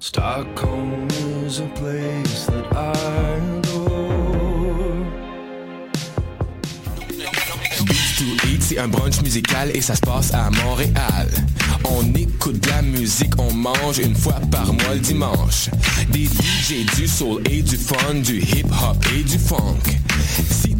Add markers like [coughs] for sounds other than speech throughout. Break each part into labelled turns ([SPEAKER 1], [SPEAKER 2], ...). [SPEAKER 1] Stockholm is a place that I adore.
[SPEAKER 2] Beats to Eat, c'est un brunch musical et ça se passe à Montréal. On écoute de la musique, on mange une fois par mois le dimanche. Des DJ du soul et du fun, du hip hop et du funk. Si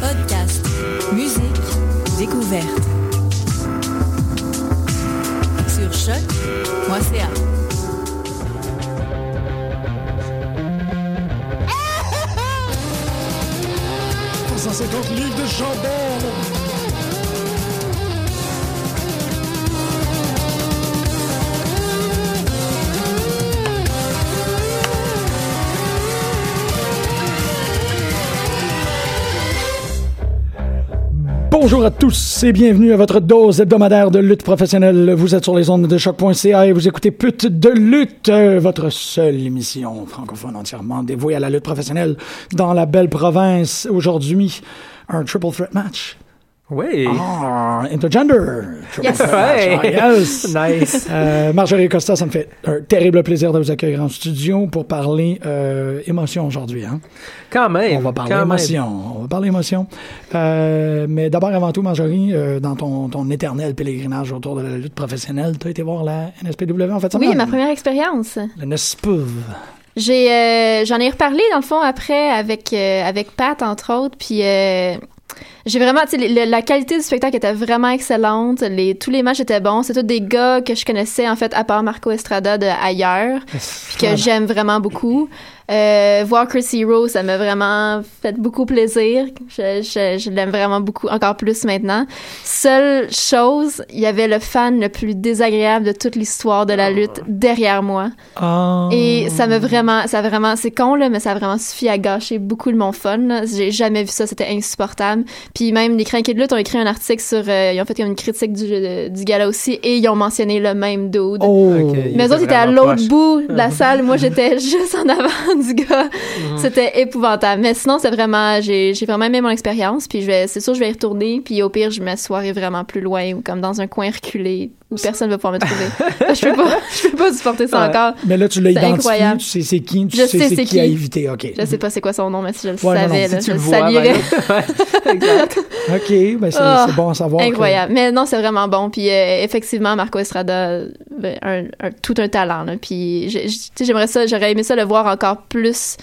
[SPEAKER 3] Podcast, musique, découverte. Sur choc.ca.
[SPEAKER 4] livres de chambon.
[SPEAKER 5] Bonjour à tous et bienvenue à votre dose hebdomadaire de lutte professionnelle. Vous êtes sur les ondes de choc.ca et vous écoutez Pute de lutte, euh, votre seule émission francophone entièrement dévouée à la lutte professionnelle dans la belle province. Aujourd'hui, un triple threat match.
[SPEAKER 6] Oui.
[SPEAKER 5] Ah, intergender. Triple
[SPEAKER 6] Yes.
[SPEAKER 5] threat match.
[SPEAKER 6] Hey.
[SPEAKER 5] Ah, yes.
[SPEAKER 6] [laughs] Nice.
[SPEAKER 5] Euh, Marjorie Costa, ça me fait un terrible plaisir de vous accueillir en studio pour parler euh, émotion aujourd'hui. Hein?
[SPEAKER 6] Quand même.
[SPEAKER 5] On va parler
[SPEAKER 6] quand même.
[SPEAKER 5] émotion. On va parler émotion. Euh, mais d'abord, avant tout, Marjorie, euh, dans ton, ton éternel pèlerinage autour de la lutte professionnelle, tu as été voir la NSPW en fait. ça
[SPEAKER 7] Oui,
[SPEAKER 5] me-
[SPEAKER 7] ma première expérience.
[SPEAKER 5] La NSPW.
[SPEAKER 7] J'ai, euh, j'en ai reparlé dans le fond après avec euh, avec Pat entre autres, puis euh, j'ai vraiment, tu sais, le- le- la qualité du spectacle était vraiment excellente. Les tous les matchs étaient bons. C'est tous des gars que je connaissais en fait à part Marco Estrada de ailleurs, puis que j'aime vraiment beaucoup. Euh, voir Chris Hero, ça m'a vraiment fait beaucoup plaisir. Je, je- je l'aime vraiment beaucoup, encore plus maintenant. Seule chose, il y avait le fan le plus désagréable de toute l'histoire de la lutte derrière moi.
[SPEAKER 5] Ah.
[SPEAKER 7] Et ça m'a vraiment, ça a vraiment, c'est con là, mais ça a vraiment suffi à gâcher beaucoup de mon fun. là. J'ai jamais vu ça, c'était insupportable. Puis même les crinqués de lutte ont écrit un article sur, euh, ils ont fait comme une critique du, euh, du gala aussi, et ils ont mentionné le même dude.
[SPEAKER 5] Oh.
[SPEAKER 6] Ok.
[SPEAKER 7] mais
[SPEAKER 6] il
[SPEAKER 7] eux autres
[SPEAKER 6] était
[SPEAKER 7] étaient à
[SPEAKER 6] vraiment
[SPEAKER 7] l'autre
[SPEAKER 6] proche.
[SPEAKER 7] bout de
[SPEAKER 6] [laughs]
[SPEAKER 7] la salle, moi j'étais [laughs] juste en avant du gars. C'était épouvantable. Mais sinon c'est vraiment, j'ai j'ai vraiment aimé mon expérience. Puis je vais, c'est sûr je vais y retourner. Puis au pire je m'assoirai vraiment plus loin ou comme dans un coin reculé où personne ne va pouvoir me trouver. je peux pas, je peux pas supporter ça
[SPEAKER 6] Ouais.
[SPEAKER 7] encore.
[SPEAKER 5] Mais là, tu l'as
[SPEAKER 7] C'est
[SPEAKER 5] identifié.
[SPEAKER 7] incroyable.
[SPEAKER 5] Tu sais c'est qui. Tu
[SPEAKER 7] Je
[SPEAKER 5] sais, c'est qui, à éviter. OK.
[SPEAKER 7] Je sais pas c'est quoi son nom, mais si je le
[SPEAKER 5] Ouais, non, non,
[SPEAKER 7] savais,
[SPEAKER 5] si
[SPEAKER 7] là,
[SPEAKER 6] Tu
[SPEAKER 7] je
[SPEAKER 6] le
[SPEAKER 7] le
[SPEAKER 6] vois.
[SPEAKER 7] saluerais.
[SPEAKER 6] ben- exact.
[SPEAKER 5] [laughs] OK. Ben, c'est
[SPEAKER 7] Ah,
[SPEAKER 5] c'est bon à savoir. que-
[SPEAKER 7] Incroyable. Mais non, c'est vraiment bon. Puis euh, effectivement, Marco Estrada, ben, un, un- tout un talent. là. Puis j'ai- j'ai- tu sais, j'aimerais ça, j'aurais aimé ça le voir encore plus.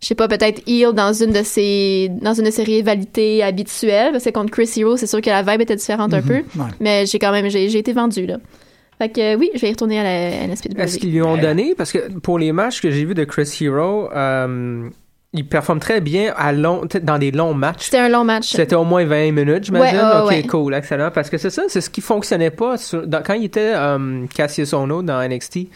[SPEAKER 7] Je sais pas, peut-être Heel dans une de ses dans une de ses rivalités habituelles. Parce que contre Chris Hero, c'est sûr que la vibe était différente
[SPEAKER 6] Mm-hmm.
[SPEAKER 7] un peu.
[SPEAKER 5] Mhm. ouais.
[SPEAKER 7] Mais j'ai quand même j'ai j'ai été vendue là. Fait que euh, oui, je vais y retourner à la NSPW.
[SPEAKER 6] Est-ce qu'ils lui ont donné Parce que pour les matchs que j'ai vus de Chris Hero, euh, il performe très bien à long, t- dans des longs matchs.
[SPEAKER 7] C'était un long match.
[SPEAKER 6] C'était au moins 20 minutes, j'imagine.
[SPEAKER 7] Ouais, ouais,
[SPEAKER 6] ok,
[SPEAKER 7] ouais.
[SPEAKER 6] cool, excellent. Parce que c'est ça, c'est ce qui fonctionnait pas. sur- dans- quand il était euh, Cassius Ono dans NXT,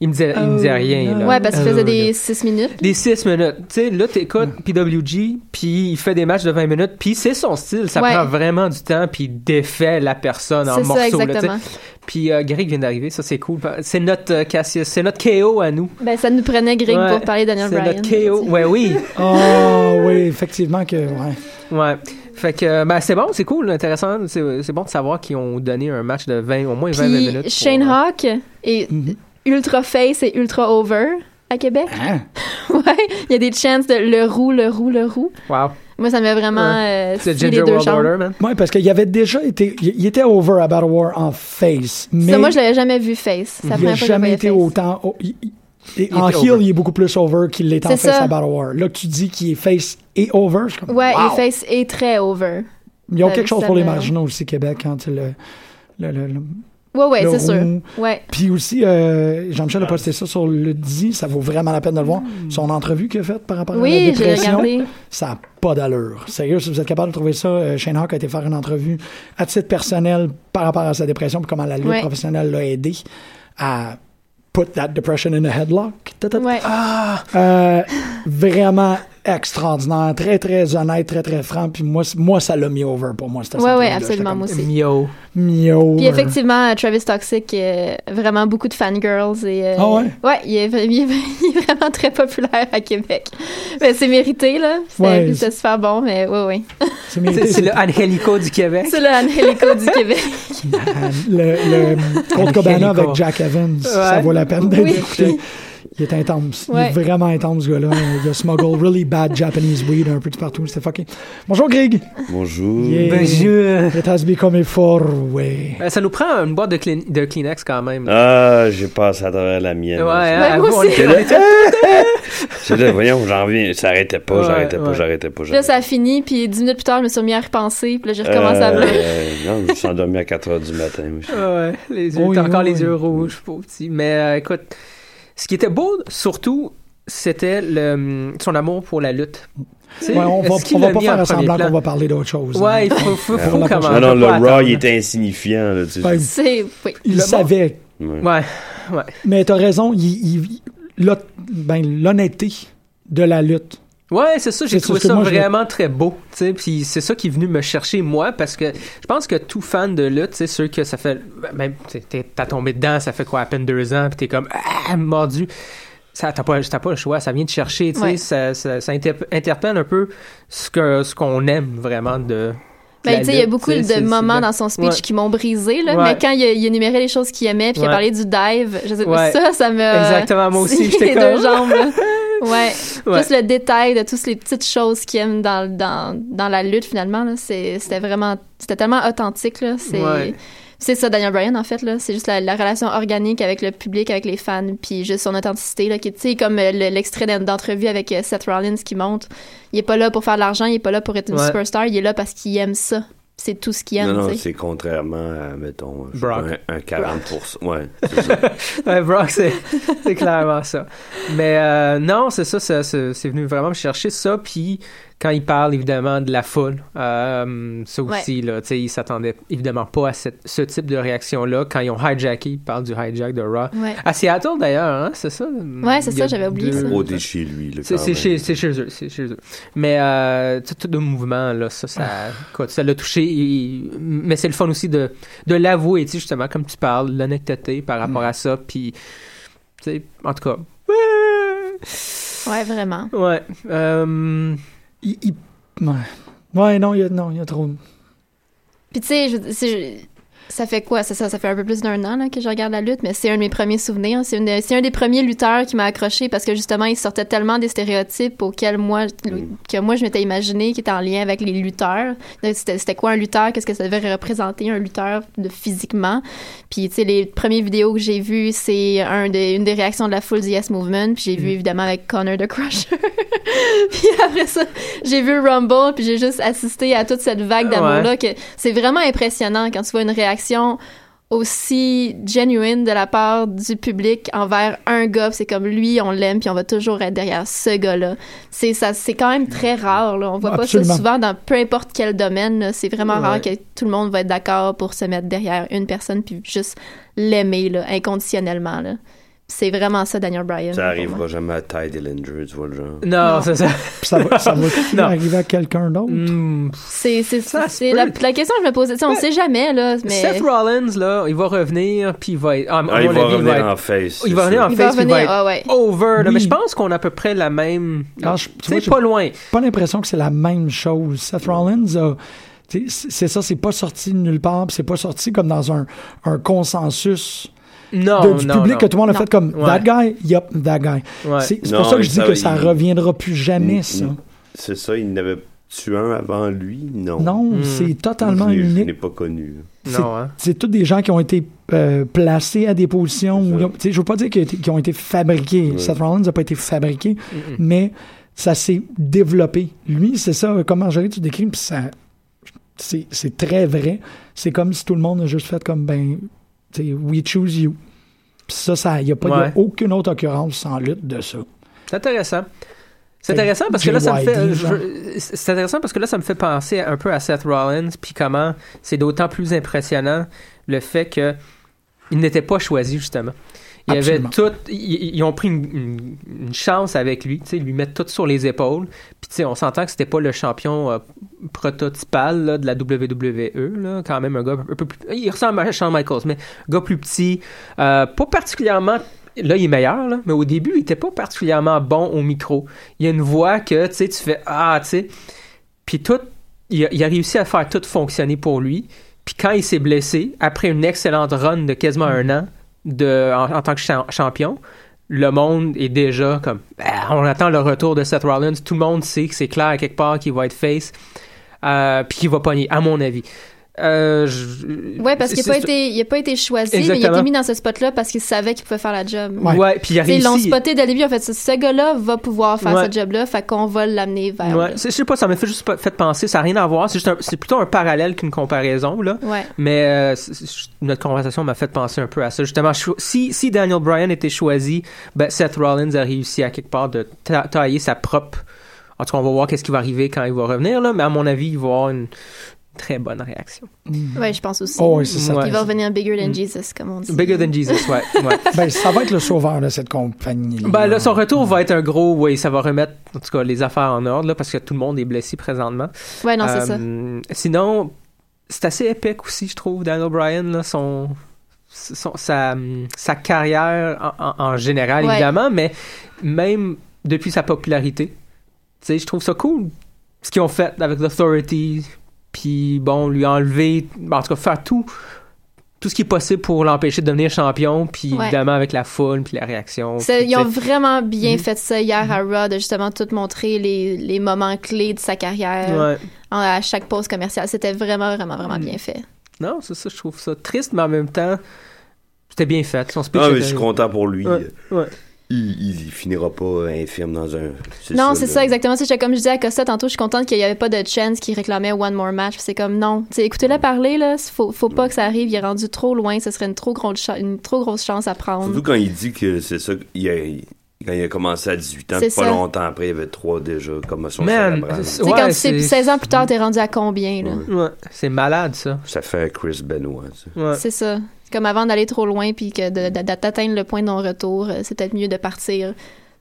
[SPEAKER 6] il me disait, il me disait rien. là.
[SPEAKER 7] Ouais, parce qu'il
[SPEAKER 6] Euh,
[SPEAKER 7] faisait des 6 minutes.
[SPEAKER 6] Des 6 minutes. Tu sais, là, t'écoutes PWG, puis il fait des matchs de 20 minutes, puis c'est son style. Ça
[SPEAKER 7] Ouais.
[SPEAKER 6] prend vraiment du temps, puis il défait la personne en
[SPEAKER 7] C'est
[SPEAKER 6] morceaux.
[SPEAKER 7] ça,
[SPEAKER 6] là, tu sais.
[SPEAKER 7] exactement.
[SPEAKER 6] puis euh, Greg vient d'arriver, ça c'est cool. C'est notre euh, Cassius, c'est notre KO à nous.
[SPEAKER 7] Ben, ça nous prenait Greg
[SPEAKER 6] Ouais.
[SPEAKER 7] pour parler de Daniel
[SPEAKER 6] C'est
[SPEAKER 7] Bryan.
[SPEAKER 6] notre KO.
[SPEAKER 7] [laughs]
[SPEAKER 6] Ouais, oui.
[SPEAKER 5] Ah, oui, effectivement que. Ouais.
[SPEAKER 6] ouais. Fait que, euh, ben, c'est bon, c'est cool, intéressant. C'est c'est bon de savoir qu'ils ont donné un match de 20, au moins 20 minutes.
[SPEAKER 7] Puis
[SPEAKER 6] pour,
[SPEAKER 7] Shane
[SPEAKER 6] euh,
[SPEAKER 7] Hawk est
[SPEAKER 5] Mhm.
[SPEAKER 7] ultra face et ultra over à Québec. [laughs]
[SPEAKER 5] Hein?
[SPEAKER 7] ouais, il y a des chances de le roux, le roux, le roux.
[SPEAKER 6] Wow.
[SPEAKER 7] Moi, ça m'a vraiment euh,
[SPEAKER 6] C'est
[SPEAKER 7] scié
[SPEAKER 6] Ginger
[SPEAKER 7] les deux
[SPEAKER 6] World
[SPEAKER 7] jambes.
[SPEAKER 6] Order, man.
[SPEAKER 5] Ouais, parce qu'il avait déjà été. Il il était over à Battle War en face. Mais
[SPEAKER 7] Ça, moi, je l'avais jamais vu face. Ça
[SPEAKER 5] il n'a
[SPEAKER 7] première fois que je
[SPEAKER 5] jamais
[SPEAKER 7] voyais
[SPEAKER 5] été
[SPEAKER 7] face.
[SPEAKER 5] autant. au- il- il- et
[SPEAKER 6] Il
[SPEAKER 5] en
[SPEAKER 6] était
[SPEAKER 5] heel,
[SPEAKER 6] over.
[SPEAKER 5] il est beaucoup plus over qu'il l'est en
[SPEAKER 7] C'est
[SPEAKER 5] face
[SPEAKER 7] ça.
[SPEAKER 5] à Battle War. Là, que tu dis qu'il est face et over, je suis comme,
[SPEAKER 7] Ouais,
[SPEAKER 5] wow.
[SPEAKER 7] et face est très over.
[SPEAKER 5] Ils ont
[SPEAKER 7] ça-
[SPEAKER 5] quelque chose
[SPEAKER 7] ça
[SPEAKER 5] pour les
[SPEAKER 7] me-
[SPEAKER 5] marginaux aussi, Québec, quand le. le- le- le-
[SPEAKER 7] Ouais, ouais,
[SPEAKER 5] Le
[SPEAKER 7] c'est sûr.
[SPEAKER 5] roux.
[SPEAKER 7] Ouais.
[SPEAKER 5] Puis aussi, euh, Jean-Michel a posté ça sur le dit, ça vaut vraiment la peine de le voir. Son entrevue qu'il a faite par rapport à la
[SPEAKER 7] Oui, j'ai
[SPEAKER 5] dépression.
[SPEAKER 7] regardé.
[SPEAKER 5] Ça n'a pas d'allure. Sérieux, si vous êtes capable de trouver ça, euh, Shane Hawk a été faire une entrevue à titre personnel par rapport à sa dépression puis comment la lutte
[SPEAKER 7] Ouais.
[SPEAKER 5] professionnelle l'a aidé à put that depression in a headlock. Ta, ta, ta.
[SPEAKER 7] Ouais.
[SPEAKER 6] Ah!
[SPEAKER 7] [laughs]
[SPEAKER 5] Euh, vraiment extraordinaire, très très honnête, très très franc. Puis moi, c- moi ça l'a mis over pour moi. cette
[SPEAKER 7] Ouais, ouais,
[SPEAKER 5] entrevue-là.
[SPEAKER 7] absolument, moi
[SPEAKER 5] J'étais eh,
[SPEAKER 7] aussi.
[SPEAKER 6] Mio.
[SPEAKER 5] comme, mis over.
[SPEAKER 7] Puis effectivement, euh, Travis Toxic, euh, vraiment beaucoup de fangirls. Et, euh,
[SPEAKER 5] Ah ouais?
[SPEAKER 7] Ouais, il est, [laughs] vra- il est- il est vraiment très populaire à Québec. Mais c'est mérité, là. C'était
[SPEAKER 5] Ouais,
[SPEAKER 7] puis c'était super bon, mais ouais, ouais.
[SPEAKER 5] C'est mérité,
[SPEAKER 6] C'est c'est
[SPEAKER 5] c'est-
[SPEAKER 6] le Angelico du Québec.
[SPEAKER 7] [laughs] C'est le Angelico du [laughs] Québec.
[SPEAKER 5] le, le Colt Cabana
[SPEAKER 6] Angelico.
[SPEAKER 5] avec Jack Evans, ça
[SPEAKER 6] Ouais.
[SPEAKER 5] vaut la peine d'être
[SPEAKER 7] Oui.
[SPEAKER 5] écouté. Il est intense. Il
[SPEAKER 7] Ouais.
[SPEAKER 5] est vraiment intense, ce gars-là. Il a smuggle really bad Japanese weed un peu de partout. C'était fucking. Bonjour, Greg.
[SPEAKER 4] Mm. Bonjour.
[SPEAKER 5] Yeah.
[SPEAKER 6] Bonjour.
[SPEAKER 5] It has become a four way.
[SPEAKER 6] Euh, Ça nous prend une boîte de, Kleenex- de Kleenex quand même.
[SPEAKER 4] Ah, j'ai passé à travers la mienne.
[SPEAKER 6] Ouais, hein,
[SPEAKER 7] Ben, moi
[SPEAKER 6] on
[SPEAKER 7] aussi.
[SPEAKER 6] était-
[SPEAKER 4] C'est là, voyons, j'en viens. Ça arrêtait pas,
[SPEAKER 6] Ouais,
[SPEAKER 4] j'arrêtais pas,
[SPEAKER 6] ouais.
[SPEAKER 4] j'arrêtais pas.
[SPEAKER 7] Puis là,
[SPEAKER 4] j'arrêtais
[SPEAKER 7] ça a fini, puis dix minutes plus tard, je me suis remis à repenser, puis là, j'ai
[SPEAKER 4] pas.
[SPEAKER 7] recommencé à
[SPEAKER 4] Euh,
[SPEAKER 7] pleurer.
[SPEAKER 4] Non, je suis endormi à 4 h du matin. moi, je-
[SPEAKER 6] Ouais, les yeux,
[SPEAKER 5] Oui,
[SPEAKER 6] t'as encore
[SPEAKER 5] oui,
[SPEAKER 6] les yeux rouges, pauvre petit. Mais euh, écoute, ce qui était beau, surtout, c'était le, son amour pour la lutte. Tu sais,
[SPEAKER 5] Ouais, on va,
[SPEAKER 6] est-ce qu'il
[SPEAKER 5] on va
[SPEAKER 6] l'a
[SPEAKER 5] pas
[SPEAKER 6] mis en
[SPEAKER 5] faire
[SPEAKER 6] premier
[SPEAKER 5] semblant
[SPEAKER 6] plan?
[SPEAKER 5] qu'on va parler d'autre chose.
[SPEAKER 6] Ouais,
[SPEAKER 5] hein.
[SPEAKER 6] il faut, faut, faut,
[SPEAKER 5] Non,
[SPEAKER 6] comment.
[SPEAKER 4] Non, non,
[SPEAKER 6] faut
[SPEAKER 4] le
[SPEAKER 6] pas
[SPEAKER 4] Raw,
[SPEAKER 6] attendre.
[SPEAKER 4] il était insignifiant. Là, tu sais,
[SPEAKER 5] Ben,
[SPEAKER 7] C'est. Oui.
[SPEAKER 5] il
[SPEAKER 6] le
[SPEAKER 5] savait.
[SPEAKER 4] ouais.
[SPEAKER 6] Ouais,
[SPEAKER 5] Mais t'as raison. Il, il- l'hon- ben, l'honnêteté de la lutte.
[SPEAKER 6] ouais c'est ça, j'ai
[SPEAKER 5] C'est
[SPEAKER 6] trouvé
[SPEAKER 5] ça,
[SPEAKER 6] ça
[SPEAKER 5] moi, je-
[SPEAKER 6] vraiment très beau. tu sais, Puis c'est ça qui est venu me chercher, moi, parce que je pense que tout fan de lutte, c'est sûr que ça fait. Même, tu sais, t'es- t'as tombé dedans, ça fait quoi, à peine deux ans, puis t'es comme, ah, mordu. Ça, t'as, pas, t'as pas le choix, ça vient te chercher, tu sais,
[SPEAKER 7] Ouais.
[SPEAKER 6] ça, ça, ça interp- interpelle un peu ce, que, ce qu'on aime vraiment de.
[SPEAKER 7] Mais Ben, tu sais, il y a beaucoup de moments dans
[SPEAKER 6] dans
[SPEAKER 7] son speech
[SPEAKER 6] Ouais.
[SPEAKER 7] qui m'ont brisé, là.
[SPEAKER 6] Ouais.
[SPEAKER 7] Mais quand il, a- il énumérait les choses qu'il aimait, puis il a
[SPEAKER 6] Ouais.
[SPEAKER 7] parlé du dive, je sais pas,
[SPEAKER 6] Ouais.
[SPEAKER 7] ça, ça me.
[SPEAKER 6] Exactement, moi
[SPEAKER 7] [laughs]
[SPEAKER 6] aussi, j'étais
[SPEAKER 7] les
[SPEAKER 6] comme-
[SPEAKER 7] deux jambes,
[SPEAKER 6] [laughs]
[SPEAKER 7] là. Ouais.
[SPEAKER 6] Ouais.
[SPEAKER 7] Juste le détail de toutes les petites choses qu'il aime dans, dans, dans la lutte, finalement, là. c'est- C'était vraiment. C'était tellement authentique, là. C'est.
[SPEAKER 6] Ouais.
[SPEAKER 7] C'est ça, Daniel Bryan, en fait, là. C'est juste la, la relation organique avec le public, avec les fans, puis juste son authenticité, là, qui, tu sais, comme euh, le- l'extrait d'en- d'entrevue avec euh, Seth Rollins qui monte. Il est pas là pour faire de l'argent, il est pas là pour être une
[SPEAKER 6] Ouais.
[SPEAKER 7] superstar, il est là parce qu'il aime ça. C'est tout ce qu'il aime,
[SPEAKER 4] Non, non,
[SPEAKER 7] tu sais.
[SPEAKER 4] c'est contrairement à, mettons, je sais
[SPEAKER 6] Brock.
[SPEAKER 4] pas, un, un 40%. Ouais, c'est ça.
[SPEAKER 6] Ouais, Brock, c'est c'est clairement ça. Mais euh, non, c'est ça, ça- ça- c'est venu vraiment me chercher ça. Puis quand il parle évidemment de la foule, euh, ça aussi, là, tu sais, il s'attendait évidemment pas à cette- ce type de réaction-là. Quand ils ont hijacké, il parle du hijack de Raw.
[SPEAKER 7] Ouais.
[SPEAKER 6] À Seattle d'ailleurs, hein, c'est ça? Ouais,
[SPEAKER 7] c'est ça, j'avais oublié ça.
[SPEAKER 4] Au déchet, lui. là,
[SPEAKER 5] Ah
[SPEAKER 6] C'est
[SPEAKER 4] quand
[SPEAKER 6] c'est
[SPEAKER 4] même.
[SPEAKER 6] chez, c'est chez eux, c'est chez eux. Mais euh, tout, tout le mouvement, là, ça, ça,
[SPEAKER 5] Ah.
[SPEAKER 6] écoute, ça l'a touché. il- mais c'est le fun aussi de, de l'avouer, tu sais, justement, comme tu parles, l'honnêteté
[SPEAKER 5] Mm.
[SPEAKER 6] par rapport à ça. Puis, tu sais, en tout cas.
[SPEAKER 7] Ouais, vraiment.
[SPEAKER 6] Ouais. euh,
[SPEAKER 5] Il, il- ouais. Ouais, non, il y a, non, il y a trop.
[SPEAKER 7] Puis tu sais, je- c'est- je- ça fait quoi? Ça, ça, ça fait un peu plus d'un an là, que je regarde la lutte, mais c'est un de mes premiers souvenirs. C'est une des- c'est un des premiers lutteurs qui m'a accroché parce que justement, il sortait tellement des stéréotypes auxquels moi, que moi, je m'étais imaginé qui étaient en lien avec les lutteurs. Donc, Euh, C'était c'était quoi un lutteur? Qu'est-ce que ça devait représenter un lutteur de, physiquement? Puis tu sais, les premières vidéos que j'ai vues, c'est un des- une des réactions de la foule du Yes Movement. Puis j'ai vu évidemment avec Connor the Crusher. [laughs] puis après ça, j'ai vu Rumble, puis j'ai juste assisté à toute cette vague d'amour-là que c'est vraiment impressionnant quand tu vois une réaction aussi genuine de la part du public envers un gars. puis C'est comme lui, on l'aime, puis on va toujours être derrière ce gars-là. C'est ça, c'est quand même très rare. Là. On voit pas
[SPEAKER 5] Absolument.
[SPEAKER 7] ça souvent dans peu importe quel domaine. là. C'est vraiment
[SPEAKER 6] Ouais.
[SPEAKER 7] rare que tout le monde va être d'accord pour se mettre derrière une personne puis juste l'aimer là, inconditionnellement. Là. C'est vraiment ça, Daniel Bryan.
[SPEAKER 4] Ça arrivera jamais à Ty Dillinger, tu vois le genre.
[SPEAKER 6] non,
[SPEAKER 7] Non.
[SPEAKER 6] c'est ça.
[SPEAKER 5] Puis ça va, [laughs] ça va
[SPEAKER 6] Non.
[SPEAKER 5] arriver à quelqu'un d'autre.
[SPEAKER 6] Hmm,
[SPEAKER 7] C'est, c'est,
[SPEAKER 6] Ça se
[SPEAKER 7] c'est
[SPEAKER 6] peut.
[SPEAKER 7] la, la question que je me posais. Tu sais, On
[SPEAKER 6] Mais-
[SPEAKER 7] sait jamais, là, mais...
[SPEAKER 6] Seth Rollins, là, il va revenir, puis il va être. ah, à mon
[SPEAKER 4] Ah, il va
[SPEAKER 6] avis, il va
[SPEAKER 4] revenir
[SPEAKER 6] être
[SPEAKER 4] en face.
[SPEAKER 6] il
[SPEAKER 4] c'est
[SPEAKER 6] va revenir
[SPEAKER 4] sûr.
[SPEAKER 6] en
[SPEAKER 7] Il va
[SPEAKER 6] face, puis il
[SPEAKER 7] revenir,
[SPEAKER 6] va être
[SPEAKER 7] ah ouais.
[SPEAKER 6] over. là.
[SPEAKER 5] Oui.
[SPEAKER 6] Mais je pense qu'on a à peu près la même.
[SPEAKER 5] Ah, je- tu vois,
[SPEAKER 6] C'est
[SPEAKER 5] j'ai-
[SPEAKER 6] pas loin.
[SPEAKER 5] pas l'impression que c'est la même chose. Seth Rollins a- tu sais, C'est ça, c'est pas sorti de nulle part, puis c'est pas sorti comme dans un, un consensus
[SPEAKER 6] Non,
[SPEAKER 5] de- du
[SPEAKER 6] non,
[SPEAKER 5] public
[SPEAKER 6] non.
[SPEAKER 5] que tout le monde a
[SPEAKER 7] Non.
[SPEAKER 5] fait comme
[SPEAKER 6] Ouais.
[SPEAKER 5] That guy, yup, that guy.
[SPEAKER 6] Ouais.
[SPEAKER 5] C'est c'est
[SPEAKER 4] Non,
[SPEAKER 5] pour ça Mm, que je dis
[SPEAKER 4] ça,
[SPEAKER 5] que ça
[SPEAKER 4] il-
[SPEAKER 5] reviendra plus jamais, ça.
[SPEAKER 4] C'est ça, il n'avait.
[SPEAKER 8] tuant avant lui? Non.
[SPEAKER 5] Non, Mm. c'est totalement
[SPEAKER 8] Je l'ai- Je
[SPEAKER 5] unique.
[SPEAKER 8] l'ai pas connu. Ah,
[SPEAKER 5] C'est- C'est tous des gens qui ont été euh, placés à des positions où. ils ont- tu sais, Je veux pas dire qu'ils ont été- qu'ils ont été fabriqués.
[SPEAKER 8] Ouais.
[SPEAKER 5] Seth Rollins n'a pas été fabriqué,
[SPEAKER 6] Mm,
[SPEAKER 8] Mm-mm.
[SPEAKER 5] mais ça s'est développé. Lui, c'est ça. euh, Comme Angélique, tu décris, puis ça. C'est c'est très vrai. C'est comme si tout le monde a juste fait comme, ben, tu sais, we choose you. Puis ça, ça, il n'y a pas y a
[SPEAKER 6] Ouais.
[SPEAKER 5] aucune autre occurrence en lutte de ça.
[SPEAKER 6] C'est intéressant.
[SPEAKER 5] Fait
[SPEAKER 6] C'est intéressant parce que là, ça me
[SPEAKER 5] JYD,
[SPEAKER 6] fait. je
[SPEAKER 5] genre.
[SPEAKER 6] veux- C'est intéressant parce que là, ça me fait penser un peu à Seth Rollins, puis comment c'est d'autant plus impressionnant le fait que il n'était pas choisi justement. Il y avait
[SPEAKER 5] Absolument.
[SPEAKER 6] tout, ils, ils ont pris une, une- une chance avec lui, tu sais, ils lui mettent tout sur les épaules. Puis tu sais, on s'entend que c'était pas le champion euh, prototypal là, de la WWE, là, quand même un gars un peu plus, il ressemble à Shawn Michaels, mais un gars plus petit, euh, pas particulièrement. Là, il est meilleur, là, mais au début, il était pas particulièrement bon au micro. Il y a une voix que tu sais, tu fais ah, tu sais. Puis tout, il a, il a réussi à faire tout fonctionner pour lui. Puis quand il s'est blessé, après une excellente run de quasiment un an de, en, en tant que cha- champion, le monde est déjà comme Ah, on attend le retour de Seth Rollins. Tout le monde sait que c'est clair à quelque part qu'il va être face, euh, puis qu'il va pogner, à mon avis. Euh, je-
[SPEAKER 7] Ouais, parce qu'il
[SPEAKER 6] c'est-
[SPEAKER 7] n'a pas,
[SPEAKER 6] c'est-
[SPEAKER 7] été- il a pas été choisi, mais il a
[SPEAKER 6] Exactement.
[SPEAKER 7] été mis dans ce spot-là parce qu'il savait qu'il pouvait faire la job.
[SPEAKER 6] Ouais. Ouais, puis il a
[SPEAKER 7] T'sais, Ils l'ont
[SPEAKER 6] réussi.
[SPEAKER 7] spoté dès le début, en fait, ce- ce gars-là va pouvoir faire
[SPEAKER 6] Ouais.
[SPEAKER 7] ce job-là, fait qu'on va l'amener vers.
[SPEAKER 6] Ouais, c'est- je sais pas, ça m'a fait juste pa- fait penser, ça n'a rien à voir, c'est juste un- c'est plutôt un parallèle qu'une comparaison là.
[SPEAKER 7] Ouais.
[SPEAKER 6] Mais euh, c- c- notre conversation m'a fait penser un peu à ça. Justement, cho- si, si Daniel Bryan était choisi, ben Seth Rollins a réussi à quelque part de ta- tailler sa propre. En tout cas, on va voir qu'est-ce qui va arriver quand il va revenir là, mais à mon avis, il va avoir une très bonne réaction.
[SPEAKER 7] Ouais, je pense aussi.
[SPEAKER 5] Oh, ouais, c'est ça.
[SPEAKER 7] Il
[SPEAKER 6] Ouais.
[SPEAKER 7] va revenir bigger than
[SPEAKER 6] Mm.
[SPEAKER 7] Jesus, comme on dit.
[SPEAKER 6] Bigger than Jesus, ouais. ouais.
[SPEAKER 5] Ben, ça va être le sauveur de cette compagnie.
[SPEAKER 6] Ben là, son retour va être un gros, oui, ça va remettre en tout cas les affaires en ordre là, parce que tout le monde est blessé présentement.
[SPEAKER 7] Ouais, non,
[SPEAKER 6] Euh,
[SPEAKER 7] c'est
[SPEAKER 6] ça. Sinon, c'est assez épique aussi, je trouve, Daniel Bryan, là, son, son- sa, sa carrière en, en- en général,
[SPEAKER 7] Ouais.
[SPEAKER 6] évidemment, mais même depuis sa popularité, tu sais, je trouve ça cool ce qu'ils ont fait avec l'Authority, puis bon, lui enlever, ben, en tout cas, faire tout. Tout ce qui est possible pour l'empêcher de devenir champion, puis
[SPEAKER 7] Ouais.
[SPEAKER 6] évidemment avec la foule, puis la réaction.
[SPEAKER 7] Ça,
[SPEAKER 6] puis,
[SPEAKER 7] Ils ont
[SPEAKER 6] tu sais.
[SPEAKER 7] vraiment bien
[SPEAKER 6] Mhm.
[SPEAKER 7] fait ça hier à Raw, de justement tout montrer les, les moments clés de sa carrière
[SPEAKER 6] Ouais.
[SPEAKER 7] en- à chaque pause commerciale. C'était vraiment, vraiment, vraiment bien fait.
[SPEAKER 6] Non, c'est ça, je trouve ça triste, mais en même temps, c'était bien fait. Son speech
[SPEAKER 8] Non, Ah, mais je
[SPEAKER 6] était-
[SPEAKER 8] suis content pour lui.
[SPEAKER 6] Ouais, ouais.
[SPEAKER 8] Il, il finira pas infirme dans un.
[SPEAKER 7] Non, c'est ça,
[SPEAKER 8] là.
[SPEAKER 7] exactement. C'est comme je disais à Costa tantôt, je suis contente qu'il n'y avait pas de chance qui réclamait One More Match. C'est comme non. T'sais, Écoutez-le parler, là. Faut, faut pas que ça arrive. Il est rendu trop loin. Ce serait une trop, grosse cha- une trop grosse chance à prendre.
[SPEAKER 8] Surtout quand il dit que c'est ça. Il a, il- quand il a commencé à 18 ans,
[SPEAKER 7] C'est
[SPEAKER 8] pas
[SPEAKER 7] ça.
[SPEAKER 8] longtemps après, il y avait trois déjà commotions
[SPEAKER 6] Man,
[SPEAKER 8] cérébrales.
[SPEAKER 6] c'est-
[SPEAKER 7] T'sais, quand tu sais,
[SPEAKER 6] c'est-
[SPEAKER 7] 16 ans plus tard, t'es rendu à combien, là?
[SPEAKER 6] Ouais, c'est malade ça.
[SPEAKER 8] Ça fait un Chris Benoit. ça.
[SPEAKER 6] Ouais.
[SPEAKER 7] C'est ça. C'est Comme avant d'aller trop loin puis que de- de- d'atteindre le point de non-retour, euh, c'est peut-être mieux de partir.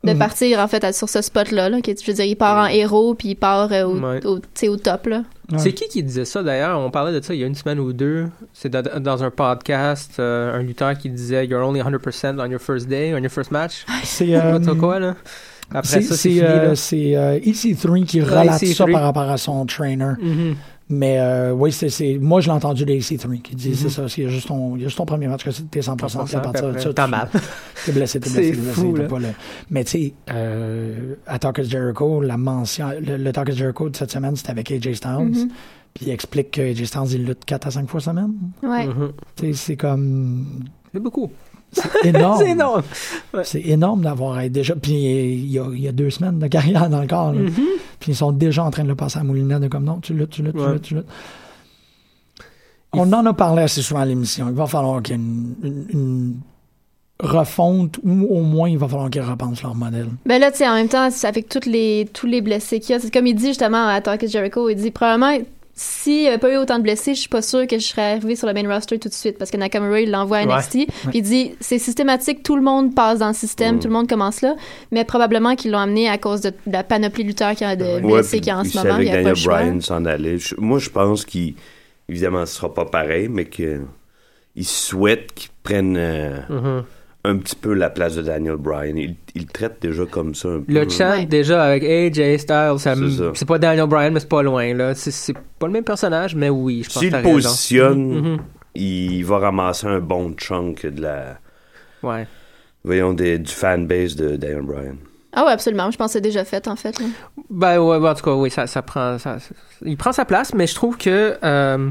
[SPEAKER 7] De
[SPEAKER 5] Mhm.
[SPEAKER 7] partir, en fait, à- sur ce spot-là. là, qui est- je veux dire, il part en héros puis il part euh, au,
[SPEAKER 6] Ouais.
[SPEAKER 7] au- tu sais, au top, là.
[SPEAKER 6] C'est qui qui disait ça d'ailleurs On parlait de ça il y a une semaine ou deux. C'est dans, dans un podcast, euh, un lutteur qui disait You're only 100% on your first day, on your first match.
[SPEAKER 5] C'est,
[SPEAKER 7] [laughs]
[SPEAKER 5] euh,
[SPEAKER 6] N'importe quoi là
[SPEAKER 5] C'est
[SPEAKER 6] Après ça,
[SPEAKER 5] c'est,
[SPEAKER 6] c'est fini. là.
[SPEAKER 5] euh, c'est, euh, EC3 qui
[SPEAKER 6] Ouais,
[SPEAKER 5] relate ça
[SPEAKER 6] EC3.
[SPEAKER 5] par rapport à son trainer.
[SPEAKER 6] Mhm.
[SPEAKER 5] Mais euh, oui, c'est- c'est moi, je l'ai entendu de EC3 qui dit
[SPEAKER 6] Mhm.
[SPEAKER 5] c'est ça, c'est juste ton, il y a juste ton premier match que c'est- t'es 100%. puis à
[SPEAKER 6] 100%,
[SPEAKER 5] partir de
[SPEAKER 6] puis
[SPEAKER 5] ça,
[SPEAKER 6] après, t'as
[SPEAKER 5] tu-
[SPEAKER 6] mal.
[SPEAKER 5] T'es blessé, t'es
[SPEAKER 6] [laughs] C'est
[SPEAKER 5] blessé, t'es blessé.
[SPEAKER 6] fou,
[SPEAKER 5] t'as
[SPEAKER 6] là.
[SPEAKER 5] pas le- Mais tu sais, euh, à Talk is Jericho, la mention, le, le Talk is Jericho de cette semaine, c'était avec AJ Styles.
[SPEAKER 6] Mm-hmm.
[SPEAKER 7] Mhm.
[SPEAKER 5] Puis il explique que AJ Styles, il lutte 4 à 5 fois semaine.
[SPEAKER 7] Ouais.
[SPEAKER 6] Mhm.
[SPEAKER 5] Tu sais, c'est
[SPEAKER 6] [laughs]
[SPEAKER 5] comme
[SPEAKER 6] C'est beaucoup.
[SPEAKER 5] énorme.
[SPEAKER 6] [laughs] C'est énorme. Ouais.
[SPEAKER 5] C'est énorme d'avoir été déjà. Puis il y, a, il y a deux semaines de carrière dans le corps. là.
[SPEAKER 7] Mm-hmm.
[SPEAKER 5] Puis ils sont déjà en train de le passer à Moulina de comme non, tu luttes, tu luttes, tu
[SPEAKER 6] Ouais.
[SPEAKER 5] luttes, tu luttes. On en a parlé assez souvent à l'émission. Il va falloir qu'il y ait une, une- une refonte ou au moins il va falloir qu'ils repensent leur modèle.
[SPEAKER 7] Ben là, tu sais, en même temps, c'est avec toutes les, tous les blessés qu'il y a, c'est comme il dit justement à Talk is Jericho, il dit probablement, s'il n'y avait pas eu autant de blessés, je suis pas sûr que je serais arrivé sur le main roster tout de suite parce que Nakamura, il l'envoie à NXT.
[SPEAKER 6] Ouais.
[SPEAKER 7] Puis il dit, c'est systématique, tout le monde passe dans le système, tout le monde commence là, mais probablement qu'ils l'ont amené à cause de, de la panoplie de lutteurs qui a de
[SPEAKER 8] Ouais, puis
[SPEAKER 7] blessés qu'il y a en
[SPEAKER 8] il
[SPEAKER 7] ce moment.
[SPEAKER 8] savait
[SPEAKER 7] Il
[SPEAKER 8] que
[SPEAKER 7] n'y a pas le
[SPEAKER 8] Daniel
[SPEAKER 7] choix.
[SPEAKER 8] Bryan s'en allait. Je- moi, je pense qu'il. Évidemment, ce sera pas pareil, mais que il souhaite qu'il prenne euh,
[SPEAKER 6] Mhm.
[SPEAKER 8] un petit peu la place de Daniel Bryan. Il, il le traite déjà comme ça un peu.
[SPEAKER 6] Le chant déjà avec AJ Styles, ça m-
[SPEAKER 8] C'est ça.
[SPEAKER 6] c'est pas Daniel Bryan, mais c'est pas loin là. C'est- C'est pas le même personnage, mais oui, je pense.
[SPEAKER 8] S'il
[SPEAKER 6] que
[SPEAKER 8] le
[SPEAKER 6] t'as raison.
[SPEAKER 8] positionne,
[SPEAKER 6] Mhm.
[SPEAKER 8] il va ramasser un bon chunk de la.
[SPEAKER 6] Ouais.
[SPEAKER 8] Voyons, des- du fanbase de Daniel Bryan.
[SPEAKER 7] Ah ouais, absolument, je pense que c'est déjà fait en fait. là.
[SPEAKER 6] Ben ouais, ouais, en tout cas, oui, ça, ça prend. ça- ça- il prend sa place, mais je trouve que euh,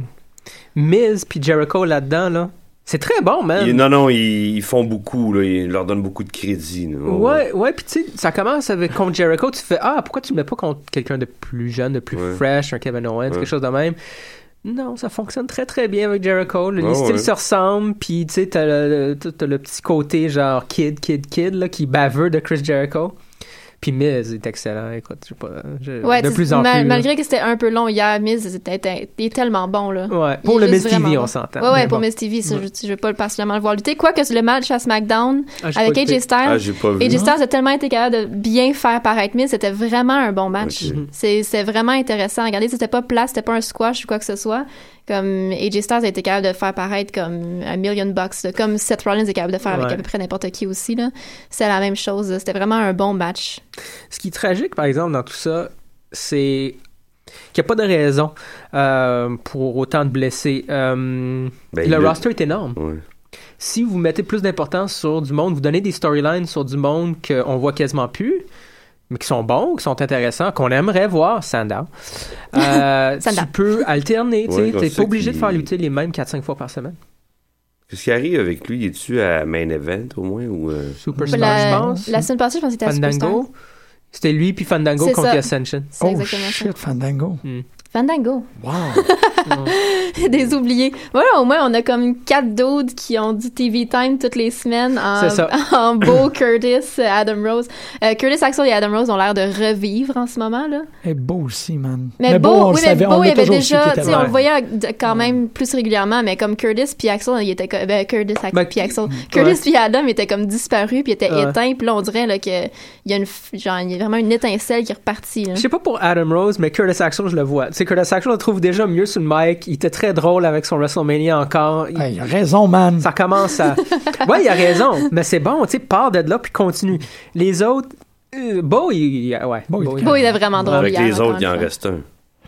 [SPEAKER 6] Miz puis Jericho là-dedans, là, c'est très bon, man.
[SPEAKER 8] Ils- non, non, ils, ils font beaucoup, là, ils leur donnent beaucoup de crédit. là.
[SPEAKER 6] Ouais, ouais, puis tu sais, ça commence avec contre Jericho, tu fais Ah, pourquoi tu le mets pas contre quelqu'un de plus jeune, de plus
[SPEAKER 8] Ouais.
[SPEAKER 6] fresh, un Kevin Owens,
[SPEAKER 8] Ouais.
[SPEAKER 6] quelque chose de même. Non, ça fonctionne très très bien avec Jericho. Le-
[SPEAKER 8] Ouais,
[SPEAKER 6] les styles
[SPEAKER 8] ouais.
[SPEAKER 6] se ressemblent, puis tu sais, t'as le, t'as- t'as le petit côté genre kid, kid, kid, là, qui est baveux de Chris Jericho. Puis Miz est excellent, écoute, je sais pas. je-
[SPEAKER 7] Ouais,
[SPEAKER 6] de
[SPEAKER 7] tu-
[SPEAKER 6] plus en
[SPEAKER 7] mal-
[SPEAKER 6] plus. là.
[SPEAKER 7] Malgré que c'était un peu long hier, Miz était, était- il est tellement bon. Là.
[SPEAKER 6] Ouais,
[SPEAKER 7] Il
[SPEAKER 6] pour
[SPEAKER 7] est
[SPEAKER 6] le
[SPEAKER 7] juste
[SPEAKER 6] Miz TV,
[SPEAKER 7] vraiment bon.
[SPEAKER 6] on s'entend.
[SPEAKER 7] Ouais, ouais,
[SPEAKER 6] Mais
[SPEAKER 7] pour
[SPEAKER 6] bon.
[SPEAKER 7] Miz TV, ça,
[SPEAKER 6] Ouais.
[SPEAKER 7] je, je veux pas personnellement le voir lutter. Quoique le match à SmackDown
[SPEAKER 6] Ah, j'ai
[SPEAKER 7] avec
[SPEAKER 6] pas écouté.
[SPEAKER 7] AJ Styles,
[SPEAKER 8] Ah, j'ai pas vu.
[SPEAKER 7] AJ Styles a tellement été capable de bien faire paraître Miz, c'était vraiment un bon match.
[SPEAKER 8] Ok.
[SPEAKER 7] C'est C'était vraiment intéressant. Regardez, c'était pas plat, c'était pas un squash ou quoi que ce soit. Comme AJ Styles a été capable de faire paraître comme un million bucks, là, comme Seth Rollins est capable de faire avec
[SPEAKER 6] Ouais.
[SPEAKER 7] à peu près n'importe qui aussi. là. C'est la même chose. là. C'était vraiment un bon match.
[SPEAKER 6] Ce qui est tragique, par exemple, dans tout ça, c'est qu'il n'y a pas de raison euh, pour autant de blessés. Euh,
[SPEAKER 8] Ben,
[SPEAKER 6] le
[SPEAKER 8] le-
[SPEAKER 6] roster est énorme.
[SPEAKER 8] Ouais.
[SPEAKER 6] Si vous mettez plus d'importance sur du monde, vous donnez des storylines sur du monde qu'on voit quasiment plus, mais qui sont bons, qui sont intéressants, qu'on aimerait voir, Sandow. Euh,
[SPEAKER 7] [laughs]
[SPEAKER 6] tu
[SPEAKER 7] Sandow.
[SPEAKER 6] peux alterner.
[SPEAKER 8] Ouais,
[SPEAKER 6] tu sais,
[SPEAKER 8] comme
[SPEAKER 6] T'es
[SPEAKER 8] ça
[SPEAKER 6] pas obligé de
[SPEAKER 8] qui-
[SPEAKER 6] faire lutter les mêmes 4-5 fois par semaine.
[SPEAKER 8] Qu'est-ce qui arrive avec lui? est-tu à main event au moins? Ou, euh,
[SPEAKER 6] Superstar, je
[SPEAKER 7] La,
[SPEAKER 6] pense.
[SPEAKER 7] la semaine passée, je pense que c'était à Superstar.
[SPEAKER 6] Fandango. C'était lui puis Fandango
[SPEAKER 7] C'est
[SPEAKER 6] contre
[SPEAKER 7] ça.
[SPEAKER 6] Ascension.
[SPEAKER 7] C'est
[SPEAKER 5] Oh
[SPEAKER 7] exactement ça.
[SPEAKER 5] shit, Fandango.
[SPEAKER 7] Fandango.
[SPEAKER 5] Wow.
[SPEAKER 7] [laughs] Des oubliés. Voilà, au moins, on a comme quatre dudes qui ont du TV time toutes les semaines en,
[SPEAKER 6] C'est ça.
[SPEAKER 7] [laughs] en beau Curtis, Adam Rose. Euh, Curtis Axel et Adam Rose ont l'air de revivre en ce moment, là.
[SPEAKER 5] Et beau aussi, man.
[SPEAKER 7] Mais,
[SPEAKER 5] beau,
[SPEAKER 7] Beau,
[SPEAKER 5] on le
[SPEAKER 7] oui,
[SPEAKER 5] savait,
[SPEAKER 7] mais Beau,
[SPEAKER 5] on
[SPEAKER 7] il y
[SPEAKER 5] l'a
[SPEAKER 7] avait
[SPEAKER 5] toujours su
[SPEAKER 7] déjà,
[SPEAKER 5] qu'il
[SPEAKER 7] tu
[SPEAKER 5] était
[SPEAKER 7] sais, on
[SPEAKER 5] bon.
[SPEAKER 7] le voyait de- quand même plus régulièrement, mais comme Curtis puis Axel, il était co- ben, Curtis Ax-
[SPEAKER 6] Ben,
[SPEAKER 7] puis Axel, Curtis puis Adam était comme disparu puis était
[SPEAKER 6] Ouais.
[SPEAKER 7] éteint, puis là on dirait là que il y a une f- genre il y a vraiment une étincelle qui est repartie. là.
[SPEAKER 6] Je sais pas pour Adam Rose, mais Curtis Axel, je le vois. Tu sais, Curtis Axel, on le trouve déjà mieux sur le mic. Il était très drôle avec son WrestleMania encore. Il-
[SPEAKER 5] Hey, il a raison, man.
[SPEAKER 6] Ça commence à. Ouais, il a raison. Mais c'est bon, tu sais, part de là puis continue. Les autres. euh, Beau, il. il- Ouais.
[SPEAKER 5] Beau, il-
[SPEAKER 6] Beau, il-
[SPEAKER 7] Beau, il était vraiment drôle.
[SPEAKER 8] avec
[SPEAKER 7] hier,
[SPEAKER 8] les
[SPEAKER 7] encore
[SPEAKER 8] autres, il
[SPEAKER 7] une
[SPEAKER 8] en
[SPEAKER 7] fois.
[SPEAKER 8] reste un.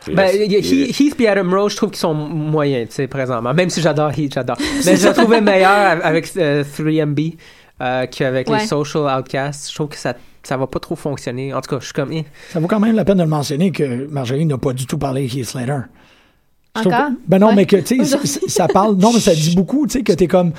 [SPEAKER 8] Il
[SPEAKER 6] Ben,
[SPEAKER 8] reste-
[SPEAKER 6] il y a
[SPEAKER 8] il
[SPEAKER 6] Heath-
[SPEAKER 8] reste-
[SPEAKER 6] Heath et Adam Rose, je trouve qu'ils sont moyens, tu sais, présentement. Même si j'adore Heath, j'adore. Mais je le trouvais meilleur avec euh, 3MB euh, qu'avec
[SPEAKER 7] Ouais.
[SPEAKER 6] les Social Outcasts. Je trouve que ça, ça va pas trop fonctionner. En tout cas, je suis comme. eh.
[SPEAKER 5] Ça vaut quand même la peine de le mentionner que Marjorie n'a pas du tout parlé de Heath Slater. Je trouve
[SPEAKER 7] Encore?
[SPEAKER 5] que- ben non,
[SPEAKER 7] Ouais.
[SPEAKER 5] mais que, tu sais, ça-
[SPEAKER 7] [laughs]
[SPEAKER 5] ça- ça parle, non, mais ça dit beaucoup, tu sais, que t'es comme,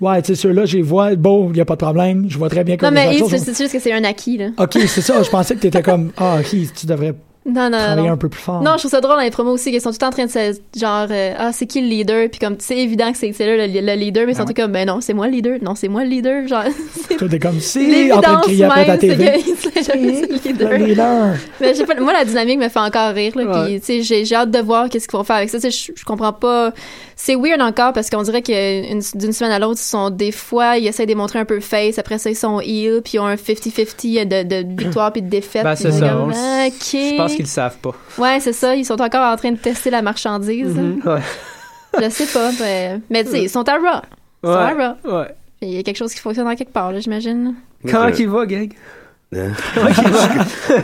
[SPEAKER 5] ouais, tu sais, ceux-là, je les vois, bon, il n'y a pas de problème, je vois très bien
[SPEAKER 7] Non,
[SPEAKER 5] comme
[SPEAKER 7] mais
[SPEAKER 5] les
[SPEAKER 7] Heath,
[SPEAKER 5] autres
[SPEAKER 7] c'est
[SPEAKER 5] choses.
[SPEAKER 7] c'est juste que c'est un acquis, là.
[SPEAKER 5] Ok, c'est ça, je pensais que t'étais comme, ah, Heath, tu devrais
[SPEAKER 7] Non, non,
[SPEAKER 5] travailler
[SPEAKER 7] non.
[SPEAKER 5] un peu plus fort.
[SPEAKER 7] Non, je trouve ça drôle dans les promos aussi, qu'ils sont tout le temps en train de se. Genre, euh, ah, c'est qui le leader? Puis comme, c'est évident que c'est c'est là le, le leader, mais ils sont tous comme, ben non, c'est moi le leader. Non, c'est moi le leader. Genre, c'est
[SPEAKER 5] Toi, t'es comme, si, en train de
[SPEAKER 7] [laughs] l'évidence
[SPEAKER 5] crier
[SPEAKER 7] même,
[SPEAKER 5] après ta
[SPEAKER 7] c'est
[SPEAKER 5] TV.
[SPEAKER 7] que [laughs] c'est le
[SPEAKER 5] Le
[SPEAKER 7] leader.
[SPEAKER 5] leader.
[SPEAKER 7] Mais je sais pas, moi, la dynamique me fait encore rire, là.
[SPEAKER 6] Ouais.
[SPEAKER 7] Puis, tu sais, j'ai- j'ai hâte de voir qu'est-ce qu'ils vont faire avec ça. Tu sais, je je comprends pas. C'est weird encore parce qu'on dirait que une- d'une semaine à l'autre, ils sont des fois, ils essaient de montrer un peu face, après ça, ils sont heel, puis ils ont un 50-50 de, de victoire puis de défaite.
[SPEAKER 6] Ben,
[SPEAKER 7] Puis
[SPEAKER 6] c'est
[SPEAKER 7] on est
[SPEAKER 6] ça.
[SPEAKER 7] comme,
[SPEAKER 6] On le-
[SPEAKER 7] Ah, ok.
[SPEAKER 6] Je pense qu'ils le savent pas.
[SPEAKER 7] Ouais, c'est ça. Ils sont encore en train de tester la marchandise.
[SPEAKER 6] Mm-hmm.
[SPEAKER 7] [laughs]
[SPEAKER 6] Ouais.
[SPEAKER 7] Je sais pas, mais, mais tu sais, ils sont à Raw. Ils sont à Raw.
[SPEAKER 6] Ouais. ouais.
[SPEAKER 7] Il y a quelque chose qui fonctionne en quelque part, là, j'imagine.
[SPEAKER 6] Comment
[SPEAKER 8] je-
[SPEAKER 6] qu'il va, Greg?
[SPEAKER 8] [laughs] Hein?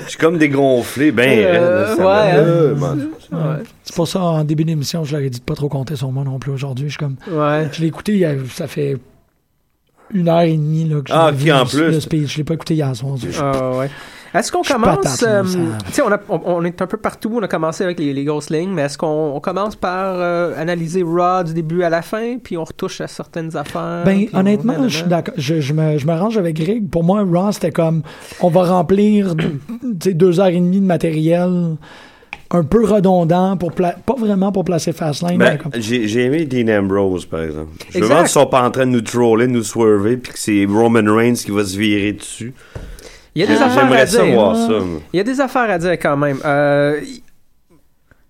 [SPEAKER 8] Je suis comme dégonflé, ben
[SPEAKER 6] Euh,
[SPEAKER 8] raide, ça
[SPEAKER 6] ouais,
[SPEAKER 8] m'a-
[SPEAKER 6] hein.
[SPEAKER 8] Euh, ben,
[SPEAKER 6] Ouais.
[SPEAKER 5] C'est pour ça, en début d'émission, je leur ai dit de pas trop compter sur moi non plus aujourd'hui. Je suis comme,
[SPEAKER 6] hein. Ouais.
[SPEAKER 5] je l'ai écouté, il y a- ça fait une heure et demie, là, que je
[SPEAKER 8] Ah,
[SPEAKER 5] l'ai
[SPEAKER 8] puis
[SPEAKER 5] vu,
[SPEAKER 8] en
[SPEAKER 5] le-
[SPEAKER 8] plus.
[SPEAKER 5] le speech. Je l'ai pas écouté hier soir. du-
[SPEAKER 6] Ah, ouais. Est-ce qu'on
[SPEAKER 5] Je suis
[SPEAKER 6] commence.
[SPEAKER 5] patate, là,
[SPEAKER 6] euh,
[SPEAKER 5] ça-
[SPEAKER 6] tu sais, on, a- on- on est un peu partout. On a commencé avec les, les grosses lignes, mais est-ce qu'on on commence par euh, analyser Raw du début à la fin, puis on retouche à certaines affaires?
[SPEAKER 5] Ben,
[SPEAKER 6] puis on-
[SPEAKER 5] honnêtement, je suis d'accord. Je, je me, je me range avec Greg. Pour moi, Raw, c'était comme on va remplir tu sais, deux heures et demie de matériel un peu redondant, pour pla- pas vraiment pour placer Fastlane. mais
[SPEAKER 8] ben,
[SPEAKER 5] comme-
[SPEAKER 8] j'ai j'ai aimé Dean Ambrose, par exemple. Je me
[SPEAKER 6] Exact.
[SPEAKER 8] demande s'ils sont pas en train de nous troller, de nous swerver, puis que c'est Roman Reigns qui va se virer dessus.
[SPEAKER 6] Il y a des affaires à
[SPEAKER 7] Ah,
[SPEAKER 8] J'aimerais ça
[SPEAKER 6] dire.
[SPEAKER 8] voir ça. moi.
[SPEAKER 6] Il y a des affaires à dire quand même. Euh, y-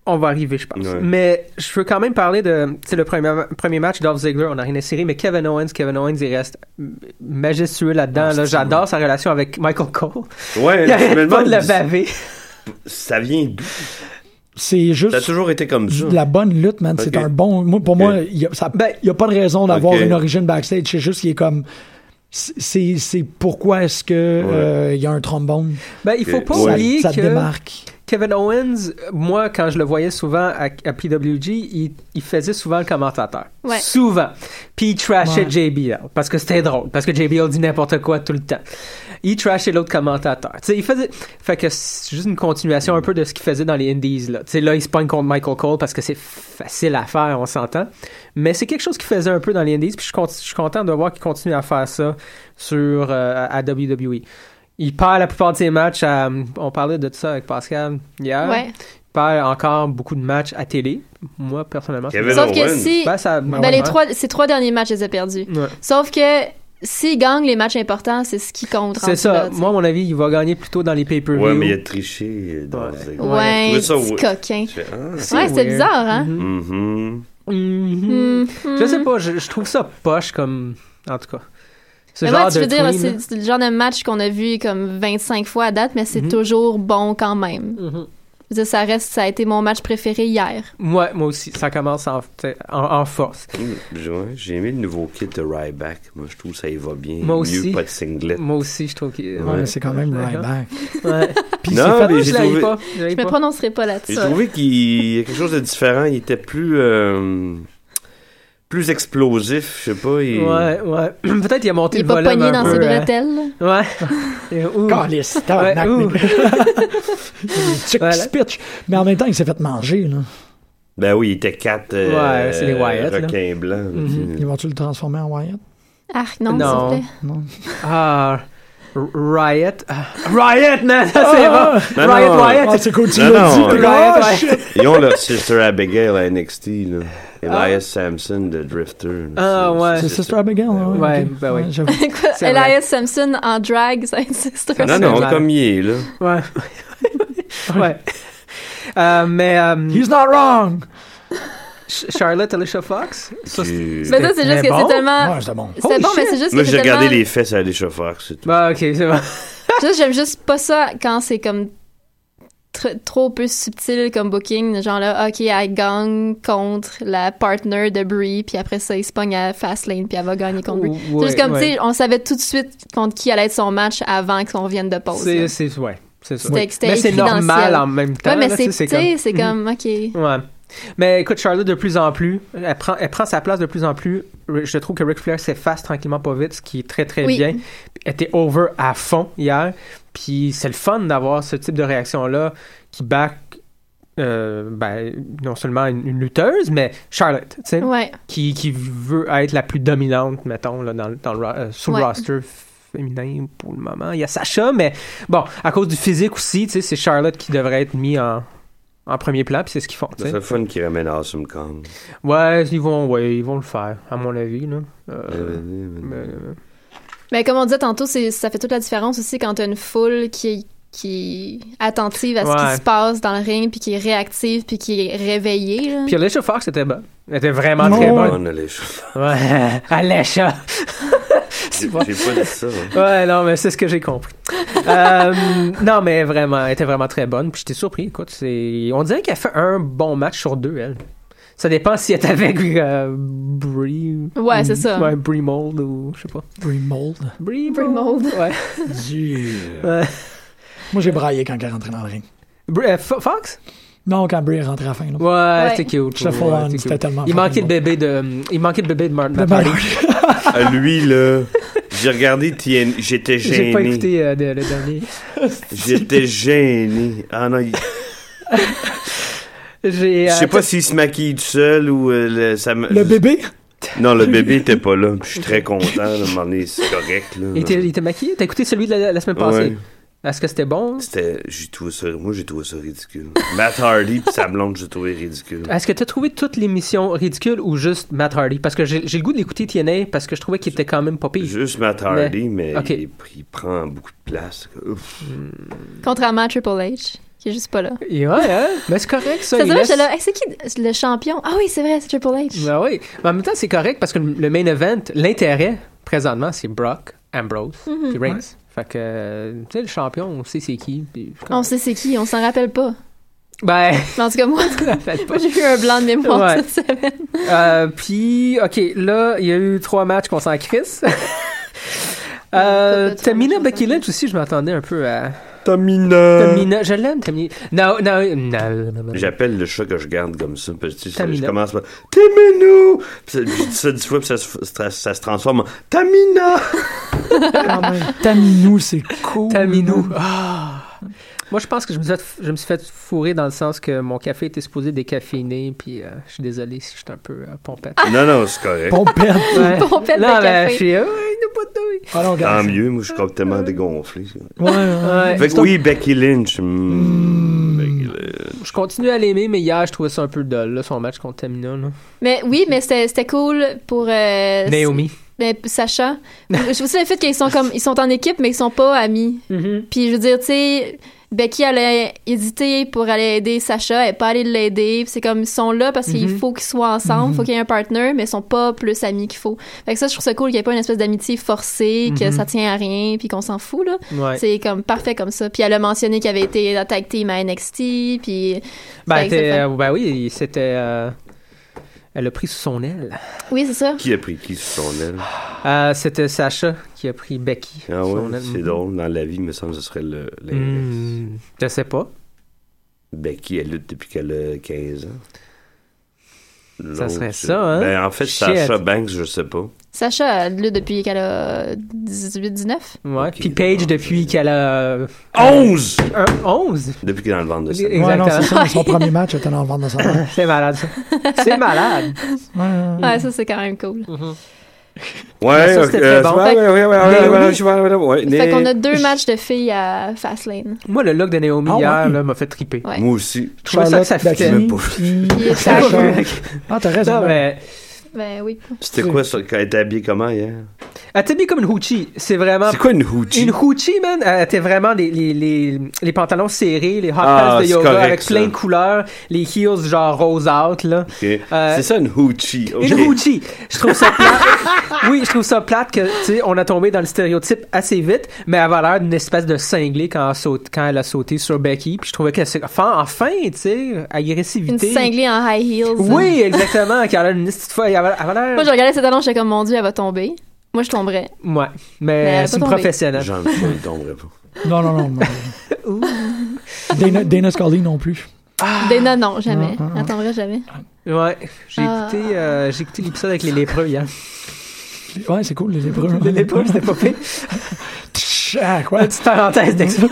[SPEAKER 6] on va arriver, je pense.
[SPEAKER 8] Ouais.
[SPEAKER 6] Mais je veux quand même parler de. Tu sais, le premier, premier match, Dolph Ziggler, on n'a rien essayé, mais Kevin Owens, Kevin Owens, il reste m- majestueux
[SPEAKER 8] Ah,
[SPEAKER 6] là-dedans. là. J'adore sa relation avec Michael Cole.
[SPEAKER 8] [laughs] Ouais, Eh, je
[SPEAKER 6] Il
[SPEAKER 8] me
[SPEAKER 6] arrête pas de
[SPEAKER 8] demande,
[SPEAKER 6] le baver.
[SPEAKER 8] ça vient d'où?
[SPEAKER 5] c'est
[SPEAKER 8] Ça a
[SPEAKER 5] juste
[SPEAKER 8] toujours été comme ça.
[SPEAKER 5] de la bonne lutte, man. C'est
[SPEAKER 8] Ok.
[SPEAKER 5] un bon. Moi, pour
[SPEAKER 8] Ok.
[SPEAKER 5] moi, il n'y a, ça-
[SPEAKER 6] Ben,
[SPEAKER 5] il y a pas de raison d'avoir
[SPEAKER 8] Ok.
[SPEAKER 5] une origine backstage. C'est juste qu'il est comme. C'est c'est pourquoi est-ce que euh, il y a un trombone.
[SPEAKER 6] Ben, il faut
[SPEAKER 8] Ok.
[SPEAKER 6] pas
[SPEAKER 8] Ouais.
[SPEAKER 6] oublier
[SPEAKER 5] ça te
[SPEAKER 6] que.
[SPEAKER 5] démarque.
[SPEAKER 6] Kevin Owens, moi, quand je le voyais souvent à, à PWG, il, il faisait souvent le commentateur.
[SPEAKER 7] Ouais.
[SPEAKER 6] Souvent. Puis il trashait
[SPEAKER 7] Ouais.
[SPEAKER 6] JBL, parce que c'était drôle, parce que JBL dit n'importe quoi tout le temps. Il trashait l'autre commentateur. Tu sais, il faisait... Fait que c'est juste une continuation un peu de ce qu'il faisait dans les Indies, là. Tu sais, là, il se pogne contre Michael Cole parce que c'est facile à faire, on s'entend. Mais c'est quelque chose qu'il faisait un peu dans les Indies, puis je, suis cont- je suis content de voir qu'il continue à faire ça sur, euh, à WWE. Il perd la plupart de ses matchs à- On parlait de ça avec Pascal hier.
[SPEAKER 7] Ouais.
[SPEAKER 6] Il perd encore beaucoup de matchs à télé. Moi, personnellement.
[SPEAKER 7] Kevin Sauf que Owens. si-
[SPEAKER 6] Ben, ça-
[SPEAKER 7] Dans les trois, ces trois derniers matchs, je les ai perdus.
[SPEAKER 6] Ouais.
[SPEAKER 7] Sauf que s'il gagne les matchs importants, c'est ce qui compte.
[SPEAKER 6] C'est
[SPEAKER 7] rendu
[SPEAKER 6] ça.
[SPEAKER 7] là, tu sais.
[SPEAKER 6] Moi, à mon avis, il va gagner plutôt dans les pay-per-view.
[SPEAKER 8] Ouais, mais il a triché dans les- Je
[SPEAKER 7] Ouais,
[SPEAKER 8] trouvais ça
[SPEAKER 7] petit
[SPEAKER 8] weird.
[SPEAKER 7] coquin.
[SPEAKER 8] Je fais, ah.
[SPEAKER 6] C'est
[SPEAKER 7] Ouais, c'est
[SPEAKER 6] weird.
[SPEAKER 7] bizarre, hein?
[SPEAKER 8] Mhm.
[SPEAKER 7] Mhm.
[SPEAKER 6] Je sais pas, je, je trouve ça poche comme. En tout cas. Ce
[SPEAKER 7] Mais
[SPEAKER 6] genre
[SPEAKER 7] ouais, tu
[SPEAKER 6] de
[SPEAKER 7] veux dire,
[SPEAKER 6] tween,
[SPEAKER 7] c'est c'est le genre de match qu'on a vu comme 25 fois à date, mais
[SPEAKER 6] Mm-hmm.
[SPEAKER 7] c'est toujours bon quand même.
[SPEAKER 6] Mhm.
[SPEAKER 7] Je veux dire, ça reste, ça a été mon match préféré hier.
[SPEAKER 6] Moi, moi aussi, ça commence en, t'sais, en, en force.
[SPEAKER 8] Mm, je- ouais, J'ai aimé le nouveau kit de Ryback. Moi, je trouve que ça y va bien.
[SPEAKER 6] Moi aussi.
[SPEAKER 8] Mieux pas de singlet.
[SPEAKER 6] Moi aussi, je trouve qu'il.
[SPEAKER 8] Ouais, mais c'est
[SPEAKER 5] quand même
[SPEAKER 6] D'accord.
[SPEAKER 5] Ryback.
[SPEAKER 6] [laughs] Ouais.
[SPEAKER 5] Puis
[SPEAKER 8] Non,
[SPEAKER 5] c'est fait-
[SPEAKER 8] mais
[SPEAKER 5] je
[SPEAKER 8] j'ai
[SPEAKER 5] l'avais
[SPEAKER 8] trouvé-
[SPEAKER 5] pas.
[SPEAKER 7] Je me prononcerai pas là-dessus.
[SPEAKER 8] J'ai trouvé qu'il y a quelque chose de différent. Il était plus. euh, plus explosif, je sais pas. il-
[SPEAKER 6] Ouais, ouais. Peut-être qu'il a
[SPEAKER 7] Il
[SPEAKER 6] monté
[SPEAKER 7] est
[SPEAKER 6] le
[SPEAKER 7] pas
[SPEAKER 6] volume
[SPEAKER 7] pogné
[SPEAKER 6] un
[SPEAKER 7] dans
[SPEAKER 6] peu,
[SPEAKER 7] ses
[SPEAKER 6] hein.
[SPEAKER 7] bretelles.
[SPEAKER 6] Ouais. Ouh.
[SPEAKER 5] Caliste, tabarnak,
[SPEAKER 6] Ouais, ouh.
[SPEAKER 5] [laughs] Chick qui se pitch. Mais en même temps, il s'est fait manger. Là.
[SPEAKER 8] Ben oui, il était quatre.
[SPEAKER 6] Ouais, c'est les Wyatt, là.
[SPEAKER 8] Requins blancs. là,
[SPEAKER 6] Mm-hmm.
[SPEAKER 8] tu-
[SPEAKER 5] Ils vont-tu le transformer en Wyatt?
[SPEAKER 7] Ah, non,
[SPEAKER 6] Non.
[SPEAKER 7] s'il te plaît.
[SPEAKER 6] [laughs] Ah. R- Riot. Ah, Riot, man! Ça, c'est
[SPEAKER 7] Oh.
[SPEAKER 5] Ah!
[SPEAKER 6] bon!
[SPEAKER 8] Non,
[SPEAKER 6] Riot,
[SPEAKER 8] non.
[SPEAKER 6] Riot!
[SPEAKER 5] Ah, c'est cool, tu
[SPEAKER 8] Non,
[SPEAKER 5] l'as
[SPEAKER 8] non,
[SPEAKER 5] dit. t'es
[SPEAKER 8] euh,
[SPEAKER 5] comme,
[SPEAKER 6] Riot,
[SPEAKER 5] ah,
[SPEAKER 6] Riot.
[SPEAKER 5] shit.
[SPEAKER 8] Ils ont leur sister Abigail à NXT, là. Elias Samson de Drifter. là.
[SPEAKER 6] Ah, ouais.
[SPEAKER 5] C'est Sister Abigail, hein?
[SPEAKER 6] Ouais,
[SPEAKER 5] ok.
[SPEAKER 6] ben oui.
[SPEAKER 5] Ouais, j'avoue.
[SPEAKER 7] Quoi,
[SPEAKER 6] C'est vrai.
[SPEAKER 7] Elias Sampson en drag, ça existe.
[SPEAKER 8] Ah, Non, non, comme il est, là.
[SPEAKER 6] Ouais. [laughs] ouais. Euh, mais. euh,
[SPEAKER 5] He's not wrong!
[SPEAKER 6] Ch- Charlotte Alicia Fox? Ça, c'est-
[SPEAKER 7] Mais ça, c'est juste que c'est
[SPEAKER 6] Ah,
[SPEAKER 7] tellement.
[SPEAKER 5] Ouais, c'était bon.
[SPEAKER 6] oh,
[SPEAKER 7] C'était bon, mais c'est juste
[SPEAKER 8] Moi,
[SPEAKER 7] que
[SPEAKER 8] j'ai
[SPEAKER 7] c'est
[SPEAKER 8] regardé
[SPEAKER 7] tellement.
[SPEAKER 8] les fesses à Alicia Fox, c'est tout.
[SPEAKER 6] Bah, ok, c'est bon.
[SPEAKER 7] Juste, j'aime juste pas ça quand c'est comme tr- trop peu subtil comme booking, genre là, ok, elle gagne contre la partner de Brie, puis après ça, il se pogne à Fastlane, puis elle va gagner contre Brie.
[SPEAKER 6] Ouais,
[SPEAKER 7] c'est juste comme, tu
[SPEAKER 6] ouais.
[SPEAKER 7] sais, on savait tout de suite contre qui allait être son match avant qu'on revienne de pause.
[SPEAKER 6] C'est,
[SPEAKER 7] là.
[SPEAKER 6] c'est, ouais. C'est ça.
[SPEAKER 7] C'était-
[SPEAKER 6] Ouais.
[SPEAKER 7] c'était
[SPEAKER 6] Mais c'est
[SPEAKER 7] écrit dans le
[SPEAKER 6] normal
[SPEAKER 7] ciel.
[SPEAKER 6] en même temps.
[SPEAKER 7] Ouais, mais
[SPEAKER 6] là,
[SPEAKER 7] c'est,
[SPEAKER 6] tu
[SPEAKER 7] tu
[SPEAKER 6] sais,
[SPEAKER 7] sais, c'est
[SPEAKER 6] Mhm.
[SPEAKER 7] comme, ok.
[SPEAKER 6] Ouais. Mais écoute, Charlotte, de plus en plus, elle prend, elle prend sa place de plus en plus. Je trouve que Ric Flair s'efface tranquillement pas vite, ce qui est très, très
[SPEAKER 7] Oui.
[SPEAKER 6] bien. Elle était over à fond hier. Puis c'est le fun d'avoir ce type de réaction-là qui back euh, ben, non seulement une, une lutteuse, mais Charlotte, tu sais,
[SPEAKER 7] Ouais.
[SPEAKER 6] qui, qui veut être la plus dominante, mettons, là, dans, le- dans le, ro- euh, sur le
[SPEAKER 7] Ouais.
[SPEAKER 6] roster féminin pour le moment. Il y a Sacha, mais bon, à cause du physique aussi, tu sais, c'est Charlotte qui devrait être mise en, en premier plan, puis c'est ce qu'ils font. tu sais.
[SPEAKER 8] C'est le fun qu'ils ramènent Awesome Kong.
[SPEAKER 6] Ouais, ils vont, ouais, ils vont le faire, à mon avis. Là. Euh,
[SPEAKER 8] Ah,
[SPEAKER 6] mais- euh,
[SPEAKER 7] Mais comme on disait tantôt, c'est, ça fait toute la différence aussi quand t'as une foule qui est, qui est attentive à ce
[SPEAKER 6] Ouais.
[SPEAKER 7] qui se passe dans le ring, puis qui est réactive, puis qui est réveillée. Là.
[SPEAKER 6] Puis Alicia Fox était bonne. Elle était vraiment
[SPEAKER 5] Non.
[SPEAKER 6] très bonne.
[SPEAKER 8] On a les choses.
[SPEAKER 6] Ouais, [laughs] Alicia.
[SPEAKER 8] J'ai j'ai pas dit ça. hein.
[SPEAKER 6] Ouais, non, mais c'est ce que j'ai compris. Euh, non, mais vraiment, elle était vraiment très bonne. Puis j'étais surpris. Écoute, c'est... on dirait qu'elle fait un bon match sur deux, elle. Ça dépend si elle est avec euh, Brie.
[SPEAKER 7] Ouais,
[SPEAKER 6] ou-
[SPEAKER 7] c'est ça.
[SPEAKER 6] Ouais, Brie Mold ou je sais pas.
[SPEAKER 5] Remold.
[SPEAKER 6] Brie,
[SPEAKER 7] Brie Mold.
[SPEAKER 6] Ouais.
[SPEAKER 5] Dieu.
[SPEAKER 6] Euh,
[SPEAKER 5] Moi, j'ai braillé quand elle est rentrée dans le ring.
[SPEAKER 6] Brie- euh, Fo- Fox?
[SPEAKER 5] Non, quand Brie est rentrée à la fin. Là.
[SPEAKER 6] Ouais, c'était cute.
[SPEAKER 5] C'était
[SPEAKER 6] ouais,
[SPEAKER 5] full on,
[SPEAKER 6] c'était cute.
[SPEAKER 5] c'était tellement
[SPEAKER 6] Il
[SPEAKER 5] fucking
[SPEAKER 6] manquait
[SPEAKER 5] bon.
[SPEAKER 6] le bébé de. Il manquait le bébé de Martin.
[SPEAKER 5] Le
[SPEAKER 6] Marty.
[SPEAKER 5] malheur.
[SPEAKER 8] Ah, lui, là, j'ai regardé TN... J'étais
[SPEAKER 6] J'ai pas
[SPEAKER 8] gêné.
[SPEAKER 6] écouté euh, de- le dernier.
[SPEAKER 8] [laughs] J'étais gêné. Ah non, il-
[SPEAKER 6] [laughs] J'ai,
[SPEAKER 8] je sais
[SPEAKER 6] euh,
[SPEAKER 8] pas s'il se maquille tout seul ou euh, le, ça me-
[SPEAKER 5] Le bébé?
[SPEAKER 6] [laughs]
[SPEAKER 8] Non, le bébé était pas là. Je suis très content. Là, à un moment donné, c'est correct. Là.
[SPEAKER 6] Il était, il était maquillé? T'as écouté celui de la, la semaine passée?
[SPEAKER 8] Ouais.
[SPEAKER 6] Est-ce que c'était bon?
[SPEAKER 8] C'était, j'ai trouvé ça, moi j'ai trouvé ça ridicule. Matt Hardy pis sa blonde, j'ai trouvé ridicule.
[SPEAKER 6] Est-ce que t'as trouvé toute l'émission ridicule ou juste Matt Hardy? Parce que j'ai j'ai le goût de l'écouter TNA parce que je trouvais qu'il était quand même pas pire.
[SPEAKER 8] Juste Matt Hardy, mais,
[SPEAKER 6] ok.
[SPEAKER 8] il, il prend beaucoup de place. Ouf.
[SPEAKER 7] Contrairement à Triple H, qui est juste pas là.
[SPEAKER 6] Et ouais, hein? Mais c'est correct, ça.
[SPEAKER 7] Ça,
[SPEAKER 6] il
[SPEAKER 7] c'est vrai,
[SPEAKER 6] laisse-
[SPEAKER 7] j'étais là, Hey, c'est qui le champion? Ah oui, c'est vrai, c'est Triple H.
[SPEAKER 6] Ah oui. Mais en même temps, c'est correct parce que le main event, l'intérêt présentement, c'est Brock, Ambrose,
[SPEAKER 7] Mhm.
[SPEAKER 6] puis Reigns. Fait que, euh, tu sais, le champion, on sait c'est qui. puis je suis comme-
[SPEAKER 7] On sait c'est qui, on s'en rappelle pas.
[SPEAKER 6] Ben,
[SPEAKER 7] Mais en tout cas, moi, [laughs]
[SPEAKER 6] [laughs] faites
[SPEAKER 7] moi,
[SPEAKER 6] pas.
[SPEAKER 7] j'ai eu un blanc de mémoire
[SPEAKER 6] Ouais.
[SPEAKER 7] cette semaine.
[SPEAKER 6] [laughs] Euh, puis, OK, là, il y a eu trois matchs qu'on s'en crisse. Euh, Tamina Becky Lynch aussi, je m'attendais un peu à.
[SPEAKER 8] Tamina.
[SPEAKER 6] Tamina, je l'aime, Tamina. Non, non, non, non, non.
[SPEAKER 8] J'appelle le chat que je garde comme ça. Parce que, tu sais, je- je
[SPEAKER 6] Tamina.
[SPEAKER 8] commence par Tamina! Puis ça- Je dis ça dix fois, puis ça, se- ça- ça se transforme en Tamina!
[SPEAKER 5] Taminou, c'est cool.
[SPEAKER 6] Taminou. Ah! Moi, je pense que je me, suis fait, je me suis fait fourrer dans le sens que mon café était supposé décaféiner, puis euh, je suis désolé si je suis un peu euh, pompette.
[SPEAKER 8] Non, non, c'est correct.
[SPEAKER 5] Pompette.
[SPEAKER 6] [laughs] Ouais.
[SPEAKER 7] Ah, Pompette de
[SPEAKER 6] Non, ben,
[SPEAKER 7] café.
[SPEAKER 6] je suis. euh,
[SPEAKER 5] Allons,
[SPEAKER 8] Tant mieux, moi, je suis complètement dégonflé.
[SPEAKER 5] Ouais, ouais.
[SPEAKER 8] Fait que oui, Becky Lynch. hmm, Becky Lynch.
[SPEAKER 6] Je continue à l'aimer, mais hier, je trouvais ça un peu dull, là, son match contre Tamina. là.
[SPEAKER 7] Mais oui, mais c'était c'était cool pour euh,
[SPEAKER 6] Naomi.
[SPEAKER 7] Mais Sacha, je aussi le fait qu'ils sont comme ils sont en équipe mais ils sont pas amis. Puis je veux dire, tu sais, Becky allait hésiter pour aller aider Sacha, elle est pas allée l'aider. Puis c'est comme ils sont là parce qu'il
[SPEAKER 9] Mhm.
[SPEAKER 7] faut qu'ils soient ensemble,
[SPEAKER 9] Mhm.
[SPEAKER 7] faut qu'il y ait un partner, mais ils sont pas plus amis qu'il faut. Fait que ça, je trouve ça cool qu'il y ait pas une espèce d'amitié forcée, que
[SPEAKER 9] Mhm.
[SPEAKER 7] ça tient à rien, puis qu'on s'en fout là.
[SPEAKER 6] Ouais.
[SPEAKER 7] C'est comme parfait comme ça. Puis elle a mentionné qu'elle avait été la tag team à NXT, puis hein.
[SPEAKER 6] Ben,
[SPEAKER 7] Fait que c'est
[SPEAKER 6] t'es-
[SPEAKER 7] fun.
[SPEAKER 6] euh, ben oui, c'était. euh, elle a pris sous son aile.
[SPEAKER 7] oui c'est ça.
[SPEAKER 8] Qui a pris qui sur son aile?
[SPEAKER 6] Euh, c'était Sacha qui a pris Becky.
[SPEAKER 8] Ah
[SPEAKER 6] Son
[SPEAKER 8] ouais,
[SPEAKER 6] aile.
[SPEAKER 8] c'est drôle. Dans la vie, il me semble que ce serait le. l'inverse.
[SPEAKER 6] Hmm, je sais pas.
[SPEAKER 8] Becky, elle lutte depuis qu'elle a 15 ans.
[SPEAKER 6] Ça
[SPEAKER 8] L'autre,
[SPEAKER 6] serait
[SPEAKER 8] je-
[SPEAKER 6] ça, hein?
[SPEAKER 8] Ben, en fait,
[SPEAKER 6] Shit.
[SPEAKER 8] Sacha Banks, je sais pas.
[SPEAKER 7] Sacha, là, depuis qu'elle a 18-19.
[SPEAKER 6] Ouais. Puis Paige, depuis qu'elle a.
[SPEAKER 8] 11!
[SPEAKER 6] 11!
[SPEAKER 8] Depuis qu'il est dans le ventre de Satan.
[SPEAKER 5] Ouais,
[SPEAKER 6] [laughs]
[SPEAKER 5] non, c'est ça, mais
[SPEAKER 6] Exactement.
[SPEAKER 5] son premier match était dans le ventre de [laughs] sa mère.
[SPEAKER 6] C'est malade, ça. C'est malade. Hmm.
[SPEAKER 7] Ouais, ça, c'est quand même cool.
[SPEAKER 8] Ouais,
[SPEAKER 6] Ça,
[SPEAKER 8] ok,
[SPEAKER 6] c'était
[SPEAKER 8] euh,
[SPEAKER 6] très bon.
[SPEAKER 8] ouais,
[SPEAKER 6] Fait-
[SPEAKER 8] ouais, ouais, ouais, ouais, ouais,
[SPEAKER 6] Naomi.
[SPEAKER 8] je vois, ouais, ouais,
[SPEAKER 7] Fait
[SPEAKER 8] mais-
[SPEAKER 7] qu'on a deux matchs de filles à Fastlane.
[SPEAKER 6] Moi, le look de Naomi
[SPEAKER 7] Ah,
[SPEAKER 6] hier
[SPEAKER 7] ouais.
[SPEAKER 6] là, m'a fait triper.
[SPEAKER 7] Ouais.
[SPEAKER 8] Moi aussi.
[SPEAKER 6] Je trouvais ça que ça
[SPEAKER 5] Charlotte,
[SPEAKER 6] fitait.
[SPEAKER 5] Becky,
[SPEAKER 7] Puis
[SPEAKER 6] [laughs]
[SPEAKER 5] Sacha.
[SPEAKER 7] Sacha.
[SPEAKER 5] Ah, t'as raison.
[SPEAKER 6] Non, mais
[SPEAKER 7] Ben oui.
[SPEAKER 8] C'était quoi ça? Quand elle était habillée comment hier?
[SPEAKER 6] elle était bien comme une hoochie. C'est vraiment.
[SPEAKER 8] C'est quoi une hoochie?
[SPEAKER 6] Une hoochie, man. Elle était vraiment les, les, les, les pantalons serrés, les hot
[SPEAKER 8] Ah,
[SPEAKER 6] pants de
[SPEAKER 8] c'est
[SPEAKER 6] yoga
[SPEAKER 8] correct,
[SPEAKER 6] avec
[SPEAKER 8] ça.
[SPEAKER 6] plein de couleurs, les heels genre rose out, là. Euh,
[SPEAKER 8] Ok. C'est ça une hoochie. ok.
[SPEAKER 6] Une hoochie. Je trouve ça plate. [laughs] oui, je trouve ça plate que, tu sais, on a tombé dans le stéréotype assez vite, mais elle avait l'air d'une espèce de cinglée quand elle, saute, quand elle a sauté sur Becky. Puis je trouvais qu'elle s'est- enfin, enfin, tu sais,
[SPEAKER 7] Une
[SPEAKER 6] agressivité.
[SPEAKER 7] cinglée en high heels. hein.
[SPEAKER 6] Oui, exactement. Qu'elle a une petite fois, elle avait elle avait l'air.
[SPEAKER 7] Moi, je regardais ses talons, j'étais comme, mon Dieu, elle va tomber. Moi, je tomberais.
[SPEAKER 6] Ouais,
[SPEAKER 7] elle a
[SPEAKER 6] mais
[SPEAKER 7] pas
[SPEAKER 6] c'est une
[SPEAKER 7] tombé.
[SPEAKER 6] professionnelle.
[SPEAKER 8] J'en ne tomberais pas.
[SPEAKER 5] Non, non,
[SPEAKER 6] [laughs]
[SPEAKER 5] non. non. Dana, Dana Scully non plus.
[SPEAKER 7] Dana, non, jamais.
[SPEAKER 5] Ah, ah, ah.
[SPEAKER 7] Elle tomberait jamais.
[SPEAKER 6] Ouais, j'ai
[SPEAKER 7] Ah.
[SPEAKER 6] écouté, euh, j'ai écouté l'épisode avec les lépreux hier.
[SPEAKER 5] Ouais, c'est cool, les
[SPEAKER 6] [laughs]
[SPEAKER 5] lépreux.
[SPEAKER 6] Les lépreux, c'était pas pire.
[SPEAKER 5] [laughs] Ah, quoi?
[SPEAKER 6] Petite parenthèse d'exploit.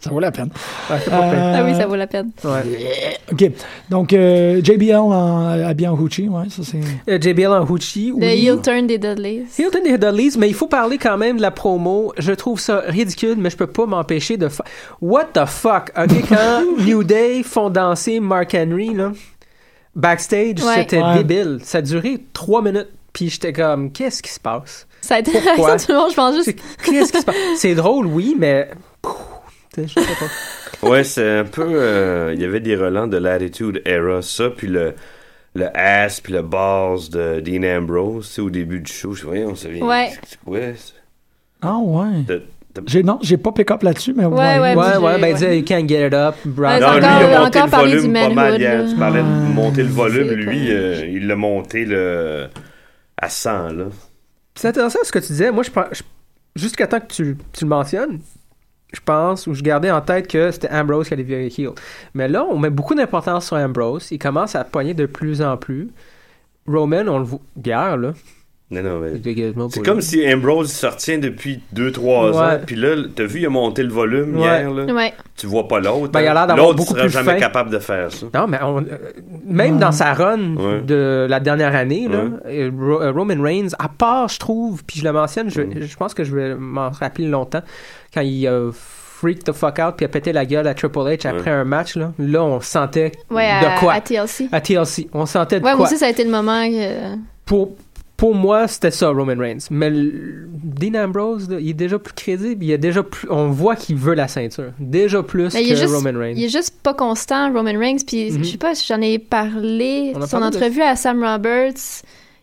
[SPEAKER 5] Ça vaut la peine. Euh,
[SPEAKER 6] Ouais, c'est pas pire.
[SPEAKER 7] Ah oui, ça vaut la peine.
[SPEAKER 6] Euh, Ouais.
[SPEAKER 5] OK. Donc, euh, JBL en, habillé en Hoochie, ouais, ça c'est...
[SPEAKER 6] Euh, JBL en Hoochie,
[SPEAKER 7] Le
[SPEAKER 6] oui.
[SPEAKER 7] heel turn des Dudleys.
[SPEAKER 6] Hilton et Dudleys, mais il faut parler quand même de la promo. Je trouve ça ridicule, mais je peux pas m'empêcher de. fa- What the fuck? Ok, [laughs] quand New Day font danser Mark Henry, là, backstage,
[SPEAKER 7] Ouais.
[SPEAKER 6] c'était
[SPEAKER 5] Ouais.
[SPEAKER 6] débile. Ça a duré trois minutes, puis j'étais comme, qu'est-ce qui se passe?
[SPEAKER 7] Ça a été [laughs] la
[SPEAKER 6] Pourquoi?
[SPEAKER 7] réaction de tout le monde, je pense juste.
[SPEAKER 6] Qu'est-ce qui se passe? C'est drôle, oui, mais. Pff, tu sais, je sais pas.
[SPEAKER 8] Ouais, c'est un peu. euh, Il y avait des relents de l'Attitude Era, ça, puis le, le ass, puis le bars de Dean Ambrose, tu sais, au début du show. Je sais, voyons, ça vient.
[SPEAKER 7] Ouais.
[SPEAKER 8] C'est quoi ça?
[SPEAKER 5] Ah, ouais.
[SPEAKER 8] De- de-
[SPEAKER 5] J'ai, non, j'ai pas pick-up là-dessus, mais...
[SPEAKER 7] Ouais, ouais,
[SPEAKER 6] Ouais,
[SPEAKER 7] Puis
[SPEAKER 6] ouais,
[SPEAKER 7] j'ai-
[SPEAKER 6] ben, dis, you can't get it up, Brown.
[SPEAKER 7] Ouais,
[SPEAKER 8] Non,
[SPEAKER 7] encore-
[SPEAKER 8] lui, il a monté
[SPEAKER 7] encore
[SPEAKER 8] le
[SPEAKER 7] parlé
[SPEAKER 8] volume
[SPEAKER 7] du
[SPEAKER 8] pas mal
[SPEAKER 7] manhood,
[SPEAKER 8] hier.
[SPEAKER 7] là. Ah.
[SPEAKER 8] Tu parlais de monter le volume.
[SPEAKER 7] C'est
[SPEAKER 8] Lui, euh, il l'a monté le... à 100, là.
[SPEAKER 6] C'est intéressant ce que tu disais. Moi, je pense. je- Jusqu'à temps que tu, tu le mentionnes, je pense, ou je gardais en tête que c'était Ambrose qui allait virer heel. Mais là, on met beaucoup d'importance sur Ambrose. Il commence à poigner de plus en plus. Roman, on le voit hier, là.
[SPEAKER 8] Non, non, mais...
[SPEAKER 6] dégagement
[SPEAKER 8] C'est
[SPEAKER 6] pour
[SPEAKER 8] comme
[SPEAKER 6] lui.
[SPEAKER 8] si Ambrose sortait depuis 2-3 ans,
[SPEAKER 6] Ouais.
[SPEAKER 8] puis là, t'as vu, il a monté le volume
[SPEAKER 6] Ouais.
[SPEAKER 8] hier, là.
[SPEAKER 7] Ouais.
[SPEAKER 8] Tu vois pas l'autre.
[SPEAKER 6] Ben, il a
[SPEAKER 8] hein.
[SPEAKER 6] l'air d'avoir
[SPEAKER 8] l'autre
[SPEAKER 6] beaucoup
[SPEAKER 8] serait
[SPEAKER 6] plus
[SPEAKER 8] jamais
[SPEAKER 6] fin.
[SPEAKER 8] capable de faire ça.
[SPEAKER 6] Non, mais on- euh, même dans sa run
[SPEAKER 8] Ouais.
[SPEAKER 6] de la dernière année, là, euh, Ro- euh, Roman Reigns, à part, je trouve, puis je le mentionne, je,
[SPEAKER 8] Mm.
[SPEAKER 6] je pense que je vais m'en rappeler longtemps, quand il a freak the fuck out puis a pété la gueule à Triple H après un match, là, là on sentait
[SPEAKER 7] Ouais,
[SPEAKER 6] de
[SPEAKER 7] à,
[SPEAKER 6] quoi
[SPEAKER 7] à TLC.
[SPEAKER 6] À TLC. On sentait de
[SPEAKER 7] Ouais,
[SPEAKER 6] quoi.
[SPEAKER 7] moi aussi, ça a été le moment que.
[SPEAKER 6] pour, pour moi, c'était ça, Roman Reigns. Mais le- Dean Ambrose, là, il est déjà plus crédible. Il est déjà plus, on voit qu'il veut la ceinture. Déjà plus
[SPEAKER 7] Mais
[SPEAKER 6] que
[SPEAKER 7] Ben, il est, juste,
[SPEAKER 6] Roman Reigns.
[SPEAKER 7] il est juste pas constant, Roman Reigns. Puis
[SPEAKER 6] Mhm.
[SPEAKER 7] je sais pas si j'en ai parlé.
[SPEAKER 6] On a
[SPEAKER 7] Son
[SPEAKER 6] parlé de-
[SPEAKER 7] entrevue à Sam Roberts,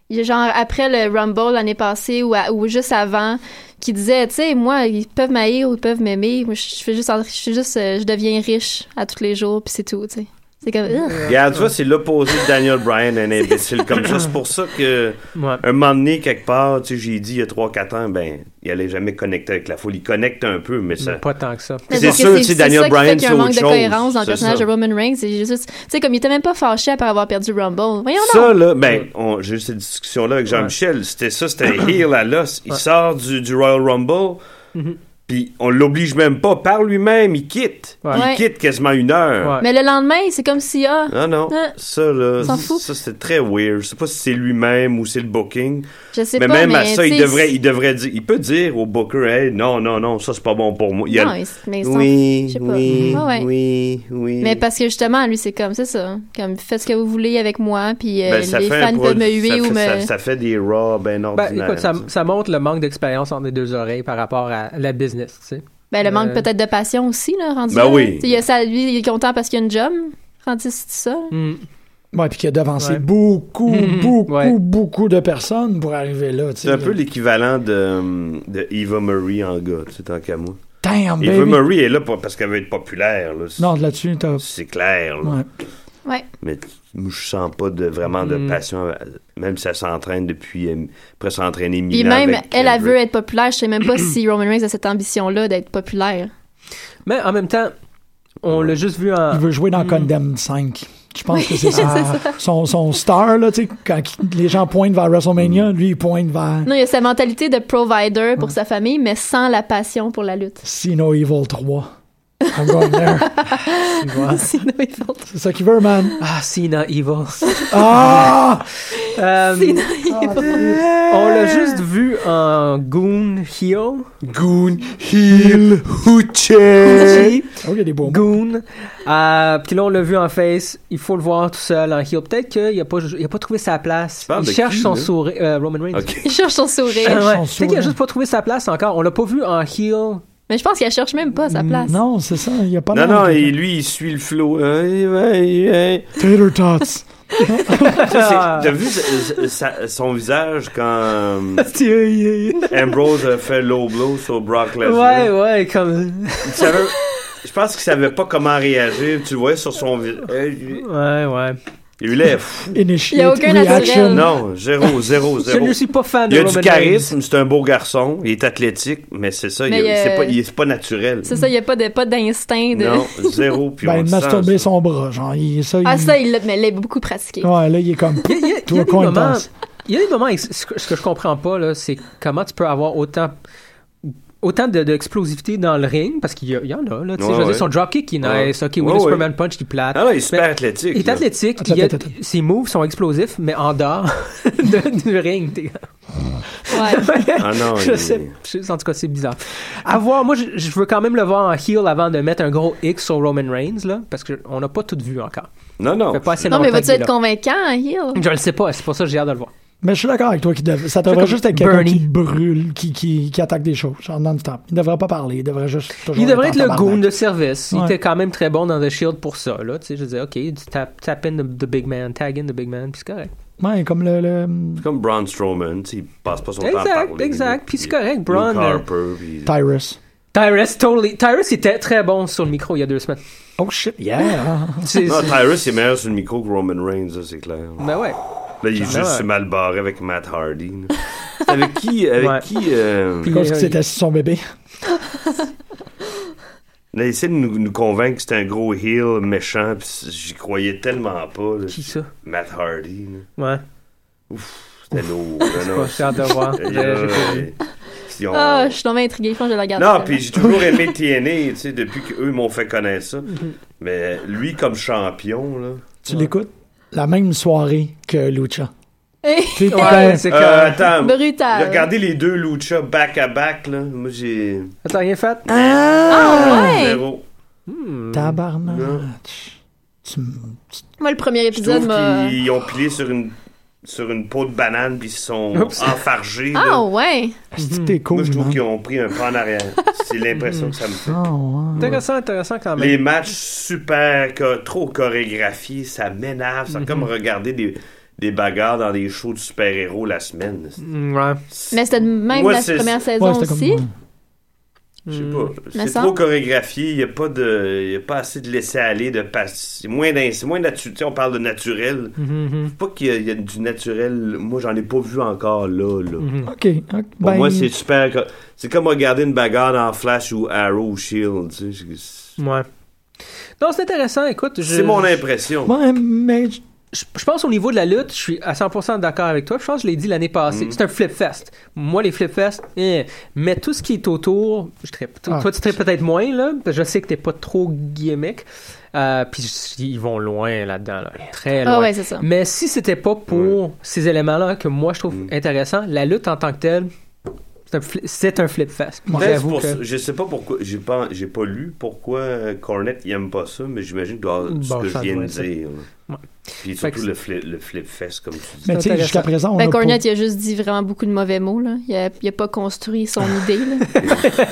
[SPEAKER 7] il est genre après le Rumble l'année passée ou, à- ou juste avant, qui disait, tu sais, moi, ils peuvent m'haïr ou ils peuvent m'aimer. Moi, je je fais juste, en- je fais juste, euh, je deviens riche à tous les jours, puis c'est tout, tu sais. C'est comme. Ugh.
[SPEAKER 8] Regarde, tu vois, c'est l'opposé de Daniel Bryan, un imbécile comme ça. C'est pour ça que,
[SPEAKER 6] Ouais.
[SPEAKER 8] un moment donné, quelque part, tu sais, j'ai dit il y a 3-4 ans, ben, il allait jamais connecter avec la foule. Il connecte un peu, mais ça.
[SPEAKER 6] Pas tant que ça.
[SPEAKER 7] Mais
[SPEAKER 8] C'est
[SPEAKER 7] parce que
[SPEAKER 8] sûr, tu sais,
[SPEAKER 7] c'est
[SPEAKER 8] Daniel
[SPEAKER 7] ça qui
[SPEAKER 8] Bryan,
[SPEAKER 7] fait qu'il y
[SPEAKER 8] c'est
[SPEAKER 7] a un manque
[SPEAKER 8] autre
[SPEAKER 7] de
[SPEAKER 8] chose.
[SPEAKER 7] cohérence dans le
[SPEAKER 8] C'est
[SPEAKER 7] personnage
[SPEAKER 8] ça.
[SPEAKER 7] de Roman Reigns. C'est juste, tu sais, comme il était même pas fâché après avoir perdu Rumble. Voyons donc.
[SPEAKER 8] Ça, là, ben, on- j'ai eu cette discussion-là avec Jean-Michel. C'était ça, c'était [coughs] un heel à l'os. Il sort du, du Royal Rumble, Mm-hmm.
[SPEAKER 6] Mhm.
[SPEAKER 8] puis on l'oblige même pas. Par lui-même, il quitte.
[SPEAKER 6] Ouais.
[SPEAKER 8] Il
[SPEAKER 7] Ouais.
[SPEAKER 8] quitte quasiment une heure.
[SPEAKER 7] Mais le lendemain, c'est comme si, ah,
[SPEAKER 8] Non, non,
[SPEAKER 7] Ah.
[SPEAKER 8] ça, là,
[SPEAKER 7] S'en fout.
[SPEAKER 8] ça, c'était très weird. Je sais pas si c'est lui-même ou c'est le booking.
[SPEAKER 7] je sais
[SPEAKER 8] mais
[SPEAKER 7] pas,
[SPEAKER 8] même
[SPEAKER 7] mais
[SPEAKER 8] à ça,
[SPEAKER 7] tu
[SPEAKER 8] il
[SPEAKER 7] sais,
[SPEAKER 8] devrait, il devrait dire, il peut dire au booker, hey, non, non, non, ça, c'est pas bon pour moi. Il y a-
[SPEAKER 7] Non, il- mais il s'en-
[SPEAKER 8] oui,
[SPEAKER 7] je sais pas.
[SPEAKER 8] oui,
[SPEAKER 7] Ah ouais.
[SPEAKER 8] oui, oui.
[SPEAKER 7] Mais parce que justement, lui, c'est comme, c'est ça. Comme, faites ce que vous voulez avec moi, puis euh,
[SPEAKER 8] Ben, ça
[SPEAKER 7] les
[SPEAKER 8] fait un
[SPEAKER 7] fans peuvent me
[SPEAKER 8] produit- ça
[SPEAKER 7] huer ou
[SPEAKER 8] fait-
[SPEAKER 7] me.
[SPEAKER 8] ça, ça fait des raw ben
[SPEAKER 6] Ben,
[SPEAKER 8] ordinaires.
[SPEAKER 6] écoute, ça,
[SPEAKER 8] tu sais.
[SPEAKER 6] ça montre le manque d'expérience entre les deux oreilles par rapport à la business, tu sais.
[SPEAKER 7] Ben, le manque
[SPEAKER 6] Euh,
[SPEAKER 7] peut-être de passion aussi, là, rendu.
[SPEAKER 8] Ben
[SPEAKER 7] là.
[SPEAKER 8] oui.
[SPEAKER 7] Tu sais, Il y a ça, lui, il est content parce qu'il y a une job. Rendu, c'est ça.
[SPEAKER 8] Mm.
[SPEAKER 6] Hmm.
[SPEAKER 5] Bon, et puis qui a devancé
[SPEAKER 6] Ouais.
[SPEAKER 5] beaucoup,
[SPEAKER 6] Mhm.
[SPEAKER 5] beaucoup,
[SPEAKER 6] [laughs] Ouais.
[SPEAKER 5] beaucoup de personnes pour arriver là. tu sais.
[SPEAKER 8] C'est un peu l'équivalent de, de Eva Murray en gars, tu sais, tant qu'à moi.
[SPEAKER 5] Damn,
[SPEAKER 8] Eva
[SPEAKER 5] baby.
[SPEAKER 8] Murray est là pour- parce qu'elle veut être populaire, là. C'est-
[SPEAKER 5] Non, là-dessus, t'as.
[SPEAKER 8] C'est clair, là.
[SPEAKER 5] Ouais.
[SPEAKER 7] Ouais.
[SPEAKER 8] Mais moi, je sens pas de, vraiment de
[SPEAKER 6] Mm.
[SPEAKER 8] passion, euh, même si elle s'entraîne depuis, euh, après s'entraîner mille
[SPEAKER 7] Puis
[SPEAKER 8] ans
[SPEAKER 7] même,
[SPEAKER 8] avec
[SPEAKER 7] elle, elle
[SPEAKER 8] Kendrick.
[SPEAKER 7] veut être populaire. Je sais même
[SPEAKER 5] [clears throat]
[SPEAKER 7] pas si Roman Reigns a cette ambition-là d'être populaire.
[SPEAKER 6] Mais en même temps, on l'a juste vu
[SPEAKER 5] Il
[SPEAKER 6] en.
[SPEAKER 5] veut jouer dans Condemned 5. Je pense que c'est ça. Son, son star, là, tu sais, quand il- les gens pointent vers WrestleMania, lui, il pointe vers
[SPEAKER 7] Non, il y a sa mentalité de provider pour sa famille, mais sans la passion pour la lutte.
[SPEAKER 5] Sino Evil 3. I'm going there.
[SPEAKER 7] [laughs] Sinon, il faut-
[SPEAKER 5] C'est ça qu'il veut, man.
[SPEAKER 6] Ah, Cena
[SPEAKER 5] [laughs]
[SPEAKER 6] Evil.
[SPEAKER 5] Ah!
[SPEAKER 6] Euh,
[SPEAKER 7] Sinon,
[SPEAKER 6] [laughs] on l'a juste vu en Goon Heel.
[SPEAKER 5] Goon, Heel, Hoochie. Oh, il y a des beaux mots.
[SPEAKER 6] Goon. Euh, Puis là, on l'a vu en face. Il faut le voir tout seul en heel. Peut-être qu'il n'a pas, il a pas trouvé sa place.
[SPEAKER 8] parles
[SPEAKER 6] Il
[SPEAKER 8] de
[SPEAKER 6] cherche
[SPEAKER 8] qui,
[SPEAKER 6] son
[SPEAKER 8] là?
[SPEAKER 6] sourire. euh, Roman Reigns.
[SPEAKER 8] Ok.
[SPEAKER 7] il cherche son
[SPEAKER 6] Ah,
[SPEAKER 7] sourire.
[SPEAKER 6] ouais.
[SPEAKER 5] Cherche son
[SPEAKER 6] Peut-être qu'il a
[SPEAKER 5] sourire.
[SPEAKER 6] juste pas trouvé sa place encore. On l'a pas vu en heel.
[SPEAKER 7] Mais je pense qu'elle cherche même pas sa place.
[SPEAKER 5] Mm, Non, c'est ça, il n'y a pas
[SPEAKER 8] Non,
[SPEAKER 5] mal
[SPEAKER 8] non,
[SPEAKER 5] de-
[SPEAKER 8] et lui, il suit le flow. Hey, hey, hey.
[SPEAKER 5] Tater Tots.
[SPEAKER 8] Tu sais, c'est- T'as vu sa- sa- son visage quand
[SPEAKER 6] Ah,
[SPEAKER 8] euh, Ambrose a fait low blow sur Brock Lesnar?
[SPEAKER 6] ouais, ouais, comme.
[SPEAKER 8] Il savait- Je pense qu'il savait pas comment réagir. Tu le voyais sur son visage.
[SPEAKER 6] Ouais, ouais.
[SPEAKER 8] Il lui là, pff,
[SPEAKER 5] Initiate
[SPEAKER 7] Il y a aucun naturel.
[SPEAKER 5] reaction.
[SPEAKER 8] non, zéro, zéro,
[SPEAKER 6] Je
[SPEAKER 8] zéro.
[SPEAKER 6] ne suis pas fan
[SPEAKER 8] Il a du
[SPEAKER 6] de Roman
[SPEAKER 8] charisme, c'est un beau garçon, il est athlétique, mais c'est ça, il,
[SPEAKER 7] Mais, euh,
[SPEAKER 8] c'est pas, il- c'est pas naturel.
[SPEAKER 7] C'est ça, il n'y a pas de pas d'instinct de.
[SPEAKER 8] [laughs] Non, zéro, puis on
[SPEAKER 5] Ben,
[SPEAKER 8] le
[SPEAKER 5] masturber
[SPEAKER 8] sent, ça.
[SPEAKER 5] son bras, genre, il, ça,
[SPEAKER 7] Ah
[SPEAKER 5] il...
[SPEAKER 7] ça, il l'a mais il l'a beaucoup pratiqué.
[SPEAKER 5] Ouais, là, il est comme...
[SPEAKER 6] Reigns. Il y a- il y a
[SPEAKER 5] Toi,
[SPEAKER 6] des
[SPEAKER 5] quoi, il
[SPEAKER 6] moments.
[SPEAKER 5] pense?
[SPEAKER 6] Il y a des moments. Ce que, ce que je comprends pas, là, c'est comment tu peux avoir autant. Autant de- d'explosivité dans le ring, parce qu'il y, a- il y en a, là. tu sais,
[SPEAKER 8] Ouais,
[SPEAKER 6] je veux
[SPEAKER 8] ouais.
[SPEAKER 6] dire, son dropkick qui est nice,
[SPEAKER 8] Ouais.
[SPEAKER 6] ok, oui,
[SPEAKER 8] Ouais,
[SPEAKER 6] le
[SPEAKER 8] ouais.
[SPEAKER 6] Superman Punch qui plate.
[SPEAKER 8] Ah non, il est super
[SPEAKER 6] Mais-
[SPEAKER 8] athlétique.
[SPEAKER 6] Il est
[SPEAKER 8] là.
[SPEAKER 6] athlétique,
[SPEAKER 5] Attends,
[SPEAKER 6] il a-
[SPEAKER 5] attends, attends.
[SPEAKER 6] ses moves sont explosifs, mais en dehors [laughs] de- du ring. t'es- [laughs]
[SPEAKER 7] Ouais.
[SPEAKER 8] Ah non,
[SPEAKER 6] je
[SPEAKER 8] il-
[SPEAKER 6] sais, je sais, en tout cas, c'est bizarre. À voir, moi, je, je veux quand même le voir en heel avant de mettre un gros X sur Roman Reigns, là, parce qu'on n'a pas tout vu encore.
[SPEAKER 8] Non, non.
[SPEAKER 6] Fait pas assez
[SPEAKER 7] Non, mais
[SPEAKER 6] longtemps
[SPEAKER 7] vas-tu
[SPEAKER 6] qu'il est
[SPEAKER 7] être
[SPEAKER 6] là.
[SPEAKER 7] convaincant, hein, Hill?
[SPEAKER 6] Je le sais pas, c'est pour ça que j'ai hâte de le voir.
[SPEAKER 5] Mais je suis d'accord avec toi, qu'il dev- ça devrait
[SPEAKER 6] comme
[SPEAKER 5] juste être quelqu'un
[SPEAKER 6] Bernie.
[SPEAKER 5] qui brûle, qui, qui, qui attaque des choses, genre non-stop. Il devrait pas parler, il devrait juste toujours
[SPEAKER 6] Il devrait être
[SPEAKER 5] en
[SPEAKER 6] le
[SPEAKER 5] tabarnak.
[SPEAKER 6] goon de service. Il
[SPEAKER 5] Ouais.
[SPEAKER 6] était quand même très bon dans The Shield pour ça, là. Tu sais, je disais, OK, tu tap, tap in the, the big man, tag in the big man, puis c'est correct.
[SPEAKER 5] Ouais, comme le... le-
[SPEAKER 8] Comme Braun Strowman, tu sais, il passe pas son temps à
[SPEAKER 6] Exact,
[SPEAKER 8] parler.
[SPEAKER 6] exact. Puis c'est correct,
[SPEAKER 8] Luke
[SPEAKER 6] Braun. euh,
[SPEAKER 8] Harper, puis-
[SPEAKER 5] Tyrus.
[SPEAKER 6] Tyrus, totally. Tyrus était très bon sur le micro il y a deux semaines.
[SPEAKER 5] Oh shit, [laughs] yeah!
[SPEAKER 6] C'est-
[SPEAKER 8] Non,
[SPEAKER 6] c'est-
[SPEAKER 8] Tyrus est meilleur sur le micro que Roman Reigns, là, c'est clair.
[SPEAKER 6] Ben ouais.
[SPEAKER 8] Là, il est
[SPEAKER 6] Ouais.
[SPEAKER 8] juste mal barré avec Matt Hardy. là. C'est avec qui, avec
[SPEAKER 6] Ouais.
[SPEAKER 8] qui euh,
[SPEAKER 6] Puis,
[SPEAKER 5] Parce
[SPEAKER 6] euh,
[SPEAKER 5] que c'était sur son bébé.
[SPEAKER 8] Là, il essaie de nous, nous convaincre que c'était un gros heel méchant, puis c- j'y croyais tellement pas. là.
[SPEAKER 6] Qui ça?
[SPEAKER 8] Matt Hardy. là.
[SPEAKER 6] Ouais.
[SPEAKER 8] C'était lourd.
[SPEAKER 6] [laughs]
[SPEAKER 8] là, non. Euh,
[SPEAKER 6] Pas j'ai hâte de
[SPEAKER 8] [laughs]
[SPEAKER 6] voir. J'ai-
[SPEAKER 8] Aïe,
[SPEAKER 6] j'ai pas vu.
[SPEAKER 8] aïe. Ils ont-
[SPEAKER 7] Ah, je suis tombée intriguée, je pense que je la garde.
[SPEAKER 8] Non,
[SPEAKER 7] [laughs]
[SPEAKER 8] puis j'ai toujours aimé TNA, tu sais, depuis qu'eux m'ont fait connaître ça.
[SPEAKER 6] Mhm.
[SPEAKER 8] Mais lui, comme champion, là.
[SPEAKER 5] Tu l'écoutes la même soirée que Lucha. Tu sais,
[SPEAKER 6] Ouais,
[SPEAKER 5] ben,
[SPEAKER 6] c'est
[SPEAKER 8] Euh,
[SPEAKER 6] correct.
[SPEAKER 8] attends,
[SPEAKER 7] Brutal.
[SPEAKER 8] regardez les deux Lucha back-à-back, là. Moi, j'ai.
[SPEAKER 6] T'as rien fait?
[SPEAKER 7] Ah, ouais!
[SPEAKER 8] Zéro. Non.
[SPEAKER 5] tabarnak. Tu m-
[SPEAKER 7] Moi, le premier
[SPEAKER 8] Je
[SPEAKER 7] épisode
[SPEAKER 8] trouve
[SPEAKER 7] m'a.
[SPEAKER 8] qu'ils ont pilé sur une, sur une peau de banane, puis ils se sont
[SPEAKER 6] Oups.
[SPEAKER 8] enfargés. là.
[SPEAKER 7] Ah, ouais!
[SPEAKER 5] Asti que t'es
[SPEAKER 8] Moi,
[SPEAKER 5] cool,
[SPEAKER 8] je trouve
[SPEAKER 5] man.
[SPEAKER 8] qu'ils ont pris un pas en arrière. C'est l'impression que ça me fait.
[SPEAKER 5] Ah, ouais.
[SPEAKER 6] Intéressant, intéressant quand même.
[SPEAKER 8] Les matchs super, co- trop chorégraphiés, ça m'énerve.
[SPEAKER 6] Mhm.
[SPEAKER 8] C'est comme regarder des, des bagarres dans des shows de super-héros la semaine.
[SPEAKER 6] Mm, Ouais.
[SPEAKER 7] Mais c'était de même
[SPEAKER 8] Moi,
[SPEAKER 7] la
[SPEAKER 8] c'est-
[SPEAKER 7] première
[SPEAKER 5] Ouais,
[SPEAKER 7] saison
[SPEAKER 5] c'était comme-
[SPEAKER 7] aussi.
[SPEAKER 8] Je sais
[SPEAKER 6] Mm.
[SPEAKER 8] pas.
[SPEAKER 7] Me
[SPEAKER 8] C'est
[SPEAKER 7] semble.
[SPEAKER 8] trop chorégraphié. Il n'y a, pas de- y a pas assez de laisser aller, de passe. C'est moins, d'in- c'est moins naturel. on parle de naturel. Faut pas qu'il y a- il y, a du naturel. Moi, j'en ai pas vu encore là. là.
[SPEAKER 5] OK. ok,
[SPEAKER 8] Pour
[SPEAKER 5] ben,
[SPEAKER 8] moi, c'est super. co- C'est comme regarder une bagarre en Flash ou Arrow ou Shield. tu sais. C'est-
[SPEAKER 6] Mm. Ouais. Non, c'est intéressant. Écoute, je-
[SPEAKER 8] C'est mon impression.
[SPEAKER 5] Ouais, mais je-
[SPEAKER 6] je, je pense au niveau de la lutte, je suis à 100% d'accord avec toi. Je pense que je l'ai dit l'année
[SPEAKER 8] Mm-hmm.
[SPEAKER 6] passée. C'est un flip fest. Moi, les flip fest, eh. mais tout ce qui est autour, je trippe. Toi,
[SPEAKER 5] Ah.
[SPEAKER 6] toi, tu tripes peut-être moins, là, parce que je sais que t'es pas trop gimmick. Euh, puis je- ils vont loin là-dedans, là. très loin.
[SPEAKER 7] Ah ouais, c'est ça.
[SPEAKER 6] Mais si c'était pas pour ces éléments-là que moi je trouve
[SPEAKER 8] Mm.
[SPEAKER 6] intéressant, la lutte en tant que telle, c'est un, fli- c'est un flip fest. Puis
[SPEAKER 8] Peut-être
[SPEAKER 6] j'avoue
[SPEAKER 8] pour
[SPEAKER 6] que-
[SPEAKER 8] ça- Je sais pas pourquoi. J'ai pas, j'ai pas lu pourquoi euh, Cornette il aime pas ça, mais j'imagine que doit avoir
[SPEAKER 6] Bon,
[SPEAKER 8] ce que
[SPEAKER 6] ça
[SPEAKER 8] je viens
[SPEAKER 6] doit
[SPEAKER 8] de
[SPEAKER 6] être ça.
[SPEAKER 8] dire.
[SPEAKER 6] Ouais.
[SPEAKER 8] Puis
[SPEAKER 6] Fait que
[SPEAKER 8] surtout le flip, le flip fest, comme tu dis.
[SPEAKER 5] mais tu sais, jusqu'à présent, on
[SPEAKER 7] Ben,
[SPEAKER 5] a pas-
[SPEAKER 7] Cornette, il a juste dit vraiment beaucoup de mauvais mots. Là. Il, a, il a pas construit
[SPEAKER 5] [laughs]
[SPEAKER 7] son idée. là.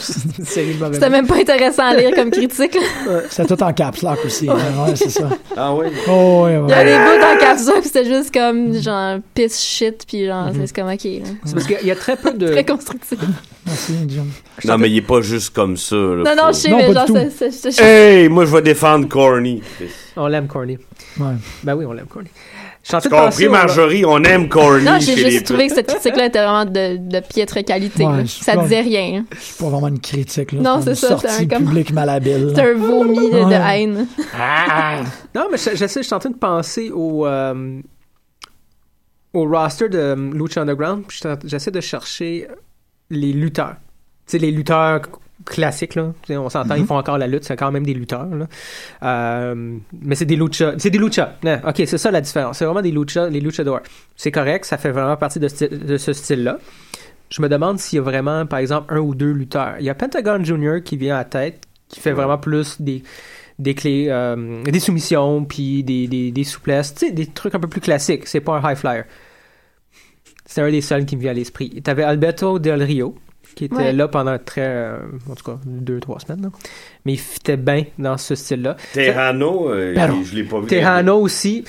[SPEAKER 6] [laughs] C'est une série de mauvais
[SPEAKER 7] C'était même pas intéressant à lire comme critique. là.
[SPEAKER 5] C'est tout en caps lock
[SPEAKER 7] [laughs]
[SPEAKER 5] aussi. hein, ouais, c'est ça.
[SPEAKER 8] Ah oui?
[SPEAKER 5] Oh, ouais,
[SPEAKER 7] Il y a
[SPEAKER 5] ouais.
[SPEAKER 7] des bouts dans Caps Lock, c'était juste comme genre piss shit, puis genre
[SPEAKER 5] Mm-hmm.
[SPEAKER 7] c'est comme ok. là.
[SPEAKER 6] C'est parce qu'il y a très peu de.
[SPEAKER 7] [laughs] Très constructif.
[SPEAKER 5] Merci, John.
[SPEAKER 8] Non, mais il est pas juste comme ça. là.
[SPEAKER 7] Non, non, je sais,
[SPEAKER 5] Non,
[SPEAKER 7] mais
[SPEAKER 5] pas
[SPEAKER 7] genre,
[SPEAKER 5] du tout.
[SPEAKER 7] c'est- c'est- c'est- c'est-
[SPEAKER 8] Hey, moi je vais défendre Corny.
[SPEAKER 6] On l'aime, Corny.
[SPEAKER 5] Ouais.
[SPEAKER 6] Ben oui, on l'aime, Corny. Je suis en train
[SPEAKER 8] Tu
[SPEAKER 6] de penser
[SPEAKER 8] compris,
[SPEAKER 6] au-
[SPEAKER 8] Marjorie, on aime
[SPEAKER 6] Euh,
[SPEAKER 8] Corny.
[SPEAKER 7] Non, j'ai
[SPEAKER 8] chez les
[SPEAKER 7] juste trouvé que cette critique-là était vraiment de, de piètre qualité.
[SPEAKER 5] Ouais,
[SPEAKER 7] là.
[SPEAKER 5] je suis
[SPEAKER 7] ça
[SPEAKER 5] pas-
[SPEAKER 7] disait rien.
[SPEAKER 5] C'est pas vraiment une critique. Là.
[SPEAKER 7] Non, c'est
[SPEAKER 5] une
[SPEAKER 7] ça,
[SPEAKER 5] sortie
[SPEAKER 7] c'est un comme-
[SPEAKER 5] public malhabile.
[SPEAKER 7] C'est un vomi de, de
[SPEAKER 5] Ouais.
[SPEAKER 7] haine.
[SPEAKER 6] Non, mais je, je sais, je suis en train de penser au, euh, au roster de euh, Lucha Underground. puis je suis en- J'essaie de chercher les lutteurs. Tu sais, les lutteurs c- classiques, là. Tu sais, on s'entend, ils font encore la lutte, c'est quand même des lutteurs, là. Euh, mais c'est des lucha. C'est des lucha. Ouais, ok, c'est ça la différence. C'est vraiment des lucha, les luchadors. C'est correct, ça fait vraiment partie de, sti- de ce style-là. Je me demande s'il y a vraiment, par exemple, un ou deux lutteurs. Il y a Pentagon Junior qui vient à la tête, qui fait vraiment plus des des clés, euh, des soumissions, puis des, des, des souplesses, tu sais, des trucs un peu plus classiques. C'est pas un high flyer. C'est un des seuls qui me vient à l'esprit. T'avais Alberto Del Rio, qui était
[SPEAKER 7] Ouais.
[SPEAKER 6] là pendant très, euh, en tout cas, deux, trois semaines, là. mais il fitait bien dans ce style-là.
[SPEAKER 8] Terrano, euh,
[SPEAKER 6] Pardon.
[SPEAKER 8] je l'ai pas vu.
[SPEAKER 6] Tejano aussi.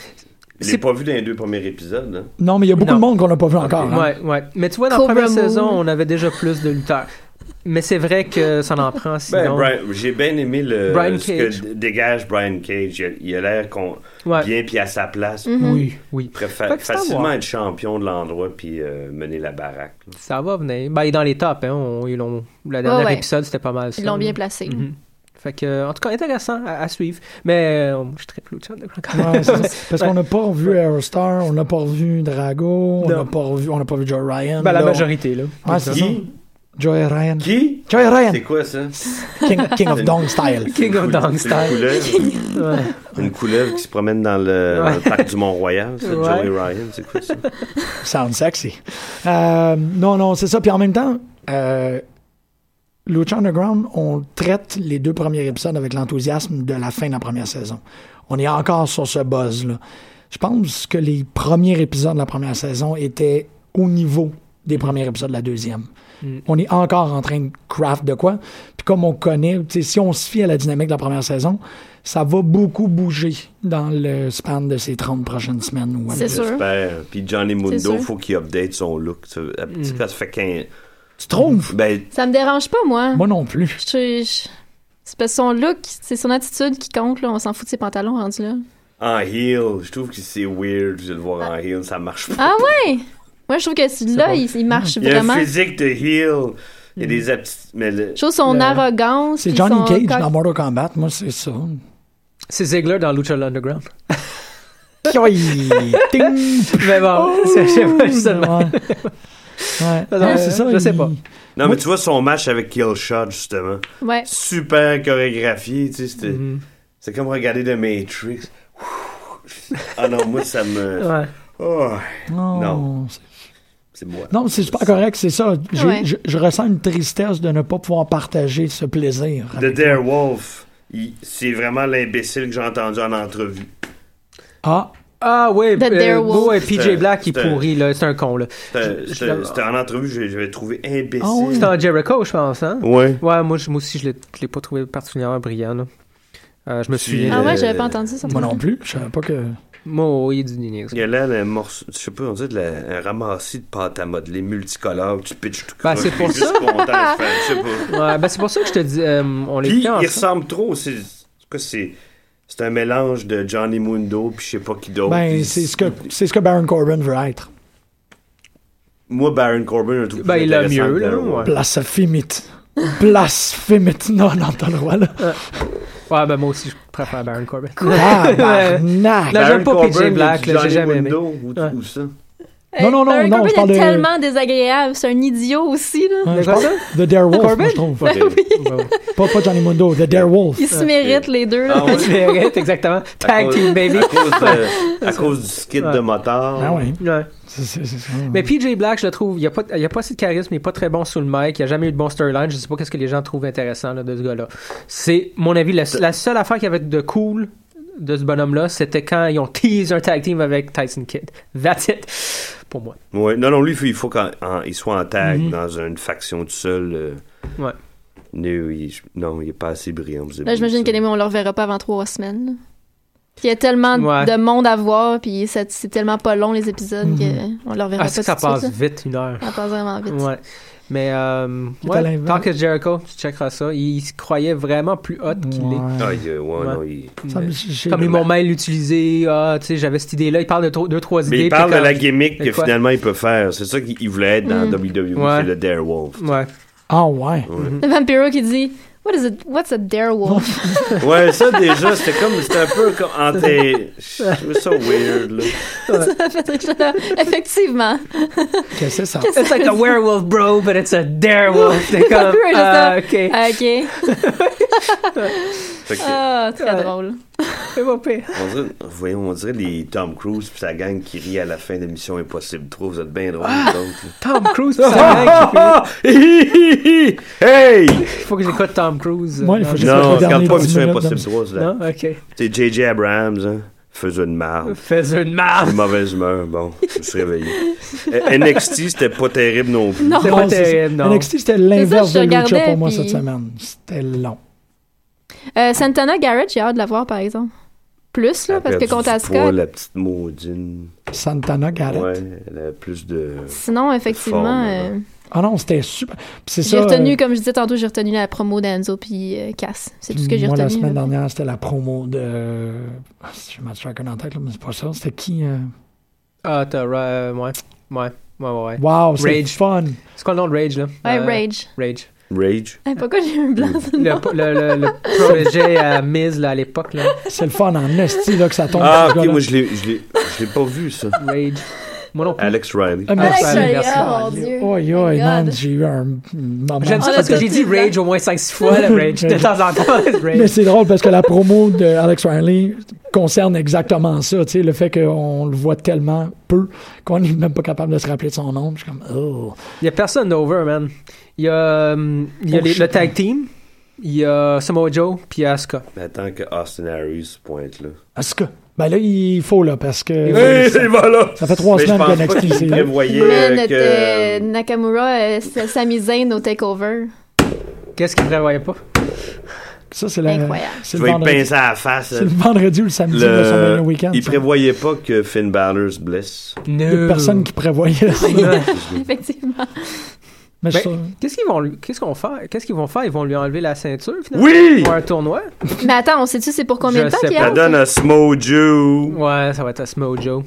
[SPEAKER 8] Je l'ai
[SPEAKER 6] C'est-
[SPEAKER 8] pas vu dans les deux premiers épisodes. hein.
[SPEAKER 5] Non, mais il y a beaucoup
[SPEAKER 6] Non.
[SPEAKER 5] de monde qu'on n'a pas vu encore. hein.
[SPEAKER 6] Ouais, ouais. Mais tu vois, dans
[SPEAKER 7] Cobra
[SPEAKER 6] la première
[SPEAKER 7] Moon.
[SPEAKER 6] saison, on avait déjà plus de lutteurs. Mais c'est vrai que ça en prend
[SPEAKER 8] Ben,
[SPEAKER 6] sinon.
[SPEAKER 8] Brian- j'ai bien aimé le,
[SPEAKER 6] Brian
[SPEAKER 8] ce que
[SPEAKER 6] Cage.
[SPEAKER 8] d- dégage Brian Cage. Il a- Il a l'air qu'on
[SPEAKER 6] Ouais.
[SPEAKER 8] bien puis à sa place.
[SPEAKER 7] Mhm.
[SPEAKER 6] Oui, oui.
[SPEAKER 8] Il préfère
[SPEAKER 6] Fait que c'est à
[SPEAKER 8] facilement
[SPEAKER 6] voir.
[SPEAKER 8] être champion de l'endroit puis euh, mener la baraque. là.
[SPEAKER 6] Ça va venir. Ben, il est dans les tops. Hein. On- ils l'ont- le dernier
[SPEAKER 7] Ouais, ouais.
[SPEAKER 6] épisode, c'était pas mal. ça,
[SPEAKER 7] Ils l'ont bien
[SPEAKER 6] là.
[SPEAKER 7] placé.
[SPEAKER 6] Mhm. Fait que, en tout cas, intéressant à, à suivre. Mais euh, je suis très plus quand même.
[SPEAKER 5] Ouais, c'est ça.
[SPEAKER 6] [laughs]
[SPEAKER 5] Parce qu'on n'a pas revu Aerostar, on n'a pas revu Drago, on
[SPEAKER 6] Non.
[SPEAKER 5] n'a pas revu, on n'a pas vu Joe Ryan.
[SPEAKER 6] Ben, la
[SPEAKER 5] là.
[SPEAKER 6] majorité, là.
[SPEAKER 5] Ouais, c'est ça.
[SPEAKER 8] Qui?
[SPEAKER 5] Joe Ryan.
[SPEAKER 8] Qui?
[SPEAKER 5] Joe Ryan,
[SPEAKER 8] C'est quoi ça?
[SPEAKER 5] King, King
[SPEAKER 6] [laughs]
[SPEAKER 5] of Dong style.
[SPEAKER 6] King of Dong
[SPEAKER 8] C'est une
[SPEAKER 6] Style.
[SPEAKER 8] couleuvre,
[SPEAKER 6] [laughs] Ouais.
[SPEAKER 8] une couleuvre qui se promène dans
[SPEAKER 7] [laughs]
[SPEAKER 8] le, dans le parc du Mont-Royal. Euh, C'est
[SPEAKER 6] Ouais.
[SPEAKER 8] Joey Ryan, c'est quoi ça?
[SPEAKER 5] Sound sexy. Euh, non, non, c'est ça. Puis en même temps, euh, Lucha Underground, on traite les deux premiers épisodes avec l'enthousiasme de la fin de la première saison. On est encore sur ce buzz-là. Je pense que les premiers épisodes de la première saison étaient au niveau des premiers épisodes de la deuxième. On est encore en train de craft de quoi. Puis comme on connaît, tu sais, si on se fie à la dynamique de la première saison, ça va beaucoup bouger dans le span de ces 30 prochaines semaines. ou whatever.
[SPEAKER 7] C'est sûr.
[SPEAKER 8] Super. Puis Ben, Johnny Mundo,
[SPEAKER 7] sûr. Mm.
[SPEAKER 8] faut qu'il update son look. Ça, à petit peu, ça fait 15...
[SPEAKER 5] Tu
[SPEAKER 10] Mm-hmm.
[SPEAKER 5] trouves?
[SPEAKER 8] Ben,
[SPEAKER 7] Ça me dérange pas, moi.
[SPEAKER 5] Moi non plus.
[SPEAKER 7] Je- je- C'est parce que son look, c'est son attitude qui compte. Là. On s'en fout de ses pantalons rendus là.
[SPEAKER 8] en heel, je trouve que c'est weird de le voir en heel, ça marche pas.
[SPEAKER 7] Ah ouais! Moi, je trouve que celui-là,
[SPEAKER 6] bon.
[SPEAKER 7] il, il
[SPEAKER 6] Mm.
[SPEAKER 7] marche
[SPEAKER 8] Il y a
[SPEAKER 7] vraiment. Mm.
[SPEAKER 8] un physique de heel. Il y a des aptitudes... Mais le-
[SPEAKER 7] Je trouve son
[SPEAKER 6] Le-
[SPEAKER 7] arrogance.
[SPEAKER 5] C'est
[SPEAKER 7] puis
[SPEAKER 5] Johnny
[SPEAKER 7] son
[SPEAKER 5] Cage
[SPEAKER 7] coq-
[SPEAKER 5] dans Mortal Kombat, moi c'est ça.
[SPEAKER 6] C'est Ziggler dans Lucha Underground. [laughs]
[SPEAKER 5] Kyoi! [laughs] Ting!
[SPEAKER 6] Mais bon,
[SPEAKER 7] Oh!
[SPEAKER 6] c'est- je sais pas, je sais seulement.
[SPEAKER 5] Ouais. Ouais.
[SPEAKER 6] Non,
[SPEAKER 5] Ouais,
[SPEAKER 6] c'est ça, je sais pas.
[SPEAKER 8] Non, mais tu vois son match avec Killshot, justement.
[SPEAKER 7] Ouais.
[SPEAKER 8] Super chorégraphié, tu sais, c'était...
[SPEAKER 6] Mhm.
[SPEAKER 8] C'est comme regarder The Matrix. Ouh. Ah non, moi, ça me...
[SPEAKER 6] Ouais.
[SPEAKER 8] Oh,
[SPEAKER 5] Non.
[SPEAKER 8] Non.
[SPEAKER 5] c'est-
[SPEAKER 8] c'est moi.
[SPEAKER 5] Non, c'est super correct, c'est ça. J'ai-
[SPEAKER 7] Ouais.
[SPEAKER 5] je, je ressens une tristesse de ne pas pouvoir partager ce plaisir.
[SPEAKER 8] The Darewolf, il- c'est vraiment l'imbécile que j'ai entendu en entrevue.
[SPEAKER 5] Ah,
[SPEAKER 6] Ah ouais,
[SPEAKER 7] The
[SPEAKER 6] euh,
[SPEAKER 7] Darewolf.
[SPEAKER 6] ouais, PJ
[SPEAKER 8] C'est-
[SPEAKER 6] Black, il
[SPEAKER 8] c'est-
[SPEAKER 6] pourrit, là. C'est un con, là.
[SPEAKER 8] C'était
[SPEAKER 6] Je-
[SPEAKER 8] c'était-
[SPEAKER 6] je-
[SPEAKER 8] c'était en entrevue, je, je l'ai trouvé imbécile.
[SPEAKER 5] Ah oui.
[SPEAKER 6] C'est en Jericho, je pense, hein?
[SPEAKER 8] Ouais.
[SPEAKER 6] Ouais, moi, je- moi aussi, je l'ai- je l'ai pas trouvé particulièrement brillant, là. Euh, je me
[SPEAKER 8] Puis,
[SPEAKER 6] suis.
[SPEAKER 8] euh,
[SPEAKER 7] Ah ouais, j'avais pas entendu ça.
[SPEAKER 5] moi non plus. Je savais pas que.
[SPEAKER 6] Moi, oh, il y a du niaise.
[SPEAKER 8] Il y a là un morceau, je sais pas, on dirait de la- un ramassis de pâte à modeler multicolore, que tu pitches tout
[SPEAKER 6] Ben, c'est
[SPEAKER 8] croche,
[SPEAKER 6] pour
[SPEAKER 8] puis
[SPEAKER 6] ça.
[SPEAKER 8] juste content de faire, je sais pas.
[SPEAKER 6] Ouais, ben c'est pour ça que je te dis, euh, on les
[SPEAKER 8] Puis,
[SPEAKER 6] fait
[SPEAKER 8] il
[SPEAKER 6] ensemble.
[SPEAKER 8] ressemble trop. C'est en tout cas, c'est c'est un mélange de Johnny Mundo puis je sais pas qui d'autre.
[SPEAKER 5] Ben,
[SPEAKER 8] Puis
[SPEAKER 5] c'est ce, que, c'est ce que Baron Corbin veut être.
[SPEAKER 8] Moi, Baron Corbin, je trouve
[SPEAKER 6] Ben,
[SPEAKER 8] plus
[SPEAKER 6] il a
[SPEAKER 8] intéressant
[SPEAKER 6] mieux,
[SPEAKER 8] que
[SPEAKER 6] là,
[SPEAKER 8] Daryl.
[SPEAKER 6] ouais.
[SPEAKER 5] Blasphémite. Blasphémite. [laughs] Non, non, t'as le droit, là.
[SPEAKER 6] Ouais, ben moi aussi, je préfère Baron Corbin.
[SPEAKER 5] Tabarnak.
[SPEAKER 6] Non, j'aime
[SPEAKER 8] Baron
[SPEAKER 6] pas PJ
[SPEAKER 8] Corbin
[SPEAKER 6] Black,
[SPEAKER 8] ou
[SPEAKER 6] là,
[SPEAKER 8] Johnny
[SPEAKER 6] j'ai jamais Ah. aimé.
[SPEAKER 8] Mundo, ou-
[SPEAKER 6] Ouais.
[SPEAKER 8] ou ça.
[SPEAKER 5] Non, non, non,
[SPEAKER 7] Baron
[SPEAKER 5] non,
[SPEAKER 7] Corbin
[SPEAKER 5] je parle
[SPEAKER 7] est
[SPEAKER 5] de-
[SPEAKER 7] tellement désagréable. C'est un idiot aussi, là.
[SPEAKER 5] Hein, je
[SPEAKER 6] quoi
[SPEAKER 5] parle
[SPEAKER 6] ça?
[SPEAKER 5] The Darewolf,
[SPEAKER 6] Corbin?
[SPEAKER 5] moi, je trouve.
[SPEAKER 7] Ben [laughs] oui,
[SPEAKER 6] [laughs]
[SPEAKER 5] Pas, pas Johnny Mundo, The Darewolf.
[SPEAKER 7] ils se méritent, les deux, là.
[SPEAKER 8] Ah ouais?
[SPEAKER 6] Tu mérites, exactement.
[SPEAKER 8] À
[SPEAKER 6] Tag
[SPEAKER 8] cause-
[SPEAKER 6] team,
[SPEAKER 8] [laughs]
[SPEAKER 6] baby.
[SPEAKER 8] À cause, de- à cause du skid
[SPEAKER 6] Ouais.
[SPEAKER 8] de moteur.
[SPEAKER 5] Ah ouais.
[SPEAKER 6] Ouais.
[SPEAKER 5] C'est- c'est- c'est- c'est-
[SPEAKER 6] Mais PJ Black, je le trouve, il n'y a, pas- il a pas assez de charisme, il n'est pas très bon sous le mic, il n'y a jamais eu de bon storyline. Je ne sais pas qu'est-ce que les gens trouvent intéressant là, de ce gars-là. C'est, mon avis, la, la seule affaire qui avait de cool de ce bonhomme-là, c'était quand ils ont teasé un tag team avec Tyson Kidd. That's it. Pour moi.
[SPEAKER 8] Ouais. Non, non, lui, il faut- il faut qu'il soit en tag dans une faction tout seul. euh,
[SPEAKER 6] Mhm. Ouais.
[SPEAKER 8] mais oui, je- Non, il est pas assez brillant. vous
[SPEAKER 7] Là,
[SPEAKER 8] avez
[SPEAKER 7] j'imagine
[SPEAKER 8] vu
[SPEAKER 7] que
[SPEAKER 8] ça.
[SPEAKER 7] les on le reverra pas avant trois semaines. là. Il y a tellement
[SPEAKER 6] Ouais.
[SPEAKER 7] de monde à voir, puis c'est c'est tellement pas long, les épisodes,
[SPEAKER 5] Mm-hmm.
[SPEAKER 7] qu'on le reverra
[SPEAKER 6] Ah,
[SPEAKER 7] pas
[SPEAKER 6] c'est
[SPEAKER 7] tout
[SPEAKER 6] que ça
[SPEAKER 7] de suite,
[SPEAKER 6] passe
[SPEAKER 7] là.
[SPEAKER 6] vite, une heure.
[SPEAKER 7] Ça passe vraiment vite.
[SPEAKER 6] Ouais. Mais, euh,
[SPEAKER 5] Tout à
[SPEAKER 6] ouais,
[SPEAKER 5] l'inverse.
[SPEAKER 6] tant que Jericho, tu checkeras ça, il se croyait vraiment plus hot qu'il l'est.
[SPEAKER 5] Ouais.
[SPEAKER 8] Ah, il, euh, ouais,
[SPEAKER 6] Ouais.
[SPEAKER 8] non, il-
[SPEAKER 5] Ça me- j'ai-
[SPEAKER 6] Comme ils m'ont mal utilisé, ah, tu sais, j'avais cette idée-là. Il parle de tro- deux, trois idées.
[SPEAKER 8] Mais il
[SPEAKER 6] puis
[SPEAKER 8] parle de
[SPEAKER 6] quand-
[SPEAKER 8] la gimmick
[SPEAKER 6] Et
[SPEAKER 8] que
[SPEAKER 6] quoi?
[SPEAKER 8] finalement il peut faire. C'est ça qu'il il voulait être
[SPEAKER 6] Mhm.
[SPEAKER 8] dans WWE,
[SPEAKER 6] Ouais.
[SPEAKER 8] c'est le Darewolf.
[SPEAKER 6] Ouais.
[SPEAKER 5] Ah ouais.
[SPEAKER 7] Le Vampiro qui dit What is it? What's a darewolf?
[SPEAKER 8] Ouais, ça déjà, c'était comme, c'était un peu comme hanté. Je trouvais ça weird, là.
[SPEAKER 7] [laughs] Ça fait très chaleur. Effectivement.
[SPEAKER 5] Qu'est-ce que c'est ça?
[SPEAKER 6] It's like a werewolf, bro, but it's
[SPEAKER 7] [laughs]
[SPEAKER 6] a darewolf. T'es
[SPEAKER 7] Un
[SPEAKER 6] comme,
[SPEAKER 7] peu, je
[SPEAKER 6] ah,
[SPEAKER 7] sais.
[SPEAKER 6] ok.
[SPEAKER 7] Ah,
[SPEAKER 8] [laughs]
[SPEAKER 7] ok.
[SPEAKER 8] Fait que,
[SPEAKER 7] Ah, très
[SPEAKER 6] Ouais.
[SPEAKER 7] drôle.
[SPEAKER 6] C'est pas pire.
[SPEAKER 8] on dirait, voyons, on dirait les Tom Cruise pis sa gang qui rit à la fin de Mission Impossible 3. Vous êtes bien drôles, vous autres, là.
[SPEAKER 7] [laughs]
[SPEAKER 6] Tom Cruise, pis sa gang qui
[SPEAKER 8] Ah! Hi, hi, hi! [laughs] Hey!
[SPEAKER 6] fait- faut que j'écoute Tom Cruise. euh,
[SPEAKER 5] Moi, il faut
[SPEAKER 6] dans-
[SPEAKER 5] que j'écoute.
[SPEAKER 8] Non,
[SPEAKER 5] le dernier
[SPEAKER 8] regarde pas
[SPEAKER 5] dix
[SPEAKER 8] Mission
[SPEAKER 5] minutes
[SPEAKER 8] Impossible
[SPEAKER 5] de-
[SPEAKER 8] 3, c'est là.
[SPEAKER 6] Non, ok.
[SPEAKER 8] C'est J.J. Abrams, hein. Faisait une marde.
[SPEAKER 6] Fais une merde.
[SPEAKER 8] Une mauvaise humeur, bon, je me suis réveillé. [laughs] Euh, NXT, c'était pas terrible non plus.
[SPEAKER 7] [laughs] Non.
[SPEAKER 6] C'est pas
[SPEAKER 5] c'est ça.
[SPEAKER 6] terrible,
[SPEAKER 8] Ah,
[SPEAKER 6] non.
[SPEAKER 5] NXT, c'était
[SPEAKER 7] je
[SPEAKER 5] l'inverse de Lucha
[SPEAKER 7] regardais,
[SPEAKER 5] pour moi
[SPEAKER 7] puis-
[SPEAKER 5] cette semaine. C'était long.
[SPEAKER 7] Euh, Santana Garrett, j'ai hâte de la voir, par exemple. Plus,
[SPEAKER 8] Elle
[SPEAKER 7] là,
[SPEAKER 8] a
[SPEAKER 7] parce que
[SPEAKER 8] perdu
[SPEAKER 7] contre
[SPEAKER 8] du poids,
[SPEAKER 7] Asuka.
[SPEAKER 8] La petite maudine.
[SPEAKER 5] Santana Garrett.
[SPEAKER 8] Ouais, elle a plus de.
[SPEAKER 7] Sinon, effectivement,
[SPEAKER 8] Forme,
[SPEAKER 7] euh,
[SPEAKER 5] Ah non, c'était super. Puis c'est
[SPEAKER 7] j'ai
[SPEAKER 5] ça.
[SPEAKER 7] retenu,
[SPEAKER 5] euh,
[SPEAKER 7] comme je disais tantôt, j'ai retenu la promo d'Anzo puis euh, Cass. C'est tout ce que j'ai
[SPEAKER 5] Moi, la
[SPEAKER 7] retenu.
[SPEAKER 5] semaine
[SPEAKER 7] là.
[SPEAKER 5] dernière, c'était la promo de. Ah, si Je m'en souviens qu'un en tête, là, mais c'est pas ça. C'était qui euh,
[SPEAKER 6] Ah, t'as, euh, ouais. Ouais, ouais, ouais. ouais.
[SPEAKER 5] Wow, c'est
[SPEAKER 6] Rage.
[SPEAKER 5] fun.
[SPEAKER 6] C'est quoi le nom de Rage, là?
[SPEAKER 7] Ouais,
[SPEAKER 6] Euh,
[SPEAKER 7] Rage. [laughs]
[SPEAKER 6] Rage.
[SPEAKER 8] Rage.
[SPEAKER 7] Hey, pourquoi j'ai eu un blanc sur le
[SPEAKER 6] Le,
[SPEAKER 7] nom? [laughs]
[SPEAKER 6] le, le, le projet à Miz, là, à l'époque, là.
[SPEAKER 5] C'est le fun en esti là, que ça tombe.
[SPEAKER 8] Ah,
[SPEAKER 5] ce
[SPEAKER 8] ok,
[SPEAKER 5] gars-là.
[SPEAKER 8] moi je l'ai, je l'ai, je l'ai pas vu ça.
[SPEAKER 6] Rage. Moi non plus.
[SPEAKER 8] Alex Riley.
[SPEAKER 5] Ah,
[SPEAKER 7] Alex
[SPEAKER 5] merci.
[SPEAKER 7] Riley,
[SPEAKER 6] merci.
[SPEAKER 7] oh mon dieu.
[SPEAKER 5] Oi,
[SPEAKER 7] My
[SPEAKER 5] oi,
[SPEAKER 7] God.
[SPEAKER 5] man, j'ai eu un moment.
[SPEAKER 6] J'aime ça
[SPEAKER 7] Ah, On a
[SPEAKER 6] parce que
[SPEAKER 7] tout
[SPEAKER 6] j'ai dit
[SPEAKER 7] dit, là.
[SPEAKER 6] Rage au moins 5-6 fois, là, Rage. De temps en temps, [laughs]
[SPEAKER 5] Mais
[SPEAKER 6] Rage.
[SPEAKER 5] c'est drôle parce que la promo de Alex Riley concerne exactement ça, tu sais, le fait qu'on le voit tellement peu qu'on n'est même pas capable de se rappeler de son nom. Je suis comme, oh.
[SPEAKER 6] Il y a personne d'over, man. Il y a, euh, il y a
[SPEAKER 5] Oh,
[SPEAKER 6] les-
[SPEAKER 5] shit.
[SPEAKER 6] le tag team, il y a Samoa Joe, puis il y a Asuka.
[SPEAKER 8] Mais attends que Austin Harris se pointe là.
[SPEAKER 5] Asuka. Ben là, il faut, là, parce que. ça,
[SPEAKER 8] voilà.
[SPEAKER 5] ça fait trois
[SPEAKER 8] Mais je
[SPEAKER 5] semaines
[SPEAKER 8] pense
[SPEAKER 5] que
[SPEAKER 8] pas
[SPEAKER 5] NXT,
[SPEAKER 8] qu'il
[SPEAKER 5] c'est là.
[SPEAKER 8] prévoyait
[SPEAKER 7] Man,
[SPEAKER 8] euh,
[SPEAKER 7] notre, euh,
[SPEAKER 8] que.
[SPEAKER 7] Nakamura, euh, sa- Sami Zayn au takeover.
[SPEAKER 6] Qu'est-ce qu'il prévoyait pas?
[SPEAKER 5] Ça, c'est la.
[SPEAKER 7] Incroyable.
[SPEAKER 5] C'est
[SPEAKER 8] Tu
[SPEAKER 5] le,
[SPEAKER 8] vas y
[SPEAKER 5] vendredi,
[SPEAKER 8] pincer à la face.
[SPEAKER 5] c'est le vendredi ou le samedi de son dernier
[SPEAKER 8] Le...
[SPEAKER 5] week-end.
[SPEAKER 8] Il
[SPEAKER 5] ça.
[SPEAKER 8] prévoyait pas que Finn Balor se blesse.
[SPEAKER 6] No.
[SPEAKER 5] Il y a personne qui prévoyait ça.
[SPEAKER 7] Effectivement.
[SPEAKER 5] Mais je
[SPEAKER 6] Euh, Ben,
[SPEAKER 5] suis sûr-
[SPEAKER 6] Qu'est-ce qu'ils vont, lui- qu'est-ce qu'on fait? Qu'est-ce qu'ils vont faire? Ils vont lui enlever la ceinture finalement
[SPEAKER 8] Oui!
[SPEAKER 6] pour un tournoi.
[SPEAKER 7] Mais attends, on sait-tu c'est pour combien
[SPEAKER 6] Je
[SPEAKER 7] de temps
[SPEAKER 6] sais
[SPEAKER 7] qu'il y
[SPEAKER 6] pas.
[SPEAKER 7] a?
[SPEAKER 8] Ça donne à Smoju.
[SPEAKER 6] Ouais, ça va être à Smojo.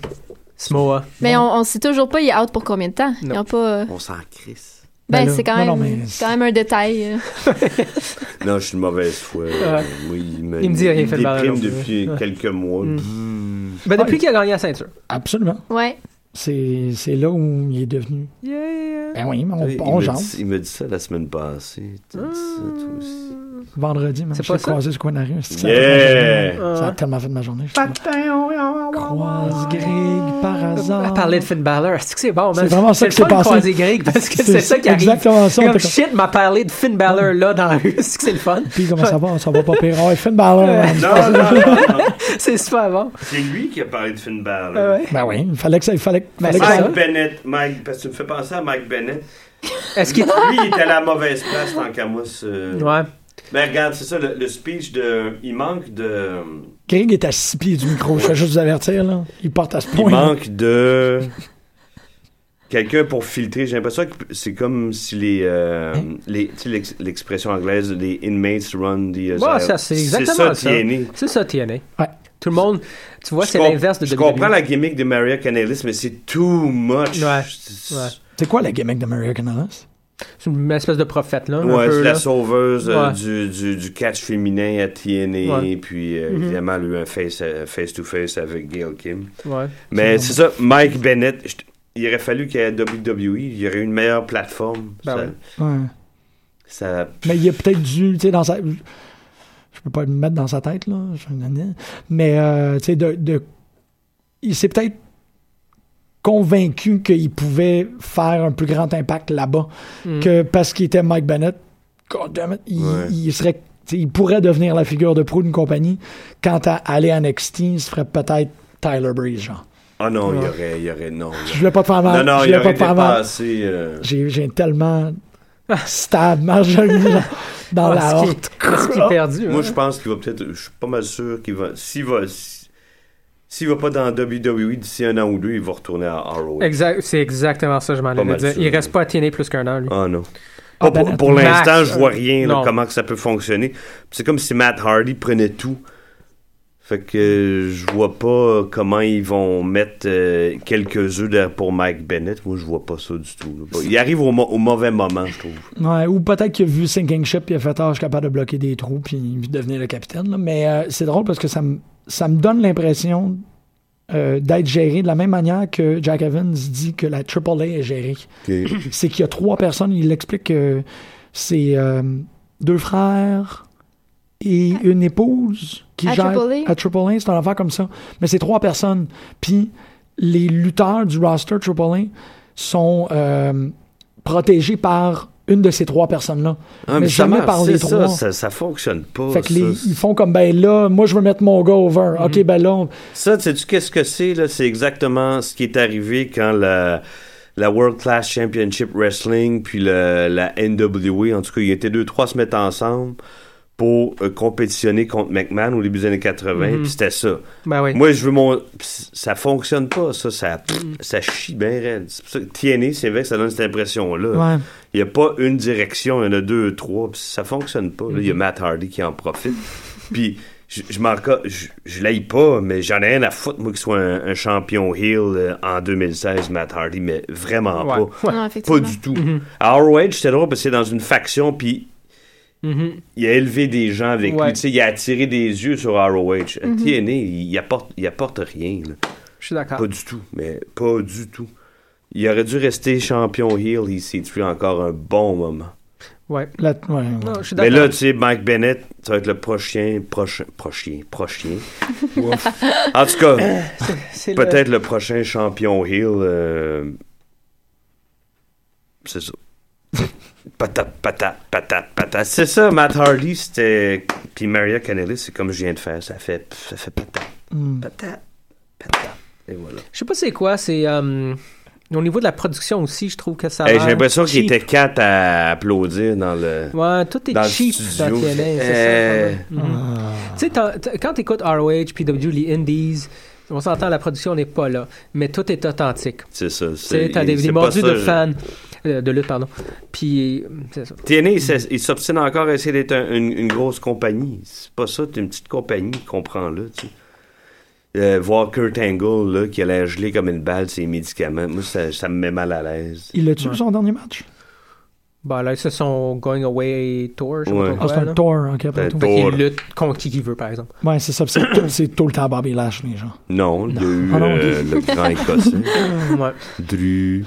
[SPEAKER 6] Smoa.
[SPEAKER 7] Mais on, on sait toujours pas il est out pour combien de temps. Ils
[SPEAKER 6] Non.
[SPEAKER 7] ont pas.
[SPEAKER 8] On s'en crisse.
[SPEAKER 7] Ben,
[SPEAKER 5] Ben là,
[SPEAKER 7] c'est quand,
[SPEAKER 5] non, non,
[SPEAKER 7] même-
[SPEAKER 5] mais
[SPEAKER 7] quand même un détail. euh.
[SPEAKER 8] Non, je suis une mauvaise
[SPEAKER 5] Euh,
[SPEAKER 8] foi.
[SPEAKER 6] Ouais.
[SPEAKER 8] Ben Oui, il
[SPEAKER 5] ben,
[SPEAKER 8] me,
[SPEAKER 6] Il me dit rien, Finn Balor,
[SPEAKER 8] déprime
[SPEAKER 6] non plus.
[SPEAKER 5] [laughs]
[SPEAKER 8] depuis
[SPEAKER 6] Ouais.
[SPEAKER 8] quelques mois.
[SPEAKER 6] Mm. Ben, depuis qu'il a gagné la ceinture.
[SPEAKER 5] Absolument.
[SPEAKER 7] Ouais.
[SPEAKER 5] C'est c'est là où il est devenu.
[SPEAKER 6] Yeah.
[SPEAKER 5] Ben oui, mais on,
[SPEAKER 8] Il,
[SPEAKER 5] on
[SPEAKER 8] me
[SPEAKER 5] jase.
[SPEAKER 8] dit, il me dit ça la semaine passée. Tu dis ça, toi aussi.
[SPEAKER 5] Vendredi, man.
[SPEAKER 6] C'est
[SPEAKER 5] Je
[SPEAKER 6] pas
[SPEAKER 5] l'ai
[SPEAKER 6] ça?
[SPEAKER 5] croisé sur quoi d'arrêt.
[SPEAKER 8] Yeah!
[SPEAKER 5] [laughs] Ça a tellement fait de ma journée. Ça a tellement fait de ma journée. je Croise Greg par
[SPEAKER 6] À
[SPEAKER 5] hasard.
[SPEAKER 6] parler de Finn Balor, est-ce que c'est bon, man?
[SPEAKER 5] C'est vraiment ça
[SPEAKER 6] le
[SPEAKER 5] qui s'est
[SPEAKER 6] fun de
[SPEAKER 5] passé.
[SPEAKER 6] croiser Greg parce que c'est
[SPEAKER 5] C'est
[SPEAKER 6] ça qui arrive.
[SPEAKER 5] exactement ça, on
[SPEAKER 6] Comme
[SPEAKER 5] était comme-
[SPEAKER 6] shit, m'a parlé de Finn Balor là dans la rue. [laughs] Est-ce que c'est le fun?
[SPEAKER 5] Puis comment ça va? Ça va pas pire. Oh, Finn Balor. man.
[SPEAKER 8] Non, non, non, non.
[SPEAKER 6] C'est super bon.
[SPEAKER 8] C'est lui qui a parlé de Finn Balor.
[SPEAKER 6] Ah ouais.
[SPEAKER 5] Ben oui, il fallait que ça. Il fallait, que-
[SPEAKER 6] Ben,
[SPEAKER 5] fallait que
[SPEAKER 6] c'est
[SPEAKER 8] Mike
[SPEAKER 5] ça.
[SPEAKER 6] ça.
[SPEAKER 8] Bennett, Mike, parce que tu me fais penser à Mike Bennett.
[SPEAKER 6] Est-ce qu'il.
[SPEAKER 8] Lui, il était à la mauvaise place tant qu'à moi. ce-
[SPEAKER 6] Ouais.
[SPEAKER 8] Mais regarde, c'est ça, le, le speech de. Il manque de.
[SPEAKER 5] Craig est à six pieds du micro, je vais juste vous avertir, là. Il porte à ce
[SPEAKER 8] Il
[SPEAKER 5] point.
[SPEAKER 8] manque de. Quelqu'un pour filtrer. J'ai l'impression que c'est comme si les. euh, les tu sais, l'ex- l'expression anglaise, les inmates run the. euh, asylum.
[SPEAKER 6] Ouais, ça, c'est exactement ça.
[SPEAKER 8] C'est ça, TNA.
[SPEAKER 6] C'est ça, TNA. Tout le monde, tu vois, c'est
[SPEAKER 8] com-
[SPEAKER 6] l'inverse de E.
[SPEAKER 8] Je
[SPEAKER 6] WWE.
[SPEAKER 8] comprends la gimmick de Maria Canalis, mais c'est too much.
[SPEAKER 6] Ouais. ouais.
[SPEAKER 5] C'est quoi la gimmick d'American Honest?
[SPEAKER 6] C'est une espèce de prophète, là. un
[SPEAKER 8] Ouais,
[SPEAKER 6] peu,
[SPEAKER 8] c'est la
[SPEAKER 6] là.
[SPEAKER 8] sauveuse euh,
[SPEAKER 6] Ouais.
[SPEAKER 8] du, du, du catch féminin à TNA,
[SPEAKER 6] Ouais.
[SPEAKER 8] puis euh,
[SPEAKER 6] Mhm.
[SPEAKER 8] évidemment, lui, un face- euh, face-to-face avec Gail Kim.
[SPEAKER 6] Ouais.
[SPEAKER 8] Mais c'est ça, Mike Bennett, je t- il aurait fallu qu'à WWE, E, il y aurait une meilleure plateforme.
[SPEAKER 5] Ben
[SPEAKER 8] ça,
[SPEAKER 5] ouais. Ouais.
[SPEAKER 8] ça-
[SPEAKER 5] Mais il a peut-être dû, tu sais, dans sa. Je peux pas le mettre dans sa tête, là. je suis un nanin. Mais, euh, tu sais, de, de- Il s'est peut-être convaincu qu'il pouvait faire un plus grand impact là-bas
[SPEAKER 6] Mm.
[SPEAKER 5] que parce qu'il était Mike Bennett. God damn it, il,
[SPEAKER 8] Ouais.
[SPEAKER 5] il serait. tu sais, Il pourrait devenir la figure de proue d'une compagnie. Quant à aller à NXT, il se ferait peut-être Tyler Breeze, genre.
[SPEAKER 8] Ah non, il y
[SPEAKER 5] Ouais.
[SPEAKER 8] aurait, il y aurait non.
[SPEAKER 5] Je voulais pas te faire
[SPEAKER 8] Non,
[SPEAKER 5] mal.
[SPEAKER 8] non,
[SPEAKER 5] je
[SPEAKER 8] il
[SPEAKER 5] voulais pas
[SPEAKER 8] aurait
[SPEAKER 5] te faire mal.
[SPEAKER 8] dépassé. euh,
[SPEAKER 5] J'ai j'ai tellement stable,
[SPEAKER 6] [laughs]
[SPEAKER 5] margelé genre, dans
[SPEAKER 6] Ah,
[SPEAKER 5] la
[SPEAKER 6] ce qui-
[SPEAKER 5] horte.
[SPEAKER 6] ce qui est perdu.
[SPEAKER 8] Moi,
[SPEAKER 6] hein.
[SPEAKER 8] je pense qu'il va peut-être. Je suis pas mal sûr qu'il va. S'il va. si- S'il va pas dans WWE d'ici un an ou deux, il va retourner à ROH.
[SPEAKER 6] Exact, c'est exactement ça, je m'en
[SPEAKER 8] Pas
[SPEAKER 6] allais
[SPEAKER 8] mal
[SPEAKER 6] dire.
[SPEAKER 8] sûr.
[SPEAKER 6] Il reste pas à TNA plus qu'un an, lui.
[SPEAKER 8] Ah non. Pas
[SPEAKER 5] Ah,
[SPEAKER 8] pour-
[SPEAKER 5] ben,
[SPEAKER 8] pour
[SPEAKER 5] Max,
[SPEAKER 8] l'instant, je
[SPEAKER 5] euh,
[SPEAKER 8] vois rien, là,
[SPEAKER 6] non.
[SPEAKER 8] comment que ça peut fonctionner. Puis C'est comme si Matt Hardy prenait tout. Fait que euh, je vois pas comment ils vont mettre euh, quelques œufs de- pour Mike Bennett. Moi, je vois pas ça du tout. là. Il arrive au, mo- au mauvais moment, je trouve.
[SPEAKER 5] Ouais, ou peut-être qu'il a vu Sinking Ship et a fait Ah, je suis capable de bloquer des trous puis il devenir le capitaine. là. Mais euh, c'est drôle parce que ça me ça me donne l'impression euh, d'être géré de la même manière que Jack Evans dit que la AAA est gérée. [clears throat] C'est qu'il y a trois personnes, il explique que c'est euh, deux frères et une épouse qui
[SPEAKER 7] À
[SPEAKER 5] gère
[SPEAKER 7] AAA?
[SPEAKER 5] à AAA, c'est un affaire comme ça. Mais c'est trois personnes. Puis les lutteurs du roster AAA sont euh, protégés par une de ces trois personnes-là.
[SPEAKER 8] Ah,
[SPEAKER 5] mais, jamais
[SPEAKER 8] justement,
[SPEAKER 5] par les
[SPEAKER 8] c'est
[SPEAKER 5] trois.
[SPEAKER 8] Ça, ça, ça fonctionne pas.
[SPEAKER 5] fait que
[SPEAKER 8] ça. Mhm.
[SPEAKER 5] les- ils font comme ben là, moi je veux mettre mon gars over. Ok, ben là, on-
[SPEAKER 8] Ça, sais-tu qu'est-ce que c'est? là? C'est exactement ce qui est arrivé quand la, la World Class Championship Wrestling puis le- la NWA, en tout cas, ils étaient deux, trois se mettre ensemble pour euh, compétitionner contre McMahon au début des années 80,
[SPEAKER 6] Mhm.
[SPEAKER 8] puis c'était ça.
[SPEAKER 6] Ben oui.
[SPEAKER 8] Moi, je veux mon... puis Ça fonctionne pas, ça. Ça, ça chie bien raide. C'est pour ça que TNA, c'est vrai que ça donne cette impression-là.
[SPEAKER 5] Ouais.
[SPEAKER 8] Il n'y a pas une direction, il y en a deux, trois, puis ça fonctionne pas. là. Il y a
[SPEAKER 6] Mm-hmm.
[SPEAKER 8] Matt Hardy qui en profite. puis je, je m'en ca- je, je l'aille pas, mais j'en ai rien à foutre, moi, qu'il soit un, un champion heel euh, en 2016, Matt Hardy, mais vraiment
[SPEAKER 6] Ouais.
[SPEAKER 8] pas.
[SPEAKER 6] Ouais.
[SPEAKER 7] Non,
[SPEAKER 8] Pas
[SPEAKER 7] effectivement.
[SPEAKER 8] du tout. À ROH, c'était drôle parce que c'est dans une faction, puis
[SPEAKER 6] Mhm.
[SPEAKER 8] il a élevé des gens avec
[SPEAKER 6] Ouais.
[SPEAKER 8] lui. Tu sais, il a attiré des yeux sur ROH.
[SPEAKER 7] Mhm.
[SPEAKER 8] TNA, il, il apporte, il apporte rien. là.
[SPEAKER 6] Je suis d'accord.
[SPEAKER 8] Pas du tout, mais pas du tout. Il aurait dû rester champion heel ici, tu encore un bon moment.
[SPEAKER 6] Ouais.
[SPEAKER 5] la- ouais, ouais.
[SPEAKER 6] Non, je suis
[SPEAKER 8] Mais
[SPEAKER 6] d'accord.
[SPEAKER 8] là, tu sais, Mike Bennett, ça va être le prochain, prochain, prochain, prochain. Ouf. en tout cas,
[SPEAKER 6] [laughs] C'est le-
[SPEAKER 8] peut-être le prochain champion heel. euh, C'est ça. patate, patate, patate, patate. C'est ça, Matt Hardy, c'était. Puis Maria Canellis, c'est comme je viens de faire. Ça fait, ça fait patate,
[SPEAKER 5] Hmm.
[SPEAKER 8] patate, patate. Et voilà.
[SPEAKER 6] Je sais pas c'est quoi, c'est. euh, Au niveau de la production aussi, je trouve que ça. a
[SPEAKER 8] Hey,
[SPEAKER 6] l'air
[SPEAKER 8] J'ai l'impression qu'il
[SPEAKER 6] cheap.
[SPEAKER 8] était quatre à applaudir dans le.
[SPEAKER 6] Ouais, tout est
[SPEAKER 8] dans le
[SPEAKER 6] cheap dans
[SPEAKER 8] studio.
[SPEAKER 6] TNA, c'est
[SPEAKER 8] Euh,
[SPEAKER 5] Ah.
[SPEAKER 6] ça. quand même. Mhm. Tu sais, t'as- t'as- quand t'écoutes ROH, PW, les Indies, on s'entend, la production n'est pas là, mais tout est authentique.
[SPEAKER 8] C'est ça.
[SPEAKER 6] Tu sais, t'as des, des
[SPEAKER 8] c'est pas
[SPEAKER 6] mordus
[SPEAKER 8] ça,
[SPEAKER 6] de
[SPEAKER 8] je-
[SPEAKER 6] fans, euh, de lutte, pardon. Puis, euh, c'est ça.
[SPEAKER 8] TNA, il s'est- il s'obstine encore à essayer d'être un- une, une grosse compagnie. C'est pas ça, t'es une petite compagnie, comprends-le, tu sais. Euh, voir Kurt Angle, là, qui allait geler comme une balle ses médicaments, moi, ça, ça me met mal à l'aise.
[SPEAKER 5] Il l'a tué son dernier match?
[SPEAKER 6] Bah là, c'est son Going Away Tour, je sais
[SPEAKER 8] Ouais.
[SPEAKER 6] pas
[SPEAKER 5] Ah,
[SPEAKER 6] trop
[SPEAKER 5] c'est
[SPEAKER 6] quoi,
[SPEAKER 5] un
[SPEAKER 6] là.
[SPEAKER 5] tour, ok, après
[SPEAKER 8] Ben,
[SPEAKER 5] tout.
[SPEAKER 8] tour.
[SPEAKER 6] Fait qu'il lutte contre qui qu'il veut, par exemple.
[SPEAKER 5] Ouais, c'est ça. puis C'est tout, c'est tout le temps Bobby Lashley, genre.
[SPEAKER 8] Non, il y a eu
[SPEAKER 5] Ah non,
[SPEAKER 8] euh, le grand écossais.
[SPEAKER 5] Mm.
[SPEAKER 6] Ouais.
[SPEAKER 8] Dru,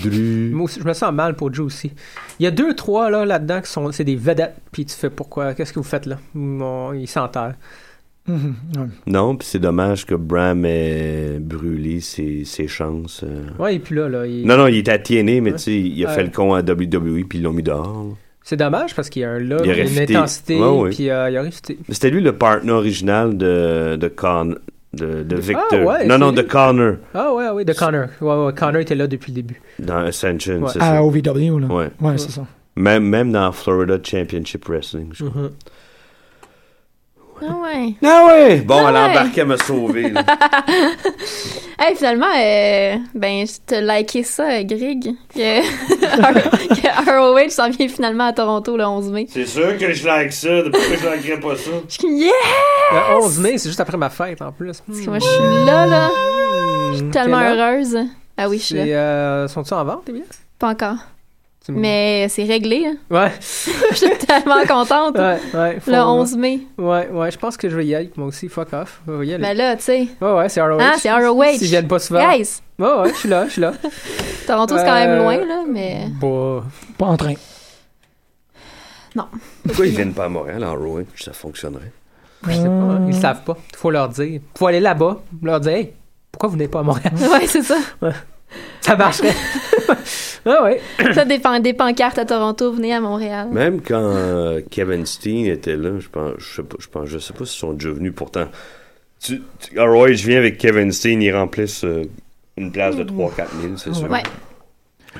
[SPEAKER 8] Dru.
[SPEAKER 6] Moi aussi, je me sens mal pour Joe aussi. Il y a deux, trois là, là-dedans qui sont c'est des vedettes, puis tu fais pourquoi Qu'est-ce que vous faites là Mon- Ils s'enterrent.
[SPEAKER 5] Mhm, ouais.
[SPEAKER 8] Non, puis c'est dommage que Bram ait brûlé ses, ses chances. euh.
[SPEAKER 6] Ouais, et puis là, là il-
[SPEAKER 8] Non, non, il était à TNA, mais tu sais, il a
[SPEAKER 6] Ouais.
[SPEAKER 8] fait le con à WWE, puis ils l'ont mis dehors. là.
[SPEAKER 6] c'est dommage parce qu'il y a un love,
[SPEAKER 8] Il
[SPEAKER 6] il y
[SPEAKER 8] aurait
[SPEAKER 6] a une
[SPEAKER 8] fité.
[SPEAKER 6] intensité,
[SPEAKER 8] Ouais, ouais.
[SPEAKER 6] puis euh, il aurait fité.
[SPEAKER 8] Mais C'était lui le partner original de, de Con. De, de Victor.
[SPEAKER 6] ouais,
[SPEAKER 8] non, non,
[SPEAKER 6] c'est
[SPEAKER 8] de
[SPEAKER 6] lui.
[SPEAKER 8] Connor.
[SPEAKER 6] Ah ouais, ouais, de Connor. Ouais, ouais, Connor était là depuis le début.
[SPEAKER 8] Dans Ascension,
[SPEAKER 6] Ouais.
[SPEAKER 8] c'est
[SPEAKER 5] À
[SPEAKER 8] ça.
[SPEAKER 5] OVW, là.
[SPEAKER 8] Ouais.
[SPEAKER 5] Ah, Ouais, c'est ça.
[SPEAKER 8] Même, même dans Florida Championship Wrestling, je crois.
[SPEAKER 7] Ah ouais. [laughs]
[SPEAKER 8] Ah ouais! Bon,
[SPEAKER 7] Ah
[SPEAKER 8] elle
[SPEAKER 7] ouais.
[SPEAKER 8] embarquait me sauver.
[SPEAKER 7] [laughs]
[SPEAKER 8] là.
[SPEAKER 7] Hey, finalement, euh, ben, je te liké ça, euh, Greg, que, que [laughs] ROH s'en vient finalement à Toronto le 11 mai.
[SPEAKER 8] C'est sûr que je like ça. Pourquoi je likerais pas ça?
[SPEAKER 7] Je suis comme, yeah!
[SPEAKER 6] Le 11 mai, c'est juste après ma fête en plus.
[SPEAKER 7] Parce que moi, je suis là, là. Je suis tellement
[SPEAKER 6] Hmm. t'es là?
[SPEAKER 7] heureuse. Ah oui, je suis
[SPEAKER 6] C'est,
[SPEAKER 7] là.
[SPEAKER 6] euh, Sont-ils en vente, les billets?
[SPEAKER 7] Pas encore.
[SPEAKER 6] Tu me-
[SPEAKER 7] Mais c'est réglé. hein. [laughs]
[SPEAKER 6] Ouais.
[SPEAKER 7] Je suis tellement contente.
[SPEAKER 6] Ouais, ouais, faut-
[SPEAKER 7] le 11 mai.
[SPEAKER 6] Ouais, ouais, je pense que je vais y aller, moi aussi, fuck off. Je vais y aller.
[SPEAKER 7] Mais là, tu sais.
[SPEAKER 6] Ouais, ouais, c'est ROH.
[SPEAKER 7] Hein, c'est ROH.
[SPEAKER 6] S'ils viennent pas souvent.
[SPEAKER 7] Guys,
[SPEAKER 6] Ouais, ouais, je suis là, je
[SPEAKER 7] [laughs]
[SPEAKER 6] suis là.
[SPEAKER 7] Toronto, c'est quand même
[SPEAKER 6] Euh,
[SPEAKER 7] loin, là,
[SPEAKER 6] [laughs]
[SPEAKER 7] mais. [laughs]
[SPEAKER 6] Bah.
[SPEAKER 5] Pas en train.
[SPEAKER 8] Pourquoi ils viennent pas à Montréal en rowing? Ça fonctionnerait.
[SPEAKER 6] Je sais pas, hein, ils savent pas. Faut leur dire. Faut aller là-bas, leur dire, hey, pourquoi vous venez pas à Montréal? [laughs]
[SPEAKER 7] Ouais, c'est ça. [laughs]
[SPEAKER 6] Ça marcherait. ah ouais.
[SPEAKER 7] Ça dépend des pancartes à Toronto, venez à Montréal.
[SPEAKER 8] Même quand euh, Kevin Steen était là, je pense, je sais pas, je pense, je sais pas s'ils sont déjà venus pourtant. Tu, tu, ah ROH vient avec Kevin Steen, ils remplissent euh, une place de 3-4 000, c'est sûr.
[SPEAKER 7] Ouais.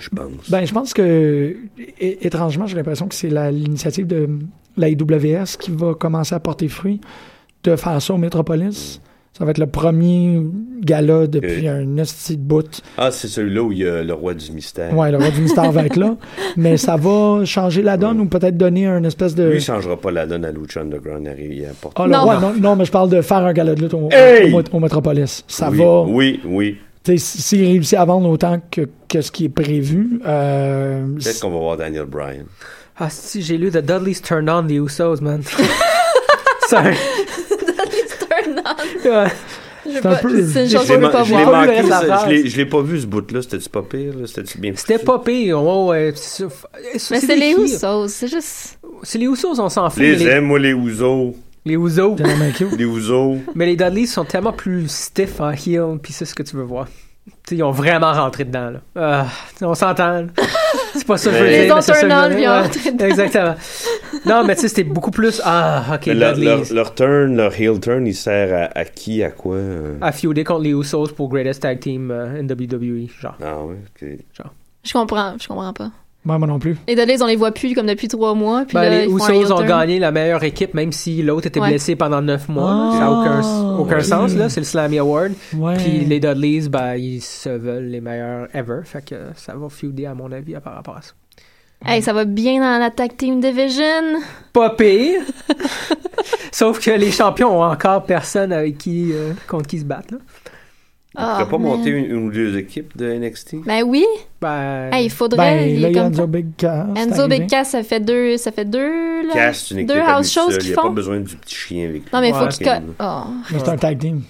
[SPEAKER 8] Je pense.
[SPEAKER 5] Ben, je pense que, é- étrangement, j'ai l'impression que c'est la- l'initiative de la IWS qui va commencer à porter fruit de faire ça au Metropolis. Ça va être le premier gala depuis
[SPEAKER 8] Euh,
[SPEAKER 5] un esti de bout.
[SPEAKER 8] Ah, c'est celui-là où il y a le roi du mystère.
[SPEAKER 5] Ouais, le roi du mystère va
[SPEAKER 8] [laughs]
[SPEAKER 5] être là. Mais ça va changer la donne ou peut-être donner un espèce de.
[SPEAKER 6] Euh,
[SPEAKER 8] Lui, il changera pas la donne à Lucha Underground. Il il apporte.
[SPEAKER 5] Ah, le
[SPEAKER 7] Non.
[SPEAKER 5] roi, non, non, mais je parle de faire un gala de lutte au, au-
[SPEAKER 8] Hey!
[SPEAKER 5] au, au Metropolis.
[SPEAKER 6] Ah,
[SPEAKER 5] Ça
[SPEAKER 8] oui,
[SPEAKER 5] va.
[SPEAKER 8] Oui, oui.
[SPEAKER 5] T'sais, si- S'il réussit à vendre autant que, que ce qui est prévu, euh,
[SPEAKER 8] Peut-être qu'on va voir Daniel Bryan.
[SPEAKER 6] Ah si, j'ai lu The Dudley's Turned On The Usos, man. [laughs] Sorry.
[SPEAKER 7] Turn on.
[SPEAKER 6] Ouais.
[SPEAKER 7] Je veux
[SPEAKER 5] un
[SPEAKER 7] pas-
[SPEAKER 5] peu-
[SPEAKER 7] C'est une
[SPEAKER 8] Je
[SPEAKER 7] chose
[SPEAKER 8] l'ai
[SPEAKER 7] qu'on
[SPEAKER 8] ma-
[SPEAKER 7] veut pas
[SPEAKER 8] je l'ai
[SPEAKER 7] voir.
[SPEAKER 6] Pas vu
[SPEAKER 8] manqué,
[SPEAKER 6] le reste de la
[SPEAKER 8] ça.
[SPEAKER 6] phrase.
[SPEAKER 8] Je l'ai- je l'ai pas vu ce bout-là. C'était-tu pas pire? là? C'était-tu bien
[SPEAKER 6] C'était
[SPEAKER 8] foutu?
[SPEAKER 6] pas pire. Oh, ouais. c'est-
[SPEAKER 7] Mais c'est
[SPEAKER 6] des
[SPEAKER 7] les
[SPEAKER 6] filles.
[SPEAKER 7] Usos, c'est juste.
[SPEAKER 6] C'est les Usos, on s'en fout. mais
[SPEAKER 8] Les
[SPEAKER 6] les,
[SPEAKER 8] aime, moi, les Ouzo.
[SPEAKER 6] les Usos.
[SPEAKER 5] Daniel McHugh.
[SPEAKER 8] Les Ouzo.
[SPEAKER 6] Mais les Dudleys sont tellement plus stiff en heel, puis c'est ce que tu veux voir. T'sais, ils ont vraiment rentré dedans, là. Ah, t'sais, on s'entend,
[SPEAKER 7] [laughs]
[SPEAKER 6] là. C'est pas ça que je veux
[SPEAKER 8] Les
[SPEAKER 6] dire. mais
[SPEAKER 7] ont
[SPEAKER 6] c'est ça que
[SPEAKER 7] turn
[SPEAKER 6] je veux
[SPEAKER 7] on,
[SPEAKER 6] dire.
[SPEAKER 7] puis ils ont
[SPEAKER 6] Ouais,
[SPEAKER 7] rentré dedans.
[SPEAKER 6] Exactement. Non, mais tu sais, c'était beaucoup plus. Ah, ok,
[SPEAKER 8] Mais leur,
[SPEAKER 6] Dudleys.
[SPEAKER 8] leur- leur turn, leur heel turn, il sert à, à qui, à quoi? euh?
[SPEAKER 6] À feuder contre les Usos pour Greatest Tag Team euh, in WWE, genre.
[SPEAKER 8] Ah ouais, ok.
[SPEAKER 7] Je comprends, je comprends pas.
[SPEAKER 5] moi, moi non plus.
[SPEAKER 7] Les Dudleys, on les voit plus comme depuis trois mois. Puis
[SPEAKER 6] Ben,
[SPEAKER 7] là,
[SPEAKER 6] les
[SPEAKER 7] ils font un heel
[SPEAKER 6] Usos ont
[SPEAKER 7] turn.
[SPEAKER 6] gagné la meilleure équipe, même si l'autre était
[SPEAKER 7] Ouais. Oh,
[SPEAKER 6] blessé pendant neuf mois.
[SPEAKER 5] Ah,
[SPEAKER 6] ça n'a aucun, aucun
[SPEAKER 5] ok.
[SPEAKER 6] sens, là. C'est le Slammy Award.
[SPEAKER 5] Ouais.
[SPEAKER 6] Puis les Dudleys, ben, ils se veulent les meilleurs ever. Fait que ça va feuder, à mon avis, par rapport à ça.
[SPEAKER 7] Hey, ça va bien dans la tag team division.
[SPEAKER 6] Pas pire. [laughs] Sauf que les champions ont encore personne avec qui, euh, contre qui se battre, là.
[SPEAKER 8] T'as
[SPEAKER 7] Ah,
[SPEAKER 8] pas
[SPEAKER 7] man.
[SPEAKER 8] monté une, une ou deux équipes de NXT?
[SPEAKER 7] Ben oui.
[SPEAKER 6] Ben,
[SPEAKER 7] Hey, il faudrait.
[SPEAKER 5] Ben,
[SPEAKER 7] il
[SPEAKER 5] là,
[SPEAKER 7] est
[SPEAKER 5] il y a
[SPEAKER 7] comme
[SPEAKER 5] Enzo Big Cass. c'est
[SPEAKER 7] Enzo
[SPEAKER 5] arrivé.
[SPEAKER 7] Big Cass, ça fait deux, ça fait deux, là,
[SPEAKER 8] Cast une équipe
[SPEAKER 7] deux
[SPEAKER 8] à
[SPEAKER 7] house
[SPEAKER 8] lui
[SPEAKER 7] shows
[SPEAKER 8] seul, Il
[SPEAKER 7] qu'ils
[SPEAKER 8] n'y a pas
[SPEAKER 7] font.
[SPEAKER 8] besoin du petit chien avec lui.
[SPEAKER 7] Non, mais il faut
[SPEAKER 6] Ouais.
[SPEAKER 7] qu'ils co-
[SPEAKER 8] Fucking-
[SPEAKER 7] oh.
[SPEAKER 5] Mais c'est un tag team.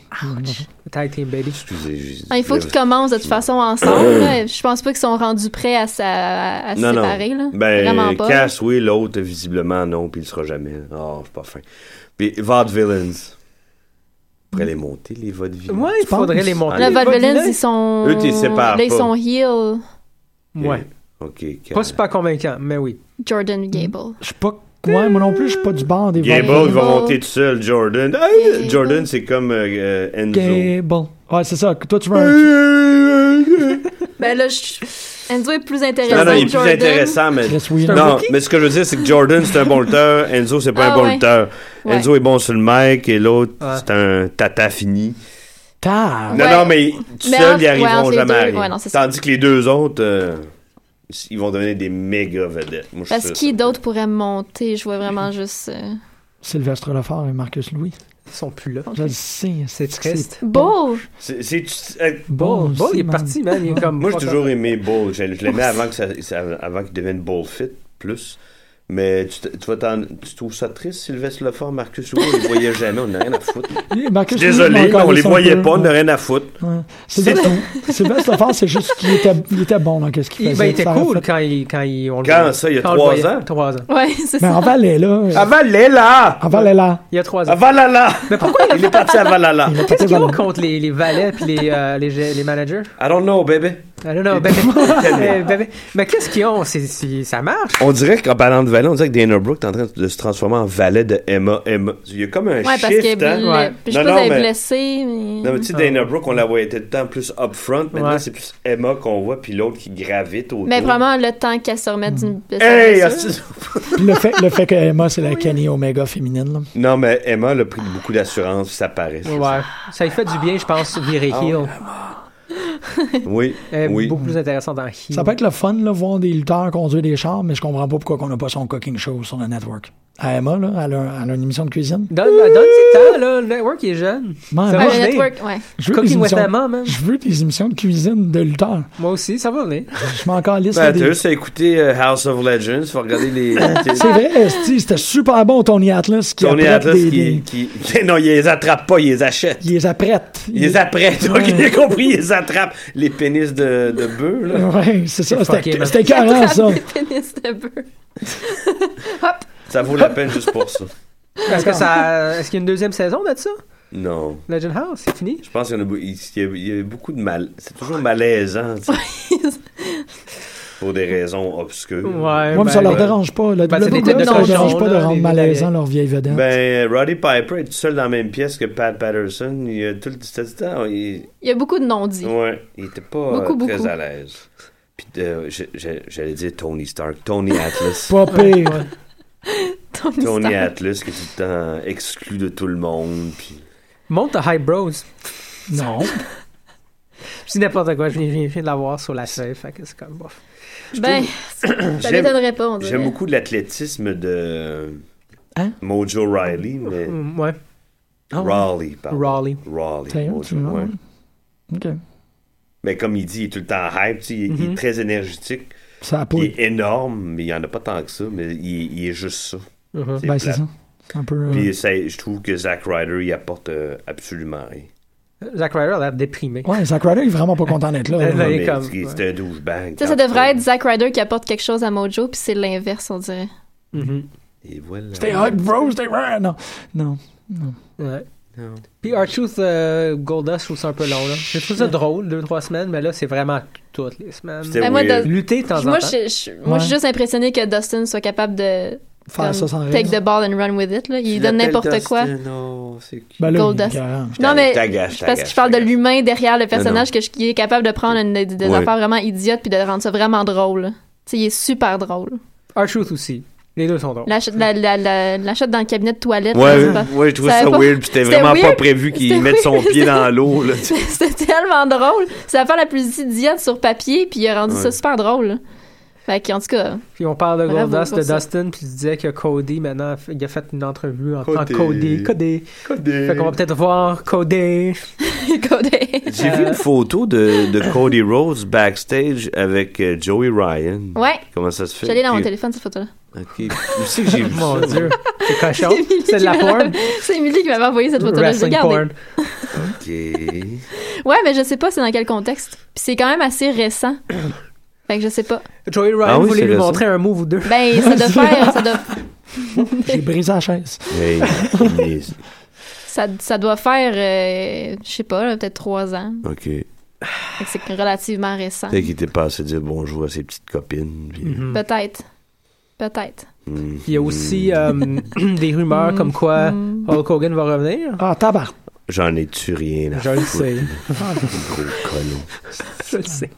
[SPEAKER 6] tag team, baby.
[SPEAKER 8] Excusez, j'ai-
[SPEAKER 7] Ah, il faut
[SPEAKER 8] là,
[SPEAKER 7] qu'ils commencent de toute façon
[SPEAKER 8] [coughs]
[SPEAKER 7] ensemble. là. Je pense pas qu'ils sont rendus prêts à, sa- à se
[SPEAKER 8] Non, non.
[SPEAKER 7] séparer. Là. Vraiment
[SPEAKER 8] Ben,
[SPEAKER 7] pas.
[SPEAKER 8] Cass, oui, l'autre, visiblement, non, puis il le sera jamais. Oh, c'est pas fin. Puis, Vaudevillains. Pourrait les monter, les Vaudevillains.
[SPEAKER 6] Ouais, il
[SPEAKER 5] penses?
[SPEAKER 6] faudrait les monter.
[SPEAKER 7] Là,
[SPEAKER 8] Les
[SPEAKER 7] Vaudevillains, ils sont.
[SPEAKER 8] Eux, t'es séparent
[SPEAKER 7] Là, ils
[SPEAKER 8] pas.
[SPEAKER 7] sont heel.
[SPEAKER 6] Ouais.
[SPEAKER 8] Ok, Cass.
[SPEAKER 6] Pas super convaincant, mais oui.
[SPEAKER 7] Jordan Gable.
[SPEAKER 5] Je suis pas. Ouais, moi non plus, je suis pas du bord des
[SPEAKER 8] Gable
[SPEAKER 5] Vaudevillains.
[SPEAKER 8] va monter tout seul, Jordan. Hey,
[SPEAKER 7] Gable.
[SPEAKER 8] Ah, Jordan, c'est comme euh, euh, Enzo.
[SPEAKER 5] Gable. Ouais, c'est ça. Toi, tu veux un.
[SPEAKER 7] Ben là, je... Enzo est plus intéressant
[SPEAKER 8] Non, non, il est
[SPEAKER 7] que
[SPEAKER 8] plus
[SPEAKER 7] Jordan.
[SPEAKER 8] intéressant, mais.
[SPEAKER 5] Chris Wheeler.
[SPEAKER 8] Non, mais ce que je veux dire, c'est que Jordan, c'est un bon lutteur. Enzo, c'est pas
[SPEAKER 7] Ah,
[SPEAKER 8] un bon
[SPEAKER 7] ouais.
[SPEAKER 8] lutteur.
[SPEAKER 7] Ouais.
[SPEAKER 8] Enzo est bon sur le mic et l'autre,
[SPEAKER 6] Ouais.
[SPEAKER 8] c'est un tata fini.
[SPEAKER 5] Tard.
[SPEAKER 8] Non,
[SPEAKER 7] Ah Ouais.
[SPEAKER 8] non, mais tout
[SPEAKER 7] Mais
[SPEAKER 8] seul,
[SPEAKER 7] entre-
[SPEAKER 8] ils
[SPEAKER 7] ouais,
[SPEAKER 8] arriveront
[SPEAKER 7] entre les
[SPEAKER 8] jamais à
[SPEAKER 7] deux,
[SPEAKER 8] rien.
[SPEAKER 7] ouais, non, c'est ça.
[SPEAKER 8] Tandis que les deux autres, euh, ils vont devenir des méga vedettes. Moi, je
[SPEAKER 7] Parce
[SPEAKER 8] suis sûr,
[SPEAKER 7] qui
[SPEAKER 8] ça.
[SPEAKER 7] d'autre pourrait monter? Je vois vraiment juste. [laughs] euh,
[SPEAKER 5] Sylvestre Lefort et Marcus Louis.
[SPEAKER 6] Ils sont plus là.
[SPEAKER 5] Je le sais.
[SPEAKER 6] C'est triste.
[SPEAKER 7] Beau!
[SPEAKER 8] C'est- c'est- tu- euh,
[SPEAKER 6] Bon, bon, il est parti, man. [laughs] Il est comme.
[SPEAKER 8] Moi, j'ai toujours aimé Bull. Je, je l'aimais avant que ça- ça- avant qu'il devienne Bull Fit, plus. Mais tu, te- tu, vas t'en- tu trouves ça triste, Sylvestre Lefort, Marcus Louis, on les
[SPEAKER 7] [laughs]
[SPEAKER 8] voyait jamais, on n'a rien à foutre.
[SPEAKER 5] Marcus
[SPEAKER 8] Désolé,
[SPEAKER 5] Louis,
[SPEAKER 8] mais on les
[SPEAKER 5] son
[SPEAKER 8] voyait
[SPEAKER 5] peu.
[SPEAKER 8] pas, on n'a rien à foutre.
[SPEAKER 5] Ouais. Sylvestre Sylvestre Lefort, c'est juste qu'il était, il était bon dans ce qu'il
[SPEAKER 6] Il,
[SPEAKER 5] faisait.
[SPEAKER 6] ben, il était
[SPEAKER 5] Ça aurait
[SPEAKER 6] cool
[SPEAKER 5] fait-
[SPEAKER 6] quand il. Quand, il, on le
[SPEAKER 8] Quand
[SPEAKER 6] voyait.
[SPEAKER 8] ça, il y a
[SPEAKER 6] Quand on le
[SPEAKER 8] trois
[SPEAKER 6] voyait.
[SPEAKER 8] ans?
[SPEAKER 6] Trois ans.
[SPEAKER 7] Ouais, c'est
[SPEAKER 5] Mais en
[SPEAKER 7] ça.
[SPEAKER 5] Valais, là.
[SPEAKER 8] Valhalla!
[SPEAKER 5] En Valais, là.
[SPEAKER 6] Il y a trois
[SPEAKER 8] À
[SPEAKER 6] ans.
[SPEAKER 8] Valhalla! Mais pourquoi il est parti à Valhalla? [laughs]
[SPEAKER 6] Qu'est-ce qu'ils ont contre les, les valets puis les, euh, les, gé- les managers?
[SPEAKER 8] I don't know, baby.
[SPEAKER 6] I don't know.
[SPEAKER 8] [laughs]
[SPEAKER 6] Ben, ben, ben, ben, mais qu'est-ce qu'ils ont? C'est- c'est- ça marche?
[SPEAKER 8] On dirait qu'en parlant de valet, on dirait que Dana Brooke est en train de se transformer en valet de Emma. Emma. Il y a comme un
[SPEAKER 7] Ouais, parce
[SPEAKER 8] shift,
[SPEAKER 7] qu'elle est
[SPEAKER 8] hein?
[SPEAKER 7] bl- Je sais
[SPEAKER 8] Non,
[SPEAKER 7] pas
[SPEAKER 8] non,
[SPEAKER 7] si elle est
[SPEAKER 8] mais-
[SPEAKER 7] blessée, mais.
[SPEAKER 8] Non, mais tu sais, Dana Brooke, on la voyait tout le temps plus upfront. Maintenant,
[SPEAKER 7] Ouais.
[SPEAKER 8] c'est plus Emma qu'on voit, puis l'autre qui gravite autour.
[SPEAKER 7] Mais vraiment, le temps qu'elle se remette d'une blessure.
[SPEAKER 8] Hey, ah,
[SPEAKER 7] blessure.
[SPEAKER 5] Puis le fait, le fait que Emma, c'est la Kenny Omega féminine. là.
[SPEAKER 8] Non, mais Emma elle a pris beaucoup d'assurance, ça paraît. ça.
[SPEAKER 6] Ouais. Ça lui fait du bien, je pense, virer
[SPEAKER 8] Ah,
[SPEAKER 6] heel.
[SPEAKER 8] Oui,
[SPEAKER 6] Elle est
[SPEAKER 8] oui. Ben,
[SPEAKER 6] beaucoup plus intéressante en heel.
[SPEAKER 5] Ça peut être le fun, là, voir des lutteurs conduire des chars, mais je comprends pas pourquoi on n'a pas son cooking show sur le network. À Emma, là, elle, a, elle a une émission de cuisine.
[SPEAKER 6] Donne, donne du temps, là. bah, Le network est jeune.
[SPEAKER 5] Man, man.
[SPEAKER 6] ça va
[SPEAKER 5] Ah, le
[SPEAKER 6] venir.
[SPEAKER 7] network, ouais.
[SPEAKER 5] Je veux, des
[SPEAKER 6] Cooking with
[SPEAKER 5] émissions,
[SPEAKER 6] Emma, man.
[SPEAKER 5] je veux des émissions de cuisine de lutteurs.
[SPEAKER 6] Moi aussi, ça va venir.
[SPEAKER 5] Je m'en calisse. là,
[SPEAKER 8] Ben,
[SPEAKER 5] des-
[SPEAKER 8] t'as juste à écouter euh, House of Legends, faut regarder les.
[SPEAKER 5] C'est vrai, esti, c'était super bon Tony Atlas qui
[SPEAKER 8] Tony
[SPEAKER 5] apprête
[SPEAKER 8] Atlas qui,
[SPEAKER 5] des- des-
[SPEAKER 8] qui. [laughs] Non, il les attrape pas, il les achète.
[SPEAKER 5] Il les apprête.
[SPEAKER 8] Il les apprête, [laughs] ok, j'ai compris, il les attrape. Les pénis de, de bœuf, là.
[SPEAKER 5] Ouais, c'est ça.
[SPEAKER 8] C'est fucking
[SPEAKER 5] C'était c'était
[SPEAKER 8] amazing.
[SPEAKER 7] [laughs]
[SPEAKER 5] écœurant, ça.
[SPEAKER 7] Des pénis de bœuf.
[SPEAKER 8] Ça vaut la peine juste pour ça.
[SPEAKER 6] Est-ce
[SPEAKER 5] [laughs]
[SPEAKER 6] que ça- est-ce qu'il y a une deuxième saison de ça?
[SPEAKER 8] Non.
[SPEAKER 6] Legend House, c'est fini?
[SPEAKER 8] Je pense qu'il y, en a, bou- il- il y a- il y a beaucoup de mal. C'est toujours malaisant, tu sais. Pour des raisons obscures.
[SPEAKER 5] Moi, mais ça leur dérange pas. Le
[SPEAKER 8] Ben,
[SPEAKER 5] le
[SPEAKER 8] c'est des
[SPEAKER 5] double,
[SPEAKER 8] têtes de
[SPEAKER 5] ça leur dérange
[SPEAKER 8] cochon,
[SPEAKER 5] pas de
[SPEAKER 8] là,
[SPEAKER 5] rendre
[SPEAKER 8] les
[SPEAKER 5] malaisant
[SPEAKER 8] Italiens.
[SPEAKER 5] leur vieille vedette.
[SPEAKER 8] Ben, Roddy Piper est tout seul dans la même pièce que Pat Patterson. Il a tout le c'était du temps. Il,
[SPEAKER 7] Il y a beaucoup de non-dits. [laughs]
[SPEAKER 8] ouais, il était pas euh,
[SPEAKER 7] Beaucoup,
[SPEAKER 8] très
[SPEAKER 7] beaucoup.
[SPEAKER 8] à l'aise. Puis, euh, j'ai- j'ai- j'allais dire Tony Stark,
[SPEAKER 7] [laughs]
[SPEAKER 8] Tony Atlas.
[SPEAKER 5] Pas pire.
[SPEAKER 7] Tony,
[SPEAKER 8] Tony
[SPEAKER 6] Stark.
[SPEAKER 8] Atlas qui est tout le temps exclu de tout le monde. Puis...
[SPEAKER 6] Monte ta High Bros.
[SPEAKER 5] Non.
[SPEAKER 6] Je dis n'importe quoi, je viens, je viens- je viens de l'avoir sur la save, fait que c'est comme bof.
[SPEAKER 7] Ben, ça
[SPEAKER 8] J'aime-
[SPEAKER 7] m'étonnerait pas, on dirait.
[SPEAKER 8] J'aime beaucoup de l'athlétisme de
[SPEAKER 7] Hein?
[SPEAKER 8] Mojo Riley, mais
[SPEAKER 6] Mm, Ouais.
[SPEAKER 8] Raleigh, pardon.
[SPEAKER 6] Raleigh.
[SPEAKER 8] Raleigh,
[SPEAKER 6] Tiens,
[SPEAKER 8] Mojo,
[SPEAKER 6] tu me
[SPEAKER 8] ouais.
[SPEAKER 5] OK.
[SPEAKER 8] Mais comme il dit, il est tout le temps hype, tu sais, il,
[SPEAKER 6] Mm-hmm.
[SPEAKER 8] il est
[SPEAKER 5] Mhm.
[SPEAKER 8] très énergétique.
[SPEAKER 5] Ça a
[SPEAKER 8] il est énorme, mais il n'y en a pas tant que ça, mais il, il est juste ça.
[SPEAKER 6] Mm-hmm.
[SPEAKER 8] C'est
[SPEAKER 5] Ben, c'est
[SPEAKER 8] plate.
[SPEAKER 5] ça. C'est un peu. euh,
[SPEAKER 8] Puis ça- je trouve que Zack Ryder, il apporte euh, absolument rien.
[SPEAKER 6] Zack Ryder a l'air déprimé.
[SPEAKER 5] Ouais, Zack Ryder est vraiment pas content d'être là.
[SPEAKER 6] [laughs] Ben,
[SPEAKER 5] là.
[SPEAKER 6] ben, il est
[SPEAKER 8] Mais
[SPEAKER 6] comme-
[SPEAKER 8] c'est- c'est un douchebag.
[SPEAKER 7] Tu sais, ça devrait être Zack Ryder qui apporte quelque chose à Mojo, puis c'est l'inverse, on dirait.
[SPEAKER 6] Mm-hmm.
[SPEAKER 8] Et voilà.
[SPEAKER 5] Stay hot, bro, stay rare. Non. Non. non.
[SPEAKER 6] Ouais. Puis R-Truth euh, Goldust, je trouve ça un peu long. Là. Je trouve ça drôle, deux, trois semaines, mais là, c'est vraiment toutes les semaines.
[SPEAKER 7] Ben, moi, de-
[SPEAKER 6] Lutter de temps en temps.
[SPEAKER 7] moi, je, je- moi, je suis juste impressionné que Dustin soit capable de
[SPEAKER 6] Faire ça sans
[SPEAKER 7] take
[SPEAKER 6] rire.
[SPEAKER 7] the ball and run with it. Là. Il
[SPEAKER 8] Tu
[SPEAKER 7] donne
[SPEAKER 8] l'appelles
[SPEAKER 7] n'importe quoi.
[SPEAKER 8] Dustin, Non, c'est qui?
[SPEAKER 5] Ben là,
[SPEAKER 7] Goldust.
[SPEAKER 5] il est écœurant.
[SPEAKER 7] Non, mais
[SPEAKER 8] T'agaces,
[SPEAKER 7] parce que
[SPEAKER 8] t'agaces,
[SPEAKER 7] je parle de l'humain derrière le personnage,
[SPEAKER 8] non.
[SPEAKER 7] que je- qui est capable de prendre une- des, des
[SPEAKER 8] Ouais.
[SPEAKER 7] affaires vraiment idiotes puis de rendre ça vraiment drôle. Tu sais, il est super drôle.
[SPEAKER 6] R-Truth aussi. Les deux sont drôles.
[SPEAKER 7] La, chute- la, la, la- la chute dans le cabinet de toilette.
[SPEAKER 8] Ouais,
[SPEAKER 7] je sais
[SPEAKER 8] ouais,
[SPEAKER 7] Ben, pas.
[SPEAKER 8] ouais, je trouvais ça
[SPEAKER 7] avait
[SPEAKER 8] weird, puis c'était vraiment pas prévu qu'il
[SPEAKER 7] C'était
[SPEAKER 8] mette son
[SPEAKER 7] weird.
[SPEAKER 8] pied dans
[SPEAKER 7] [laughs]
[SPEAKER 8] l'eau, là, tu sais.
[SPEAKER 7] C'était tellement drôle. C'est l'affaire la plus idiote sur papier, puis il a rendu
[SPEAKER 6] Ouais.
[SPEAKER 7] ça super drôle. Fait qu'en tout cas, [laughs]
[SPEAKER 6] Puis on parle de
[SPEAKER 7] Bravo
[SPEAKER 6] Goldust,
[SPEAKER 7] pour
[SPEAKER 6] de
[SPEAKER 7] ça.
[SPEAKER 6] Dustin, puis tu disais que Cody, maintenant, il a fait une entrevue en tant que
[SPEAKER 8] Cody.
[SPEAKER 6] Cody. Cody.
[SPEAKER 8] Cody.
[SPEAKER 6] Fait qu'on va peut-être voir Cody. [laughs]
[SPEAKER 7] Cody.
[SPEAKER 8] J'ai vu une photo de, de Cody Rhodes backstage avec euh, Joey Ryan.
[SPEAKER 7] Ouais.
[SPEAKER 8] Comment ça se fait?
[SPEAKER 7] j'allais dans mon
[SPEAKER 8] Puis-
[SPEAKER 7] téléphone cette photo-là.
[SPEAKER 8] Ok. Où c'est que j'ai vu [laughs]
[SPEAKER 6] Mon
[SPEAKER 8] ça?
[SPEAKER 6] Dieu. C'est cochon.
[SPEAKER 7] Émilie
[SPEAKER 6] [laughs] C'est de la
[SPEAKER 7] qui m'avait-
[SPEAKER 6] porn.
[SPEAKER 7] [laughs] C'est Émilie qui m'avait envoyé cette photo-là. Je l'ai
[SPEAKER 6] Wrestling
[SPEAKER 7] gardée.
[SPEAKER 6] porn.
[SPEAKER 8] OK.
[SPEAKER 7] Ouais, mais je sais pas c'est dans quel contexte. Puis c'est quand même assez
[SPEAKER 6] [coughs]
[SPEAKER 7] récent. fait que je sais pas.
[SPEAKER 6] Joey Ryan
[SPEAKER 8] Ah oui,
[SPEAKER 6] voulait
[SPEAKER 8] c'est
[SPEAKER 6] lui
[SPEAKER 8] récent.
[SPEAKER 6] montrer un move ou deux.
[SPEAKER 7] Ben, ça
[SPEAKER 6] [laughs]
[SPEAKER 7] doit faire. Ça doit,
[SPEAKER 5] J'ai brisé la chaise.
[SPEAKER 8] Hey, mais-
[SPEAKER 7] ça, ça doit faire, euh, je sais pas, là, peut-être trois ans.
[SPEAKER 8] OK.
[SPEAKER 7] Fait que c'est relativement récent.
[SPEAKER 8] Peut-être qu'il était passé dire bonjour à ses petites copines. puis-
[SPEAKER 7] Mhm. Peut-être. Peut-être.
[SPEAKER 8] Mhm.
[SPEAKER 6] Mhm. Il y a aussi euh,
[SPEAKER 7] [laughs]
[SPEAKER 6] des rumeurs comme quoi
[SPEAKER 7] Mhm.
[SPEAKER 6] Hulk Hogan va revenir.
[SPEAKER 5] Ah, tabar.
[SPEAKER 8] J'en ai-tu rien à
[SPEAKER 6] Je le
[SPEAKER 8] foutre?
[SPEAKER 6] sais.
[SPEAKER 8] Gros colon.
[SPEAKER 6] Je le sais.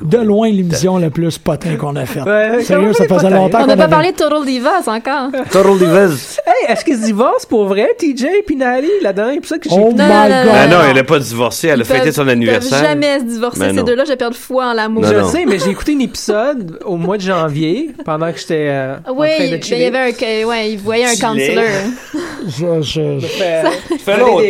[SPEAKER 5] De loin, l'émission la plus potin qu'on a
[SPEAKER 7] Ah.
[SPEAKER 6] [laughs]
[SPEAKER 5] faite.
[SPEAKER 6] Ouais,
[SPEAKER 5] Sérieux,
[SPEAKER 6] comment
[SPEAKER 5] ça faisait
[SPEAKER 6] les potins?
[SPEAKER 5] longtemps
[SPEAKER 7] On
[SPEAKER 5] qu'on
[SPEAKER 7] n'a pas
[SPEAKER 5] avait-
[SPEAKER 7] parlé de Total Divas
[SPEAKER 6] [laughs]
[SPEAKER 7] encore.
[SPEAKER 8] Total Divas.
[SPEAKER 6] Hey, est-ce qu'ils se divorcent pour vrai, TJ puis Nali? La dernière épisode que j'ai
[SPEAKER 5] Oh
[SPEAKER 6] écouté.
[SPEAKER 7] my Non, non, God.
[SPEAKER 8] Ah non, elle n'a pas divorcé. Elle a
[SPEAKER 7] Euh, Ils peuvent-
[SPEAKER 8] fêté son anniversaire.
[SPEAKER 7] Ils peuvent jamais se divorcer,
[SPEAKER 8] Ben
[SPEAKER 7] ces
[SPEAKER 8] non.
[SPEAKER 7] deux-là. J'ai perdu foi en l'amour.
[SPEAKER 8] Non,
[SPEAKER 6] Je
[SPEAKER 8] non.
[SPEAKER 6] sais, mais j'ai écouté un épisode au mois de janvier pendant que j'étais euh, en
[SPEAKER 7] Oui,
[SPEAKER 6] train
[SPEAKER 7] il ben,
[SPEAKER 6] de
[SPEAKER 7] il y
[SPEAKER 6] chiller.
[SPEAKER 7] avait un, que- ouais, il voyait un
[SPEAKER 6] Chiller.
[SPEAKER 7] counselor.
[SPEAKER 8] [laughs]
[SPEAKER 5] Je- je-
[SPEAKER 6] Ça
[SPEAKER 8] fait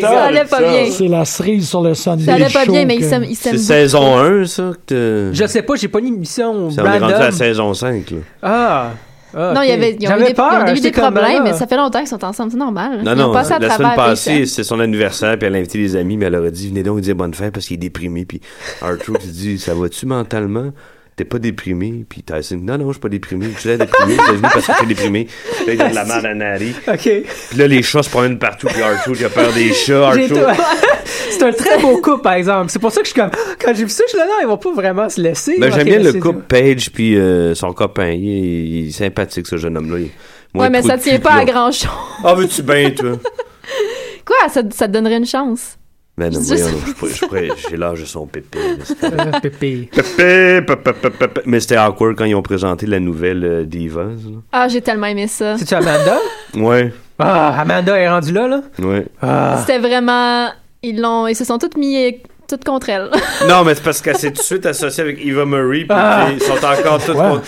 [SPEAKER 7] Ça allait pas bien.
[SPEAKER 5] C'est la cerise sur le Sunday
[SPEAKER 7] Ça allait pas
[SPEAKER 5] show
[SPEAKER 7] bien, mais
[SPEAKER 5] que-
[SPEAKER 7] il s'aime il
[SPEAKER 8] C'est
[SPEAKER 7] s'aime
[SPEAKER 8] saison 1, ça? Que t'as-
[SPEAKER 6] Je sais pas, j'ai pas une émission
[SPEAKER 8] Ça, on est rendu à la
[SPEAKER 6] random.
[SPEAKER 8] saison 5, là.
[SPEAKER 6] Ah! ah,
[SPEAKER 7] Non,
[SPEAKER 6] ok.
[SPEAKER 7] il y avait, ils ont eu
[SPEAKER 6] J'avais
[SPEAKER 7] des,
[SPEAKER 6] peur,
[SPEAKER 7] ils ont eu
[SPEAKER 6] j'étais
[SPEAKER 7] des
[SPEAKER 6] comme,
[SPEAKER 7] problèmes,
[SPEAKER 6] ah.
[SPEAKER 7] mais ça fait longtemps qu'ils sont ensemble, c'est normal.
[SPEAKER 8] Non,
[SPEAKER 7] Mm-hmm. ils
[SPEAKER 8] non,
[SPEAKER 7] ont
[SPEAKER 8] la
[SPEAKER 7] passé à
[SPEAKER 8] semaine
[SPEAKER 7] travers,
[SPEAKER 8] passée,
[SPEAKER 7] puis
[SPEAKER 8] c'était son anniversaire, puis elle a invité les amis, mais elle leur a dit Venez donc dire bonne fête parce qu'il est déprimé. Puis Arthur, tu dit Ça va-tu mentalement t'es pas déprimé. Puis Tyson, non, non, je suis pas déprimé. Je suis là déprimé. Je suis venu parce que je suis déprimé. Là, il donne de la merde à Nari.
[SPEAKER 6] OK.
[SPEAKER 8] Puis là, les chats se promènent partout. Puis Arthur, il a peur des chats.
[SPEAKER 6] J'ai
[SPEAKER 8] Arthur.
[SPEAKER 6] tout- [laughs] C'est un très beau couple, par exemple. C'est pour ça que je suis comme. ah, Quand j'ai vu ça, je suis là, non, ils vont pas vraiment se laisser.
[SPEAKER 8] Ben,
[SPEAKER 6] Ok,
[SPEAKER 8] j'aime bien
[SPEAKER 6] là,
[SPEAKER 8] le
[SPEAKER 6] c'est-
[SPEAKER 8] couple Page puis euh, son copain. Il est, il est sympathique, ce jeune homme-là. Il est moins
[SPEAKER 7] ouais, mais
[SPEAKER 8] trou
[SPEAKER 7] ça
[SPEAKER 8] de
[SPEAKER 7] tient
[SPEAKER 8] cul,
[SPEAKER 7] pas à
[SPEAKER 8] puis là.
[SPEAKER 7] grand-chose.
[SPEAKER 8] Ah, veux-tu bien, toi?
[SPEAKER 7] Quoi? Ça, ça te donnerait une chance?
[SPEAKER 8] Ben,
[SPEAKER 7] [laughs]
[SPEAKER 8] non,
[SPEAKER 7] Juste-
[SPEAKER 8] voyons, non, je pourrais- je pourrais- j'ai l'âge de son pépé. là, c'est pas vrai.
[SPEAKER 6] Euh, Pépé.
[SPEAKER 8] Pépé, pépé, pépé, pépé. Mais c'était awkward quand ils ont présenté la nouvelle euh, Divas. là.
[SPEAKER 7] Ah, j'ai tellement aimé ça.
[SPEAKER 6] C'est-tu Amanda?
[SPEAKER 8] Ouais,
[SPEAKER 6] Ah, Amanda est rendue là, là?
[SPEAKER 8] ouais.
[SPEAKER 6] Ah.
[SPEAKER 7] C'était vraiment. Ils l'ont. Ils se sont toutes mis. euh, Toutes contre elle. [laughs]
[SPEAKER 8] Non, mais c'est parce qu'elle s'est tout de suite associée avec Eva Murray, puis
[SPEAKER 6] Ah.
[SPEAKER 8] ils sont encore tous...
[SPEAKER 5] Wow.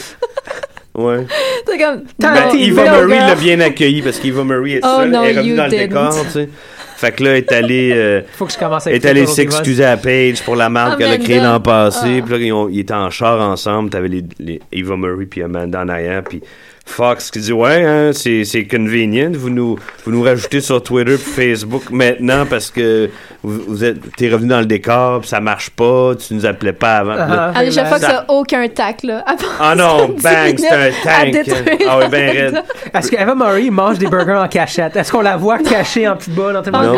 [SPEAKER 8] Ouais.
[SPEAKER 7] C'est comme.
[SPEAKER 8] Ben,
[SPEAKER 7] no,
[SPEAKER 8] Eva
[SPEAKER 7] no
[SPEAKER 8] Murray
[SPEAKER 7] girl.
[SPEAKER 8] l'a bien accueilli, parce qu'Eva Murray est
[SPEAKER 7] Oh,
[SPEAKER 8] seule,
[SPEAKER 7] no,
[SPEAKER 8] elle est revenue
[SPEAKER 7] you
[SPEAKER 8] dans le
[SPEAKER 7] didn't.
[SPEAKER 8] décor, tu sais. Fait que là, elle est allée... euh,
[SPEAKER 6] Faut que je commence à
[SPEAKER 8] Elle est
[SPEAKER 6] écouter
[SPEAKER 8] allée
[SPEAKER 6] Total Divas.
[SPEAKER 8] s'excuser à Paige pour la marque qu'elle a
[SPEAKER 7] Ah, Amanda.
[SPEAKER 8] créée l'an passé.
[SPEAKER 7] Ah.
[SPEAKER 8] Puis là, ils, ont- ils étaient en char ensemble. T'avais les, les Eva Murray puis Amanda en arrière. Puis Fox qui dit Ouais, hein, c'est, c'est convenient. Vous nous, vous nous rajoutez sur Twitter puis Facebook maintenant parce que vous, vous êtes, t'es revenu dans le décor. Puis ça marche pas. Tu nous appelais pas avant. Puis là,
[SPEAKER 6] Ah,
[SPEAKER 7] À chaque fois que
[SPEAKER 8] Ça-
[SPEAKER 7] ça a aucun tac, là. À part
[SPEAKER 8] Ah non,
[SPEAKER 7] [laughs] dix
[SPEAKER 8] bang,
[SPEAKER 7] minutes
[SPEAKER 8] c'est un
[SPEAKER 7] à
[SPEAKER 8] tank.
[SPEAKER 7] détruire
[SPEAKER 8] Ah oui, ben
[SPEAKER 7] Amanda. [laughs]
[SPEAKER 8] raide.
[SPEAKER 6] Est-ce que Eva Murray mange des burgers en cachette? Est-ce qu'on la voit cachée en petite boule dans tes
[SPEAKER 7] Non.
[SPEAKER 6] burgers?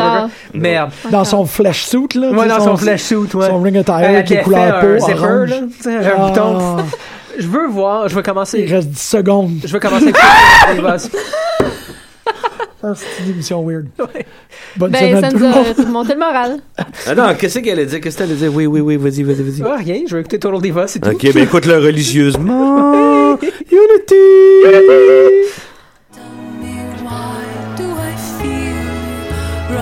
[SPEAKER 6] Merde.
[SPEAKER 5] Dans son flash suit, là. tu
[SPEAKER 6] Moi,
[SPEAKER 5] sais,
[SPEAKER 6] dans son flash suit, ouais.
[SPEAKER 5] Son ring attire
[SPEAKER 6] Elle
[SPEAKER 5] qui est
[SPEAKER 6] avait
[SPEAKER 5] couleur
[SPEAKER 6] fait un
[SPEAKER 5] peau
[SPEAKER 6] zipper,
[SPEAKER 5] orange.
[SPEAKER 6] là, tu sais, un
[SPEAKER 5] Ah,
[SPEAKER 6] bouton. Je veux voir, je veux
[SPEAKER 5] il
[SPEAKER 6] commencer.
[SPEAKER 5] reste 10 secondes.
[SPEAKER 6] Je veux
[SPEAKER 5] [laughs]
[SPEAKER 6] commencer avec les boss.
[SPEAKER 5] Ah, C'est une émission weird. Bonne
[SPEAKER 7] Ben,
[SPEAKER 5] semaine
[SPEAKER 7] ça
[SPEAKER 5] tout
[SPEAKER 7] nous
[SPEAKER 5] le monde.
[SPEAKER 7] a remonté le moral.
[SPEAKER 8] Ah non, qu'est-ce qu'elle allait dire Qu'est-ce qu'elle allait dire Oui, oui, oui, vas-y, vas-y, vas-y.
[SPEAKER 6] Ah, rien, je veux écouter Total Divas, c'est tout.
[SPEAKER 8] Ok, ben écoute-le religieusement. Unity!